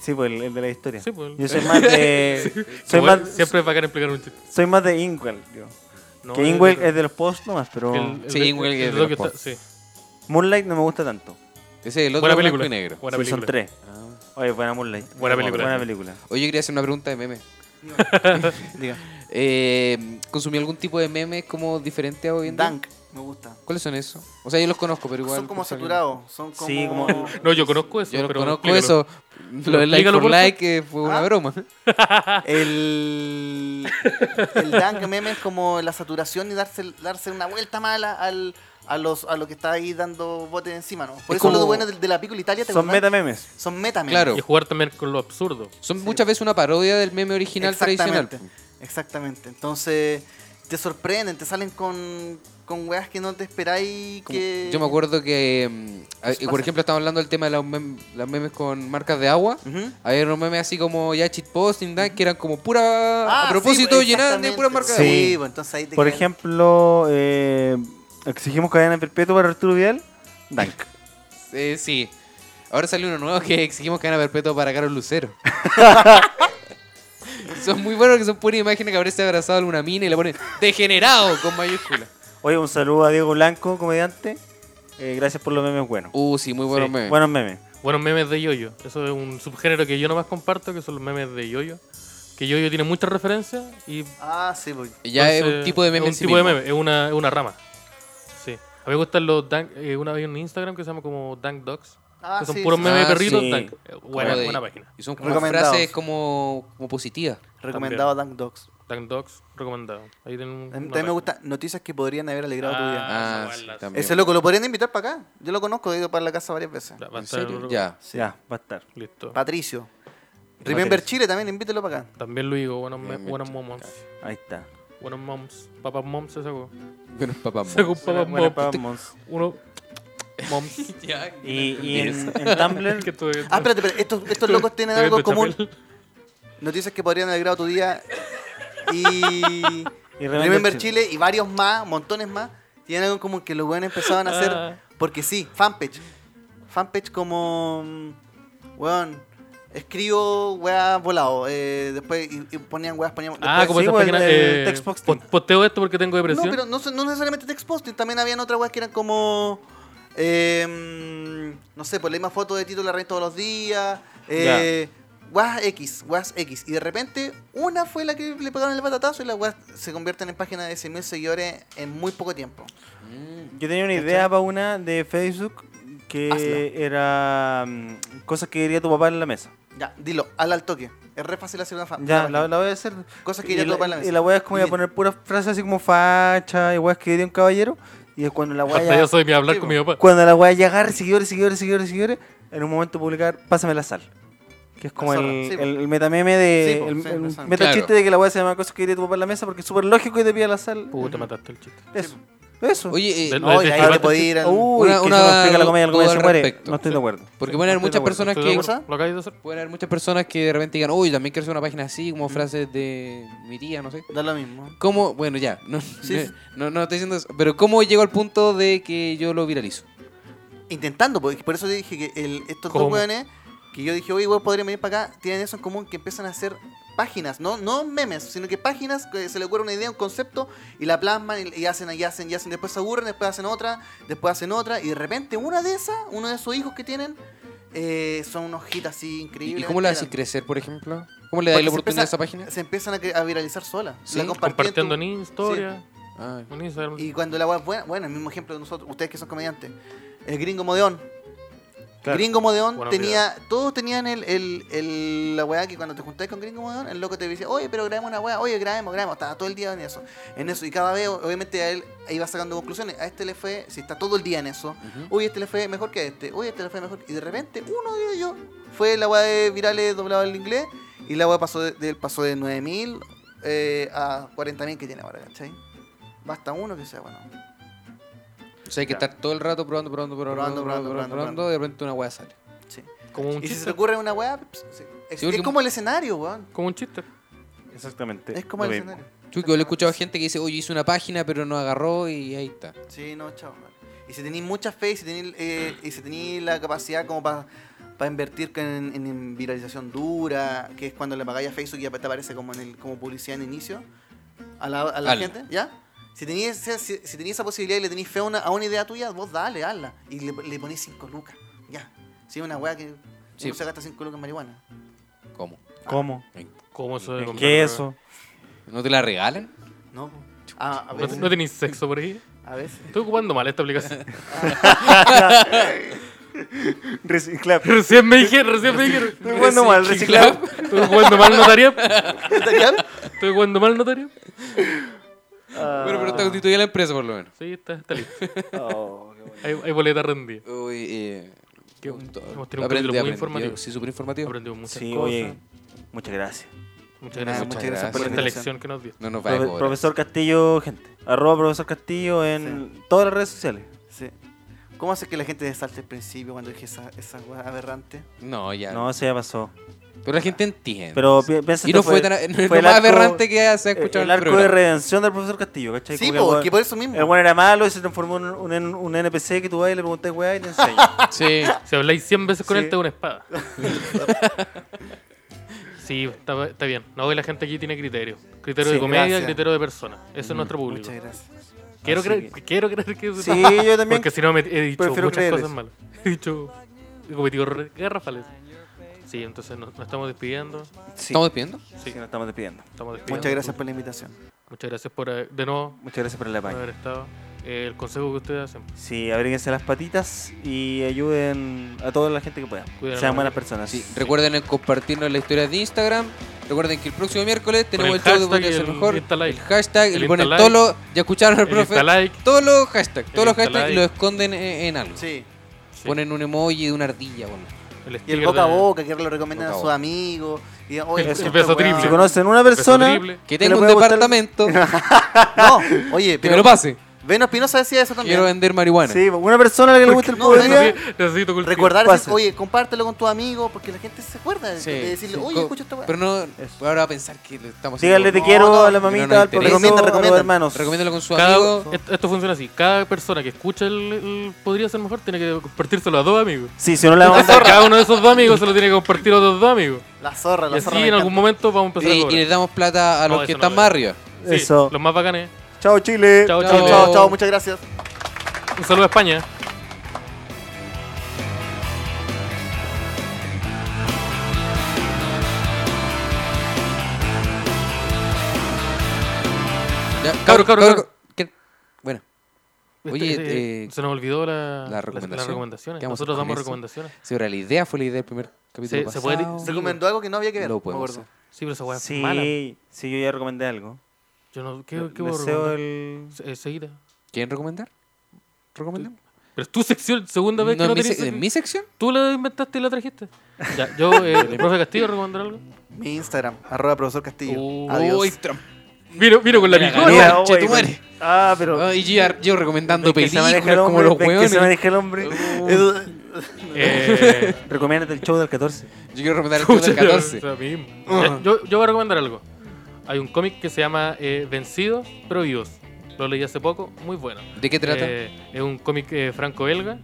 Speaker 4: Sí, pues el, el de la historia.
Speaker 5: Sí, pues, el-
Speaker 4: Yo soy más de. soy,
Speaker 5: Igual,
Speaker 4: más,
Speaker 5: Siempre es bacán explicar un chiste.
Speaker 4: soy más de Ingwell. yo.
Speaker 5: No,
Speaker 4: que
Speaker 5: el-
Speaker 4: Ingwell es de los posts nomás, pero.
Speaker 5: el- el-
Speaker 3: Sí,
Speaker 5: el-
Speaker 3: igual que
Speaker 5: el
Speaker 3: de los
Speaker 5: Tokio está-
Speaker 3: posts.
Speaker 5: sí.
Speaker 4: Moonlight no me gusta tanto.
Speaker 3: Ese es el otro
Speaker 5: Buena
Speaker 3: blanco
Speaker 5: película.
Speaker 3: y negro.
Speaker 5: Buena
Speaker 4: Sí,
Speaker 5: película.
Speaker 4: son tres. Ah. Oye, buena Moonlight.
Speaker 5: Buena película.
Speaker 4: Buena película.
Speaker 3: Oye, yo quería hacer una pregunta de meme.
Speaker 6: Diga.
Speaker 3: Eh, ¿Consumí algún tipo de meme como diferente a hoy en día?
Speaker 6: Dank, me gusta.
Speaker 3: ¿Cuáles son esos? O sea, yo los conozco, pero igual.
Speaker 6: son como
Speaker 3: pues, alguien-
Speaker 6: saturados, son como...
Speaker 4: Sí, como-
Speaker 5: No, yo conozco eso.
Speaker 3: Yo los
Speaker 5: pero
Speaker 3: conozco
Speaker 5: explícalo.
Speaker 3: eso. Lo del like
Speaker 5: Explícalo,
Speaker 3: por
Speaker 5: porfa.
Speaker 3: like que fue una
Speaker 6: Ah.
Speaker 3: broma.
Speaker 4: Ah.
Speaker 6: El, el dank meme es como la saturación y darse, darse una vuelta mala al, a, los, a lo que está ahí dando botes encima, ¿no? Por
Speaker 3: Es
Speaker 6: eso lo
Speaker 3: como-
Speaker 6: bueno de, de la Piccolo Italia, ¿te
Speaker 4: Son
Speaker 6: acordás?
Speaker 4: metamemes.
Speaker 6: Son meta memes.
Speaker 3: Claro.
Speaker 5: Y jugar también con lo absurdo.
Speaker 3: Son muchas veces una parodia del meme original tradicional.
Speaker 6: Exactamente. Exactamente. Entonces, te sorprenden, te salen con, con weas que no te esperáis
Speaker 3: Como-
Speaker 6: que...
Speaker 3: Yo me acuerdo que, mm, a-
Speaker 6: Pues
Speaker 3: por
Speaker 6: pasa.
Speaker 3: ejemplo, estamos hablando del tema de los mem- las memes con marcas de agua.
Speaker 6: Ujú.
Speaker 3: Había unos memes así como ya cheat posting, ¿da? que eran como pura.
Speaker 6: Ah,
Speaker 3: a
Speaker 6: sí,
Speaker 3: propósito,
Speaker 6: pues,
Speaker 3: llenadas de
Speaker 6: exactamente.
Speaker 3: pura marca de agua.
Speaker 6: Sí,
Speaker 4: agua.
Speaker 6: pues, entonces ahí te
Speaker 4: Por
Speaker 6: quedan-
Speaker 4: ejemplo, eh, exigimos cadena perpetua para Arturo Vidal. Dank.
Speaker 3: Eh, sí. Ahora sale uno nuevo que exigimos cadena perpetua para Carlos Lucero. son muy buenos que son puras imágenes que habréis abrazado a alguna mina y le ponen degenerado con mayúscula.
Speaker 4: Oye, un saludo a Diego Blanco, comediante. Eh, gracias por los memes buenos.
Speaker 3: Uh, sí, muy buenos
Speaker 5: Sí.
Speaker 3: memes.
Speaker 4: Buenos memes.
Speaker 5: Buenos memes de yoyo. Eso es un subgénero que yo nomás comparto, que son los memes de yoyo. Que yoyo tiene muchas referencias y.
Speaker 6: Ah, sí, pues.
Speaker 3: ya es
Speaker 5: entonces,
Speaker 3: un tipo de meme.
Speaker 5: Es
Speaker 3: en
Speaker 5: un
Speaker 3: sí
Speaker 5: tipo de
Speaker 3: mismo.
Speaker 5: meme, es una, es una rama. Sí. A mí me gustan los dank. eh, una vez en Instagram que se llama como Dank Dogs.
Speaker 6: Ah,
Speaker 5: que son
Speaker 6: sí,
Speaker 5: puros
Speaker 6: sí.
Speaker 5: memes
Speaker 3: Ah,
Speaker 5: de perritos.
Speaker 4: sí.
Speaker 5: Dank. Eh, Buena,
Speaker 3: Como de-
Speaker 5: buena página.
Speaker 3: Y son como
Speaker 6: Recomendados.
Speaker 3: frases como, como positivas.
Speaker 6: Recomendado Dank Dogs.
Speaker 5: Dank Dogs, recomendado. Ahí tienen un-
Speaker 6: A mí
Speaker 5: una
Speaker 6: también me
Speaker 5: página.
Speaker 6: gusta noticias que podrían haber alegrado tu día.
Speaker 5: Ah,
Speaker 3: Ah,
Speaker 5: esa
Speaker 3: sí,
Speaker 5: guay la-
Speaker 3: también.
Speaker 6: Ese loco lo podrían invitar para acá. Yo lo conozco, he ido para la casa varias veces.
Speaker 5: Ya, va a
Speaker 3: ¿En
Speaker 5: estar el
Speaker 3: serio?
Speaker 5: otro-
Speaker 3: Ya.
Speaker 4: Ya, va a estar.
Speaker 5: Listo.
Speaker 6: Patricio. Remember
Speaker 4: Patricio.
Speaker 6: Chile también, invítelo para acá.
Speaker 5: También Luis, buenos, me-
Speaker 3: Bien,
Speaker 5: buenos
Speaker 3: bien,
Speaker 5: momos.
Speaker 4: Ahí está.
Speaker 5: Buenos moms. Papas moms se sacó.
Speaker 3: Pero papá.
Speaker 5: Se sacó un
Speaker 4: Buenas
Speaker 5: papas moms.
Speaker 4: para Mons.
Speaker 5: Uno. Moms.
Speaker 3: Ya,
Speaker 4: Y, y en,
Speaker 3: Eso.
Speaker 4: en Tumblr,
Speaker 5: que estoy-
Speaker 6: Ah, espérate, espérate. Estos, estos locos tienen
Speaker 5: estoy
Speaker 6: algo en
Speaker 5: viendo
Speaker 6: común.
Speaker 5: Chapel.
Speaker 6: Noticias que podrían haber grabado tu día. Y.
Speaker 4: Y Remember
Speaker 6: Remember Chile y varios más, montones más, tienen algo en común que los buenos empezaban a hacer
Speaker 5: Ah.
Speaker 6: porque sí, fanpage. Fanpage como. mm, Weón. Escribo weas volado. eh, después y, y ponían weas, ponían.
Speaker 5: Ah,
Speaker 6: después-
Speaker 5: como
Speaker 4: sí,
Speaker 5: esas
Speaker 4: o el-
Speaker 5: páginas.
Speaker 4: el
Speaker 5: eh,
Speaker 4: text posting.
Speaker 5: po- Posteo esto porque tengo
Speaker 6: No,
Speaker 5: depresión.
Speaker 6: pero no, se- no necesariamente text posting, también habían otras weas que eran como. eh, no sé, pues la misma foto de Tito la todos los días. eh, Weas X, weas X. Y de repente, una fue la que le pegaron el batatazo y las weas se convierten en páginas de 100.000 seguidores en muy poco tiempo.
Speaker 4: yo tenía una idea para una de Facebook que
Speaker 6: Hazla.
Speaker 4: era mm, cosas que diría tu papá en la mesa.
Speaker 6: Ya, dilo, al al toque. Es re fácil hacer una fan.
Speaker 4: Ya,
Speaker 6: una
Speaker 4: la,
Speaker 6: página.
Speaker 4: la voy a hacer.
Speaker 6: Ah, Cosas que
Speaker 4: Y
Speaker 6: diría tu
Speaker 4: la-
Speaker 6: papá en la mesa.
Speaker 4: Y la wea es como voy a
Speaker 6: Y-
Speaker 4: poner puras frases así como facha y weas que diría un caballero. Y es cuando la wea
Speaker 5: Hasta
Speaker 4: ya-
Speaker 5: yo soy mi hablar
Speaker 6: Sí,
Speaker 5: con
Speaker 6: po.
Speaker 5: mi papá.
Speaker 4: cuando la wea ya agarre seguidores, seguidores, seguidores, seguidores, en un momento publicar Pásame la sal. Que es como
Speaker 6: La
Speaker 4: el,
Speaker 6: zorra, sí, po.
Speaker 4: el, el metameme de.
Speaker 6: Sí, po,
Speaker 4: el
Speaker 6: sí,
Speaker 4: el
Speaker 6: la sal.
Speaker 4: metachiste
Speaker 3: Claro.
Speaker 4: de que la wea se llama cosas que diría tu papá en la mesa porque es súper lógico y te pide la sal.
Speaker 5: Puta, mataste el chiste.
Speaker 4: Eso. Eso.
Speaker 3: Oye, eh,
Speaker 5: Del-
Speaker 6: No, y
Speaker 5: del
Speaker 6: ahí te
Speaker 5: debate.
Speaker 6: podía ir al.
Speaker 4: Uy,
Speaker 3: Una- una
Speaker 4: que si uno explica la comida, la
Speaker 3: duda
Speaker 4: comida se
Speaker 3: al
Speaker 4: muere.
Speaker 3: respecto.
Speaker 4: No estoy de acuerdo.
Speaker 3: Porque pueden haber
Speaker 4: no
Speaker 3: muchas
Speaker 4: estoy de
Speaker 3: personas
Speaker 5: ¿Tú te
Speaker 3: que.
Speaker 5: acuerdas? Lo acabas de hacer.
Speaker 3: Pueden haber muchas personas que de repente digan, uy, también quiero hacer una página así, como frases de mi tía, no sé.
Speaker 6: Da lo mismo.
Speaker 3: ¿Cómo? Bueno, ya. No,
Speaker 6: Sí.
Speaker 3: no, no estoy diciendo eso. Pero ¿cómo llego al punto de que yo lo viralizo?
Speaker 6: Intentando, porque por eso dije que el- estos
Speaker 5: ¿Cómo?
Speaker 6: dos weones, que yo dije, oye, weón, podrían venir para acá, tienen eso en común que empiezan a hacer páginas, no, no memes, sino que páginas que se les ocurre una idea, un concepto, y la plasman y, y hacen, y hacen, y hacen, después se aburren, después hacen otra, después hacen otra, y de repente una de esas, uno de esos hijos que tienen, eh, son unos hits así
Speaker 3: ¿Y,
Speaker 6: increíbles.
Speaker 3: y cómo la hacen crecer, por ejemplo? ¿Cómo le dais la oportunidad a esa página?
Speaker 6: Se empiezan a, cre- a viralizar sola.
Speaker 3: Sí,
Speaker 6: La compartí en
Speaker 5: Compartiendo
Speaker 6: tu-
Speaker 5: en historia.
Speaker 3: Ah,
Speaker 5: Un Instagram.
Speaker 6: Y cuando la weá es buena, bueno, el mismo ejemplo de nosotros, ustedes que son comediantes, el gringo Modeón.
Speaker 4: Claro.
Speaker 6: Gringo Modeón
Speaker 5: Bueno,
Speaker 6: tenía, todos tenían el, el, el- la weá que cuando te juntáis con Gringo Modeón, el loco te decía, oye, pero grabemos una weá, oye, grabemos, grabemos, estaba todo el día en eso, en eso, y cada vez, obviamente, a él iba sacando conclusiones, a este le fue, si está todo el día en eso, oye, este le fue mejor que a este, oye, este le fue mejor, y de repente, uno de ellos fue la weá de virales doblado al inglés, y la weá pasó de, de- pasó de 9000 eh, a 40.000 que tiene ahora, ¿cachai? Basta uno que sea bueno.
Speaker 3: O sea, hay que estar todo el rato probando, probando, probando, probando,
Speaker 6: Probando,
Speaker 3: probando,
Speaker 6: probando,
Speaker 3: probando, y de repente una weá sale.
Speaker 6: Sí.
Speaker 5: Como un
Speaker 6: Y si se
Speaker 5: chiste.
Speaker 6: te ocurre una weá, pues, sí. es,
Speaker 3: Sí,
Speaker 6: es
Speaker 3: porque-
Speaker 6: como el escenario, weón.
Speaker 5: Como un chiste.
Speaker 4: Exactamente.
Speaker 6: Es como
Speaker 4: lo
Speaker 6: el
Speaker 4: mismo.
Speaker 6: escenario.
Speaker 3: Yo yo le he escuchado a gente que dice, oye, hice una página, pero no agarró y ahí está.
Speaker 6: Sí, no, chao. weón. Y si tenéis mucha fe y si tenéis, eh, y si tenéis la capacidad como para invertir en, en- en viralización dura, que es cuando le pagáis a Facebook y ya te aparece como en el, como publicidad en inicio, a la, a la
Speaker 3: Hazla.
Speaker 6: gente, ¿ya? Si tenéis ese- si, si tenéis esa posibilidad y le tenéis fe a una, a una idea tuya, vos dale, hazla. Y le, le ponéis 5 lucas, ya. Si es una weá que
Speaker 3: Sí.
Speaker 6: no se gasta 5 lucas en marihuana.
Speaker 3: ¿Cómo?
Speaker 4: ¿Cómo?
Speaker 5: ¿Cómo eso de
Speaker 4: ¿En
Speaker 5: comprar-
Speaker 4: ¿Qué eso?
Speaker 3: ¿No te la regalan?
Speaker 6: No, po. Ah, a
Speaker 5: ¿No, te-
Speaker 6: veces.
Speaker 5: no tenéis sexo por ahí?
Speaker 6: A veces.
Speaker 5: Estoy ocupando mal esta aplicación.
Speaker 4: Reciclab.
Speaker 5: Recién me dijeron, recién me dijeron.
Speaker 4: Estoy jugando mal, reciclab.
Speaker 5: Estoy jugando mal notario.
Speaker 6: ¿Notarial?
Speaker 5: Estoy jugando mal notario.
Speaker 3: Bueno, pero está
Speaker 6: Ah.
Speaker 3: constituida la empresa por lo menos.
Speaker 5: Sí, está, está listo.
Speaker 4: Oh, qué bueno.
Speaker 5: Hay, hay boleta rendida.
Speaker 3: Uy, eh,
Speaker 5: Que
Speaker 3: un-
Speaker 5: hemos tenido un
Speaker 3: aprendí,
Speaker 5: capítulo muy
Speaker 3: aprendí.
Speaker 5: informativo.
Speaker 3: Sí, súper informativo.
Speaker 5: Aprendimos muchas
Speaker 4: Sí,
Speaker 5: cosas.
Speaker 4: oye. Muchas gracias.
Speaker 5: Muchas
Speaker 6: Nada,
Speaker 3: muchas
Speaker 5: gracias
Speaker 6: Ah, muchas gracias por
Speaker 5: por
Speaker 6: la
Speaker 5: esta
Speaker 6: invitación.
Speaker 5: lección que nos dio.
Speaker 3: No nos va a
Speaker 4: Profe-
Speaker 3: cobrar.
Speaker 4: profesor Castillo, gente. Arroba profesor Castillo en todas las redes sociales.
Speaker 6: Sí. ¿Cómo hace que la gente salte al principio cuando dije esa, esa weá aberrante?
Speaker 3: No, ya.
Speaker 4: No, eso ya pasó.
Speaker 3: Pero la gente entiende.
Speaker 4: Pero pi- piensa
Speaker 3: y
Speaker 4: esto
Speaker 3: no fue, tan, no
Speaker 4: fue el
Speaker 3: más
Speaker 4: arco- eh,
Speaker 3: aberrante que se ha escuchado
Speaker 4: El
Speaker 3: en el
Speaker 4: arco de
Speaker 3: programa.
Speaker 4: redención del profesor Castillo, ¿cachai?
Speaker 6: Sí,
Speaker 4: Como que
Speaker 6: po,
Speaker 4: el
Speaker 6: que
Speaker 4: weón-
Speaker 6: por eso mismo.
Speaker 4: el bueno era malo y se transformó en un, en un NPC que tú vas y le preguntas, weá, y te enseña.
Speaker 3: Sí.
Speaker 5: Si habláis 100 veces con
Speaker 4: Sí.
Speaker 5: él, te da una espada. sí, está, está bien. No, y la gente aquí tiene criterio. Criterio
Speaker 4: Sí,
Speaker 5: de comedia,
Speaker 6: gracias.
Speaker 5: criterio de persona. Eso es nuestro público.
Speaker 6: Muchas gracias.
Speaker 5: Quiero,
Speaker 4: Así
Speaker 5: creer, quiero creer que eso
Speaker 4: Sí, yo también.
Speaker 5: Porque si no, me, he dicho
Speaker 4: prefiero
Speaker 5: muchas
Speaker 4: creerles.
Speaker 5: cosas malas. He dicho. He cometido errores garrafales. Sí, entonces nos, nos estamos despidiendo.
Speaker 4: Sí,
Speaker 3: ¿Estamos despidiendo?
Speaker 4: sí, nos estamos despidiendo.
Speaker 5: Estamos despidiendo.
Speaker 6: Muchas gracias por la invitación.
Speaker 5: Muchas gracias por eh, de nuevo
Speaker 4: Muchas gracias por el
Speaker 5: por
Speaker 4: apaño.
Speaker 5: haber estado. Eh, el consejo que ustedes hacen.
Speaker 4: Sí, abríguense las patitas y ayuden a toda la gente que pueda.
Speaker 5: Cuiden a
Speaker 4: Sean
Speaker 5: la
Speaker 4: buenas
Speaker 5: gente.
Speaker 4: personas.
Speaker 3: Sí. Recuerden en compartirnos las historias de Instagram. Recuerden que el próximo miércoles tenemos
Speaker 5: el
Speaker 3: el, show de
Speaker 5: hashtag
Speaker 3: Podría
Speaker 5: y
Speaker 3: Ser
Speaker 5: el
Speaker 3: Mejor.
Speaker 5: Insta like.
Speaker 3: El hashtag,
Speaker 5: El
Speaker 3: le ponen
Speaker 5: Insta
Speaker 3: todo
Speaker 5: like.
Speaker 3: lo. Ya escucharon al
Speaker 5: El
Speaker 3: profe.
Speaker 5: Insta like.
Speaker 3: Todos los hashtags, todos los
Speaker 5: Insta
Speaker 3: hashtags
Speaker 5: like.
Speaker 3: y los esconden e-, en, en algo.
Speaker 6: Sí.
Speaker 5: Sí,
Speaker 3: Ponen un emoji de una ardilla. Bueno.
Speaker 5: el
Speaker 6: Y el
Speaker 5: sticker
Speaker 6: boca a
Speaker 5: de-
Speaker 6: boca, que lo recomiendan a
Speaker 3: Boca a
Speaker 6: sus
Speaker 3: boca.
Speaker 6: amigos. Y,
Speaker 5: El-
Speaker 6: oye, este
Speaker 5: el
Speaker 6: escucha
Speaker 5: beso
Speaker 6: esta weá.
Speaker 5: triple.
Speaker 4: Si conocen una
Speaker 5: Beso
Speaker 4: persona,
Speaker 5: triple.
Speaker 3: Que
Speaker 4: ¿Te
Speaker 3: tenga
Speaker 4: lo
Speaker 3: un
Speaker 4: puedo botar?
Speaker 3: departamento.
Speaker 6: No, oye,
Speaker 3: que me lo
Speaker 6: pero
Speaker 3: pase.
Speaker 6: Veno Espinosa decía eso también.
Speaker 3: Quiero vender marihuana.
Speaker 4: sí, una persona a la que le gusta el
Speaker 6: No,
Speaker 4: pobre
Speaker 6: no,
Speaker 4: día,
Speaker 5: Necesito- Necesito cultivo.
Speaker 6: Recordar,
Speaker 4: Pasa.
Speaker 6: oye, compártelo con tus amigos porque la gente se acuerda de-
Speaker 3: Sí,
Speaker 6: de decirle,
Speaker 3: sí.
Speaker 6: oye,
Speaker 3: Co-
Speaker 6: escucha esta weá.
Speaker 3: Pero no, ahora va a pensar que lo estamos
Speaker 4: díganle te
Speaker 6: No,
Speaker 4: quiero
Speaker 6: no,
Speaker 4: a la
Speaker 6: pero
Speaker 3: no
Speaker 4: mamita,
Speaker 3: nos
Speaker 4: al
Speaker 3: interesa.
Speaker 4: profesor,
Speaker 6: Recomienda,
Speaker 4: a los
Speaker 6: recomienda.
Speaker 4: hermanos.
Speaker 3: Recomiéndalo con su
Speaker 5: Cada-
Speaker 3: amigo.
Speaker 5: esto, esto funciona así. Cada persona que escucha el, el podría ser mejor tiene que compartírselo a dos amigos.
Speaker 4: Sí, si no la vamos a
Speaker 5: Cada uno de esos dos amigos se lo tiene que compartir a otros dos amigos.
Speaker 6: La zorra,
Speaker 5: Y
Speaker 6: la zorra.
Speaker 5: así
Speaker 6: me
Speaker 5: en algún
Speaker 6: encanta.
Speaker 5: momento vamos a
Speaker 3: Y,
Speaker 5: empezar a
Speaker 3: y
Speaker 5: cobrar.
Speaker 3: le damos plata a
Speaker 5: No,
Speaker 3: los que
Speaker 5: eso no
Speaker 3: están
Speaker 5: lo
Speaker 3: más
Speaker 5: es.
Speaker 3: arriba.
Speaker 5: Sí,
Speaker 4: Eso.
Speaker 5: Los más bacanes.
Speaker 4: Chao, Chile.
Speaker 5: Chao,
Speaker 3: Chao,
Speaker 5: chao.
Speaker 6: Chao, chao, muchas gracias.
Speaker 5: Un saludo a España. Este,
Speaker 3: Ya,
Speaker 5: Cabro, cabro, cabro.
Speaker 3: ¿Qué? Bueno, Oye,
Speaker 5: Oye,
Speaker 3: eh,
Speaker 5: este, se nos olvidó la,
Speaker 3: las
Speaker 5: las-
Speaker 3: recomendaciones.
Speaker 5: las recomendaciones.
Speaker 3: Quedamos
Speaker 5: Nosotros
Speaker 3: con
Speaker 5: damos
Speaker 3: eso.
Speaker 5: recomendaciones.
Speaker 3: sí, ahora la idea fue la idea del primer capítulo.
Speaker 5: Se- se puede-
Speaker 3: pasado.
Speaker 5: se-
Speaker 6: Recomendó algo que no había que ver.
Speaker 3: Lo
Speaker 6: me
Speaker 3: podemos
Speaker 6: acuerdo.
Speaker 5: Sí, pero esa weá es mala.
Speaker 4: Sí, sí, yo ya recomendé algo.
Speaker 5: Yo no, ¿Qué,
Speaker 4: Le-
Speaker 5: qué voy a
Speaker 4: Deseo
Speaker 5: recomendar?
Speaker 4: el...
Speaker 5: Se- eh, Seguida.
Speaker 3: ¿Quieren recomendar? ¿Recomendamos?
Speaker 5: Pero es tu sección, segunda vez que
Speaker 3: ¿No
Speaker 5: no
Speaker 3: en, mi
Speaker 5: tenés
Speaker 3: sec- en
Speaker 5: sección.
Speaker 3: mi sección?
Speaker 5: Tú la inventaste y la trajiste. Ya, yo, eh, el profe Castillo, recomendar algo.
Speaker 6: Mi Instagram, arroba profesor Castillo.
Speaker 5: Uy,
Speaker 6: Adiós.
Speaker 3: Uy, Trump.
Speaker 5: Vino, vino con la
Speaker 3: Mira,
Speaker 5: picora.
Speaker 3: Mira,
Speaker 4: Ah,
Speaker 3: che,
Speaker 4: oye,
Speaker 3: tu madre.
Speaker 4: Ah, pero...
Speaker 3: Ay, yo, yo recomendando
Speaker 4: que se
Speaker 3: películas
Speaker 4: maneja el
Speaker 3: como
Speaker 4: hombre,
Speaker 3: los Uh.
Speaker 4: ven que se
Speaker 3: hueones.
Speaker 4: maneja el hombre.
Speaker 5: Eh,
Speaker 4: Recomiéndate el show del 14.
Speaker 3: Yo quiero recomendar el club del
Speaker 5: Pucha,
Speaker 3: 14.
Speaker 5: o sea, mismo. Ya, Yo, yo voy a recomendar algo. Hay un cómic que se llama eh, Vencidos pero Vivos. Lo leí hace poco, muy bueno.
Speaker 3: ¿De qué trata?
Speaker 5: Eh, es un cómic eh, franco-belga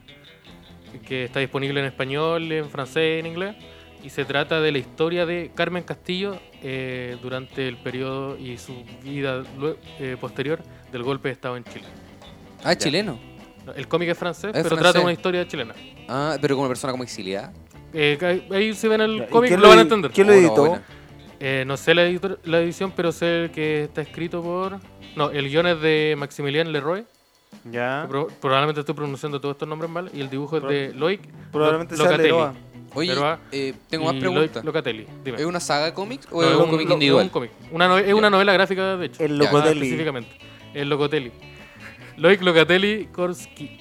Speaker 5: que está disponible en español, en francés, en inglés. Y se trata de la historia de Carmen Castillo eh, durante el periodo y su vida lue- eh, posterior del golpe de Estado en Chile.
Speaker 3: ah, chileno.
Speaker 5: No, El cómic es francés,
Speaker 3: Es
Speaker 5: pero
Speaker 3: francés.
Speaker 5: trata una historia chilena.
Speaker 3: Ah, pero como una persona como exiliada.
Speaker 5: Eh, ahí- ahí se ven el
Speaker 4: ¿Y
Speaker 5: cómic,
Speaker 4: quién
Speaker 5: lo van a
Speaker 4: edi-
Speaker 5: entender.
Speaker 4: ¿Quién lo
Speaker 3: Oh, no,
Speaker 4: editó?
Speaker 3: buena.
Speaker 5: Eh, no sé la, editor- la edición, pero sé que está escrito por... No, el guion es de Maximilian Leroy.
Speaker 4: Ya.
Speaker 5: Pro- probablemente estoy pronunciando todos estos nombres mal. Y el dibujo es de Loic Lo-
Speaker 4: Probablemente sea
Speaker 5: Locatelli.
Speaker 4: Leroa.
Speaker 3: Oye,
Speaker 5: Pero, ah,
Speaker 3: eh, tengo
Speaker 5: Y
Speaker 3: más preguntas.
Speaker 5: Loic Locatelli, dime.
Speaker 3: ¿Es una saga de cómics o
Speaker 5: No,
Speaker 3: es un cómic
Speaker 5: lo-
Speaker 3: individual?
Speaker 5: es un cómic. Una no- es una novela gráfica, de hecho.
Speaker 4: El
Speaker 3: Ya,
Speaker 5: Ah,
Speaker 4: Locotelli.
Speaker 5: específicamente. El Locotelli. Loic Locatelli Korsky.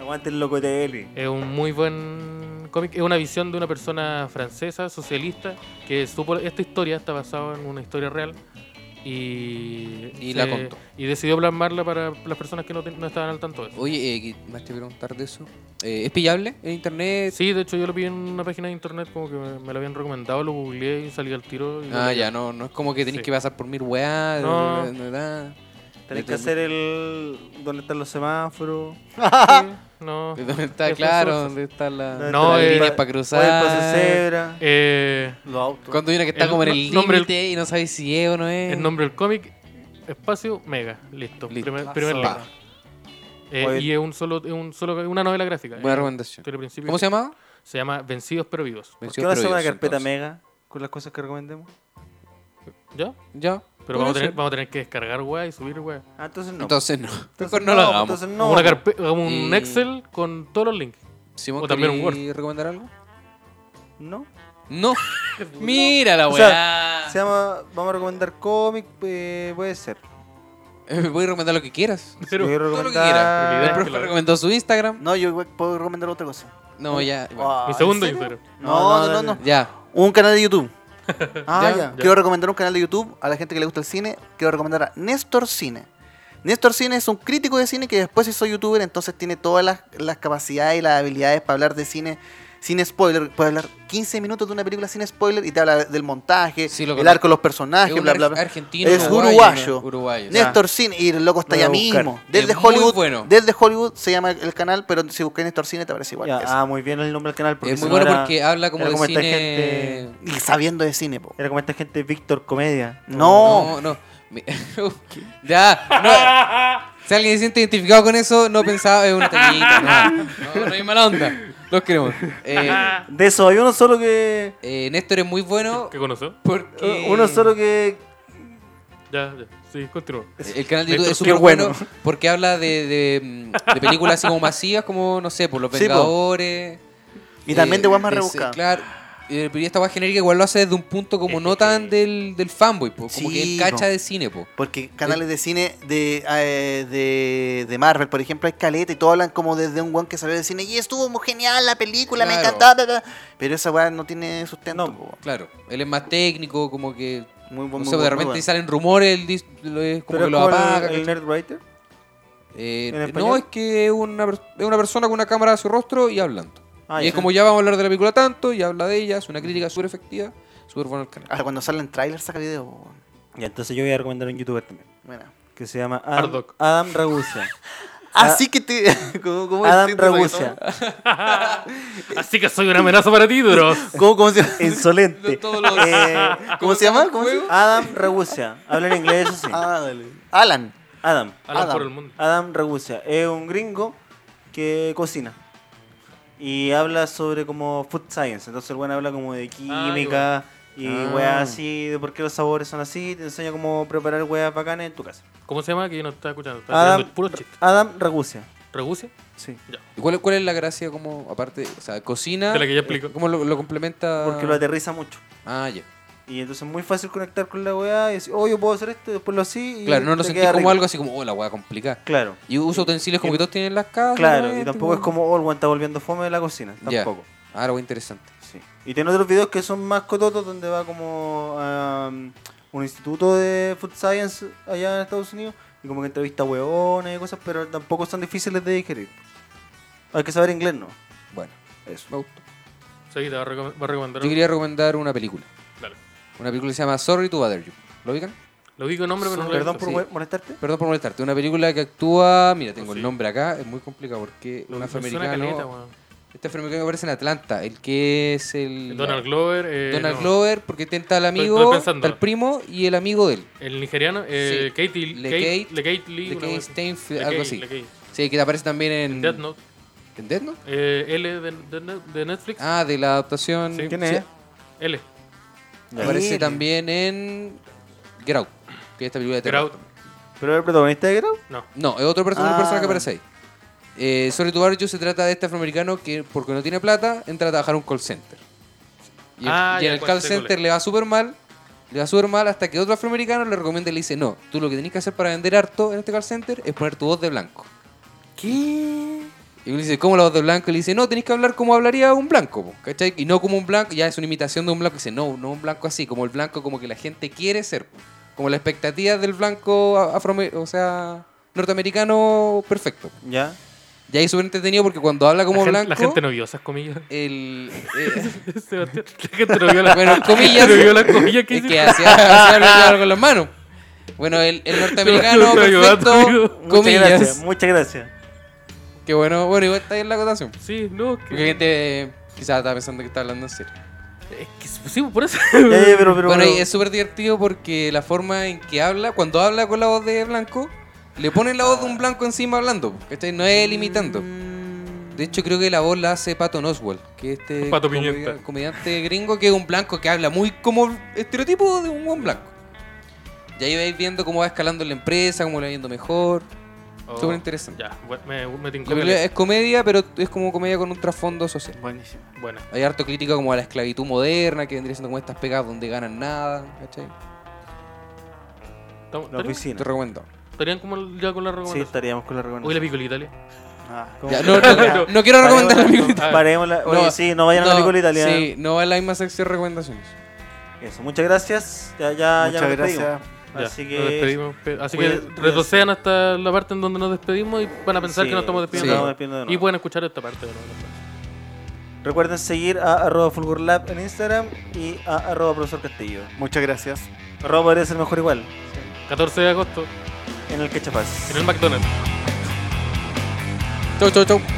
Speaker 4: Aguante el Locotelli.
Speaker 5: Es un muy buen cómic. Es una visión de una persona francesa, socialista, que supo esta historia, está basada en una historia real. Y,
Speaker 3: Y la contó.
Speaker 5: Y decidió plasmarla para las personas que no, ten- no estaban al tanto de eso.
Speaker 3: Oye, eh, que- me has de preguntar de eso. Eh, ¿Es pillable en internet?
Speaker 5: Sí, de hecho yo lo vi en una página de internet, como que me, me lo habían recomendado, lo googleé y salí al tiro. y lo
Speaker 3: Ah,
Speaker 5: leí.
Speaker 3: ya, no, no es como que tenéis
Speaker 5: Sí.
Speaker 3: que pasar por mil weas.
Speaker 5: No.
Speaker 3: No. ¿verdad?
Speaker 4: Tenés que hacer el. ¿Dónde están los semáforos?
Speaker 5: Sí, no.
Speaker 3: ¿Dónde está,
Speaker 5: Eso,
Speaker 3: claro?
Speaker 5: eso.
Speaker 3: ¿Dónde están la,
Speaker 5: No,
Speaker 3: las
Speaker 5: eh,
Speaker 3: líneas
Speaker 4: pa-
Speaker 3: para
Speaker 4: ¿Cuál es el paso de
Speaker 3: cruzar?
Speaker 4: cebra?
Speaker 5: Eh,
Speaker 6: Los autos.
Speaker 3: Cuando hay una que está
Speaker 5: El
Speaker 3: como en el
Speaker 5: no- nombre del-
Speaker 3: límite y no sabes si es o no es.
Speaker 5: el nombre del cómic, espacio, mega. Listo.
Speaker 3: Listo.
Speaker 5: Primer, primer
Speaker 3: Pa.
Speaker 5: letra. Eh,
Speaker 4: Oye.
Speaker 5: y es un solo, es un solo, una novela gráfica.
Speaker 3: Buena
Speaker 5: Eh,
Speaker 3: recomendación.
Speaker 5: estoy al principio.
Speaker 3: ¿Cómo se llama?
Speaker 5: Se llama Vencidos pero Vivos.
Speaker 4: ¿Por qué
Speaker 3: Vencidos
Speaker 4: no hacemos
Speaker 3: Pero
Speaker 4: una
Speaker 3: Vivos,
Speaker 4: carpeta
Speaker 3: entonces.
Speaker 4: mega con las cosas que recomendemos?
Speaker 5: ¿Ya?
Speaker 3: Ya. Puede
Speaker 5: Pero vamos a, tener,
Speaker 3: ser.
Speaker 5: vamos a tener que descargar weá y subir weá.
Speaker 4: Ah, entonces no.
Speaker 3: Entonces no.
Speaker 4: Entonces
Speaker 3: Mejor no, lo hagamos.
Speaker 4: entonces no.
Speaker 5: Una carpe- como un
Speaker 3: Y-
Speaker 5: Excel con todos los links.
Speaker 3: Simón,
Speaker 5: O también un
Speaker 3: ¿querí recomendar algo?
Speaker 4: No.
Speaker 3: No. Mira la
Speaker 4: O
Speaker 3: weá.
Speaker 4: sea, se llama, vamos a recomendar cómic, eh, puede ser.
Speaker 3: Eh, Voy a recomendar lo que quieras.
Speaker 5: Pero
Speaker 4: Voy a
Speaker 5: mi
Speaker 3: Todo lo que
Speaker 4: recomendar-
Speaker 5: quieras.
Speaker 3: El
Speaker 5: Ah,
Speaker 3: profe
Speaker 5: claro.
Speaker 3: recomendó su Instagram.
Speaker 6: No, yo igual puedo recomendar otra cosa.
Speaker 3: No, ya. bueno,
Speaker 6: Ah, ¿en
Speaker 5: segundo
Speaker 6: serio?
Speaker 5: youtuber.
Speaker 6: No, no, no, no.
Speaker 3: Ya.
Speaker 6: Un canal de YouTube. Ah,
Speaker 3: Ya,
Speaker 6: ya,
Speaker 5: ya.
Speaker 6: Quiero recomendar un canal de YouTube a la gente que le gusta el cine. Quiero recomendar a Néstor Cine. Néstor Cine es un crítico de cine que después hizo youtuber, entonces tiene todas las, las capacidades y las habilidades para hablar de cine sin spoiler. Puede hablar 15 minutos de una película sin spoiler y te habla del montaje,
Speaker 3: Sí, lo
Speaker 6: el
Speaker 3: conozco.
Speaker 6: arco de los personajes,
Speaker 3: Es un
Speaker 6: bla, bla,
Speaker 3: ar-
Speaker 6: bla.
Speaker 3: argentino,
Speaker 6: es
Speaker 3: uruguayo,
Speaker 6: uruguayo.
Speaker 3: ¿no? Uruguayo, sí.
Speaker 6: Néstor Cine, y el loco está
Speaker 4: Lo
Speaker 6: allá
Speaker 4: voy a buscar.
Speaker 6: mismo. Desde
Speaker 3: Es muy
Speaker 6: Hollywood.
Speaker 3: bueno.
Speaker 6: Desde Hollywood se llama el canal, pero si buscas Néstor Cine te aparece igual.
Speaker 4: Ya,
Speaker 6: que eso.
Speaker 4: ah, muy bien el nombre del canal. Porque
Speaker 3: Es
Speaker 4: si
Speaker 3: muy
Speaker 4: no
Speaker 3: bueno
Speaker 4: era-
Speaker 3: porque habla como
Speaker 4: era
Speaker 3: de
Speaker 4: como esta
Speaker 3: cine.
Speaker 4: gente-
Speaker 6: Y sabiendo de cine, po.
Speaker 4: Era como esta gente Víctor Comedia.
Speaker 6: No.
Speaker 3: Ah, No, no. Mi- ya, no. Si alguien se siente identificado con eso, no pensaba en una tañita. No, no, no hay mala onda. Los queremos. Eh,
Speaker 4: De eso, hay uno solo que.
Speaker 3: eh, Néstor es muy bueno
Speaker 5: ¿Qué conoció?
Speaker 3: porque.
Speaker 4: Uno solo que.
Speaker 5: Ya, ya. Sí, continúa.
Speaker 3: El canal de YouTube
Speaker 5: Néstor,
Speaker 3: es súper
Speaker 4: qué
Speaker 3: bueno.
Speaker 4: bueno.
Speaker 3: porque habla de, de, mm, de películas así como masivas, como, no sé, por Los
Speaker 6: Sí, po.
Speaker 3: Vengadores.
Speaker 6: Y también de
Speaker 3: de
Speaker 6: guas más
Speaker 3: de-
Speaker 6: rebuscadas.
Speaker 3: Claro. eh, Pero esta guay genérica igual lo hace desde un punto como no tan del, del fanboy, po, como
Speaker 6: Sí,
Speaker 3: que él
Speaker 6: po.
Speaker 3: cacha de cine, po.
Speaker 6: Porque canales de cine de, eh, de, de Marvel, por ejemplo, hay caleta y todos hablan como desde un guan que salió de cine y estuvo muy genial la película, me
Speaker 3: Claro.
Speaker 6: encantó. bla, bla". Pero esa weá no tiene sustento.
Speaker 4: No.
Speaker 6: po.
Speaker 3: Claro, él es más técnico, como que
Speaker 6: Muy
Speaker 3: No
Speaker 6: buen, muy
Speaker 3: sé, de
Speaker 6: buen, muy
Speaker 3: repente
Speaker 6: buen.
Speaker 3: salen rumores, él dis- lo es como
Speaker 4: Pero
Speaker 3: que lo
Speaker 4: como el-
Speaker 3: apaga.
Speaker 4: el,
Speaker 3: ¿cachai?
Speaker 4: Nerd Writer.
Speaker 3: Eh,
Speaker 4: ¿En español?
Speaker 3: no, es que es una, per- es una persona con una cámara a su rostro y hablando.
Speaker 4: Ah,
Speaker 3: y
Speaker 4: ya.
Speaker 3: es como ya vamos a hablar de la película tanto, y habla de ella, es una crítica súper efectiva, súper buena al canal.
Speaker 6: Hasta cuando salen trailers saca video. po.
Speaker 4: Ya, entonces yo voy a recomendar un youtuber también.
Speaker 6: Bueno.
Speaker 4: Que se llama Adam,
Speaker 5: Ardoc.
Speaker 4: Adam Ragusa.
Speaker 6: Así Ah, que te. ¿Cómo, cómo
Speaker 4: Adam
Speaker 6: el título
Speaker 4: Ragusa.
Speaker 6: que
Speaker 5: Así que soy una amenaza para ti, Duros.
Speaker 6: toma? ¿Cómo, cómo se llama?
Speaker 4: Insolente.
Speaker 3: Todos los-
Speaker 4: Eh,
Speaker 6: ¿Cómo se llama? ¿Cómo se llama?
Speaker 4: Adam Ragusa. Habla en inglés, eso sí.
Speaker 6: Ah, dale. Alan.
Speaker 4: Adam.
Speaker 5: Alan
Speaker 6: Adam.
Speaker 5: por el mundo.
Speaker 4: Adam Ragusa es un gringo que cocina y habla sobre como food science. Entonces el bueno habla como de química y
Speaker 3: Ah.
Speaker 4: weas así, de por qué los sabores son así. Te enseña cómo preparar weas bacanas en tu casa.
Speaker 5: ¿Cómo se llama? Que yo no estaba escuchando. Estaba
Speaker 4: Adam,
Speaker 5: tirando puro chiste.
Speaker 4: Adam Ragusa.
Speaker 5: ¿Regucia?
Speaker 4: Sí.
Speaker 5: Ya.
Speaker 3: ¿Y ¿Cuál, ¿Cuál es la gracia como, aparte, o sea, cocina?
Speaker 5: De la que ya explico.
Speaker 3: ¿Cómo lo, lo complementa?
Speaker 4: Porque lo aterriza mucho.
Speaker 3: Ah, ya.
Speaker 4: Y entonces es muy fácil conectar con la wea y decir, oh, yo puedo hacer esto, después lo así. Y
Speaker 3: Claro, no lo
Speaker 4: te
Speaker 3: sentís
Speaker 4: queda
Speaker 3: como
Speaker 4: rico.
Speaker 3: algo así como, oh, la weá complicada.
Speaker 4: Claro.
Speaker 3: Y usa utensilios como
Speaker 4: Y-
Speaker 3: que todos tienen en las casas.
Speaker 4: Claro,
Speaker 3: ¿no? Este
Speaker 4: y tampoco es como, oh, el weón está volviendo fome de la cocina.
Speaker 3: Ya.
Speaker 4: Tampoco.
Speaker 3: Ah, algo interesante.
Speaker 4: Sí. Y tiene otros videos que son más cototos, donde va como a un instituto de food science allá en Estados Unidos y como que entrevista hueones y cosas, pero tampoco son difíciles de digerir. Hay que saber inglés, ¿no?
Speaker 3: Bueno,
Speaker 4: Eso.
Speaker 3: me gustó.
Speaker 5: Sí, te va a, recom- va a recomendar.
Speaker 3: Yo quería recomendar una película.
Speaker 5: Dale.
Speaker 3: Una película que se llama Sorry to Bother You. ¿Lo ubican?
Speaker 5: Lo digo en nombre, pero no lo he
Speaker 4: Perdón
Speaker 5: visto.
Speaker 4: por
Speaker 3: sí.
Speaker 4: we- molestarte.
Speaker 3: Perdón por molestarte. Una película que actúa. Mira, tengo
Speaker 5: Sí.
Speaker 3: el nombre acá. Es muy complicado porque
Speaker 5: Lo
Speaker 3: un
Speaker 5: me suena caleta,
Speaker 3: afroamericano.
Speaker 5: weón.
Speaker 3: Este afroamericano que aparece en Atlanta. El que es el.
Speaker 5: Donald Glover. eh,
Speaker 3: Donald
Speaker 5: no.
Speaker 3: Glover, porque tenta al amigo,
Speaker 5: estoy pensando.
Speaker 3: está el primo y el amigo de él.
Speaker 5: El nigeriano. Eh,
Speaker 3: Sí.
Speaker 5: Katie,
Speaker 3: Le
Speaker 5: Kate,
Speaker 3: Kate-
Speaker 5: Le Kate Lee.
Speaker 3: De
Speaker 5: una
Speaker 3: Kate
Speaker 5: weá así.
Speaker 3: Steinfeld,
Speaker 5: Le
Speaker 3: algo
Speaker 5: Kate-
Speaker 3: así. Mm.
Speaker 5: Le Kate.
Speaker 3: Sí, que aparece también en.
Speaker 5: Death Note.
Speaker 3: ¿En Death Note?
Speaker 5: Eh, L de, de- de Netflix.
Speaker 3: Ah, de la adaptación.
Speaker 5: Sí.
Speaker 4: ¿Quién es?
Speaker 5: L.
Speaker 3: Aparece también en Get Out, que es esta película de
Speaker 5: Pero
Speaker 3: terror.
Speaker 5: out-
Speaker 4: ¿Pero el protagonista de Grau?
Speaker 5: no.
Speaker 3: No, es otro perso- una
Speaker 6: Ah,
Speaker 3: persona que
Speaker 6: no.
Speaker 3: aparece ahí. Eh, Sorry to Bother You se trata de este afroamericano que, porque no tiene plata, entra a trabajar a un call center. Y, en-
Speaker 5: Ah,
Speaker 3: y en
Speaker 5: ya,
Speaker 3: el
Speaker 5: cuál
Speaker 3: call
Speaker 5: sé cuál
Speaker 3: center
Speaker 5: es.
Speaker 3: le va súper mal, le va súper mal hasta que otro afroamericano le recomienda y le dice, no, tú lo que tenés que hacer para vender harto en este call center es poner tu voz de blanco.
Speaker 6: ¿Qué?
Speaker 3: Y uno le dice, ¿cómo la voz de blanco? Y le dice, no, tenés que hablar como hablaría un blanco, po, ¿cachai? Y no como un blanco, ya es una imitación de un blanco. Y dice, no, no un blanco así, como el blanco como que la gente quiere ser. po. Como la expectativa del blanco a- afroame- o sea, norteamericano perfecto.
Speaker 4: Ya.
Speaker 3: Y ahí es súper entretenido porque cuando habla como
Speaker 5: la,
Speaker 3: blanco,
Speaker 5: gente, la gente no vio esas comillas.
Speaker 3: el... eh,
Speaker 5: Sebastián, la gente no vio las
Speaker 3: Bueno,
Speaker 5: la gente
Speaker 3: comillas.
Speaker 5: no vio las comillas que
Speaker 3: es que
Speaker 5: hiciste.
Speaker 3: hacía, hacía bloquear con las manos. Bueno, el, el norteamericano
Speaker 5: Te ayudó, amigo.
Speaker 3: perfecto,
Speaker 5: Muchas
Speaker 4: Muchas gracias.
Speaker 3: comillas.
Speaker 4: Muchas gracias.
Speaker 3: Que bueno, bueno, igual está ahí en la acotación.
Speaker 5: Sí, no. que-
Speaker 3: Porque hay gente eh, quizás estaba pensando que está hablando en serio.
Speaker 5: Es que sí, por eso.
Speaker 4: Ya, ya, pero, pero,
Speaker 3: bueno,
Speaker 4: pero-
Speaker 3: y es súper divertido porque la forma en que habla, cuando habla con la voz de blanco, le ponen la voz de un blanco encima hablando, ¿cachai? No es limitando. De hecho, creo que la voz la hace Patton Oswald, que es este
Speaker 5: Pato
Speaker 3: comedia-
Speaker 5: Pimienta.
Speaker 3: comediante gringo que es un blanco que habla muy como estereotipo de un buen blanco. Y ahí vais viendo cómo va escalando en la empresa, cómo le va yendo mejor.
Speaker 5: Oh,
Speaker 3: Súper interesante.
Speaker 5: Ya, bueno, me, me
Speaker 3: La
Speaker 5: tincó
Speaker 3: película
Speaker 5: caleta.
Speaker 3: es comedia, pero es como comedia con un trasfondo social.
Speaker 6: Buenísimo.
Speaker 5: Buena.
Speaker 3: Hay harto crítica como a la esclavitud moderna, que vendría siendo como estas pegas donde ganan nada, ¿cachai?
Speaker 5: Estamos-
Speaker 4: La
Speaker 5: ¿Estarían
Speaker 3: Te
Speaker 4: oficina.
Speaker 3: recomiendo.
Speaker 5: estarían como ya con la
Speaker 4: Sí,
Speaker 5: recomendación?
Speaker 4: estaríamos con la
Speaker 5: Hoy la
Speaker 4: recomendación.
Speaker 5: pico en Italia.
Speaker 4: Ah, ¿cómo?
Speaker 3: Ya, no, no, no quiero recomendar la película.
Speaker 5: Ah,
Speaker 4: Paremos la- Oye, sí, no vayan a la película italiana.
Speaker 3: Sí, no va en la misma sección de recomendaciones.
Speaker 4: Eso, muchas gracias. Ya,
Speaker 5: Ah,
Speaker 4: ya, ya
Speaker 6: Muchas
Speaker 4: nos despedimos.
Speaker 6: gracias.
Speaker 5: Ya,
Speaker 4: Así
Speaker 5: nos
Speaker 4: que.
Speaker 5: despedimos. Pe- Así
Speaker 4: Cuide-
Speaker 5: que
Speaker 4: cuídense.
Speaker 5: retrocedan hasta la parte en donde nos despedimos y van a pensar
Speaker 4: Sí,
Speaker 5: que nos estamos
Speaker 4: sí,
Speaker 5: despidiendo.
Speaker 4: nos
Speaker 5: de nuevo.
Speaker 4: despidiendo de
Speaker 5: Y
Speaker 4: nuevo.
Speaker 5: pueden escuchar esta parte. de nuevo.
Speaker 4: Recuerden seguir a arroba fulgurlab en Instagram y a arroba profesor Castillo.
Speaker 6: Muchas gracias.
Speaker 4: Arroba podría ser mejor igual.
Speaker 5: 14 de agosto
Speaker 4: En el que
Speaker 5: en el McDonald's.
Speaker 3: Chau, chau, chau.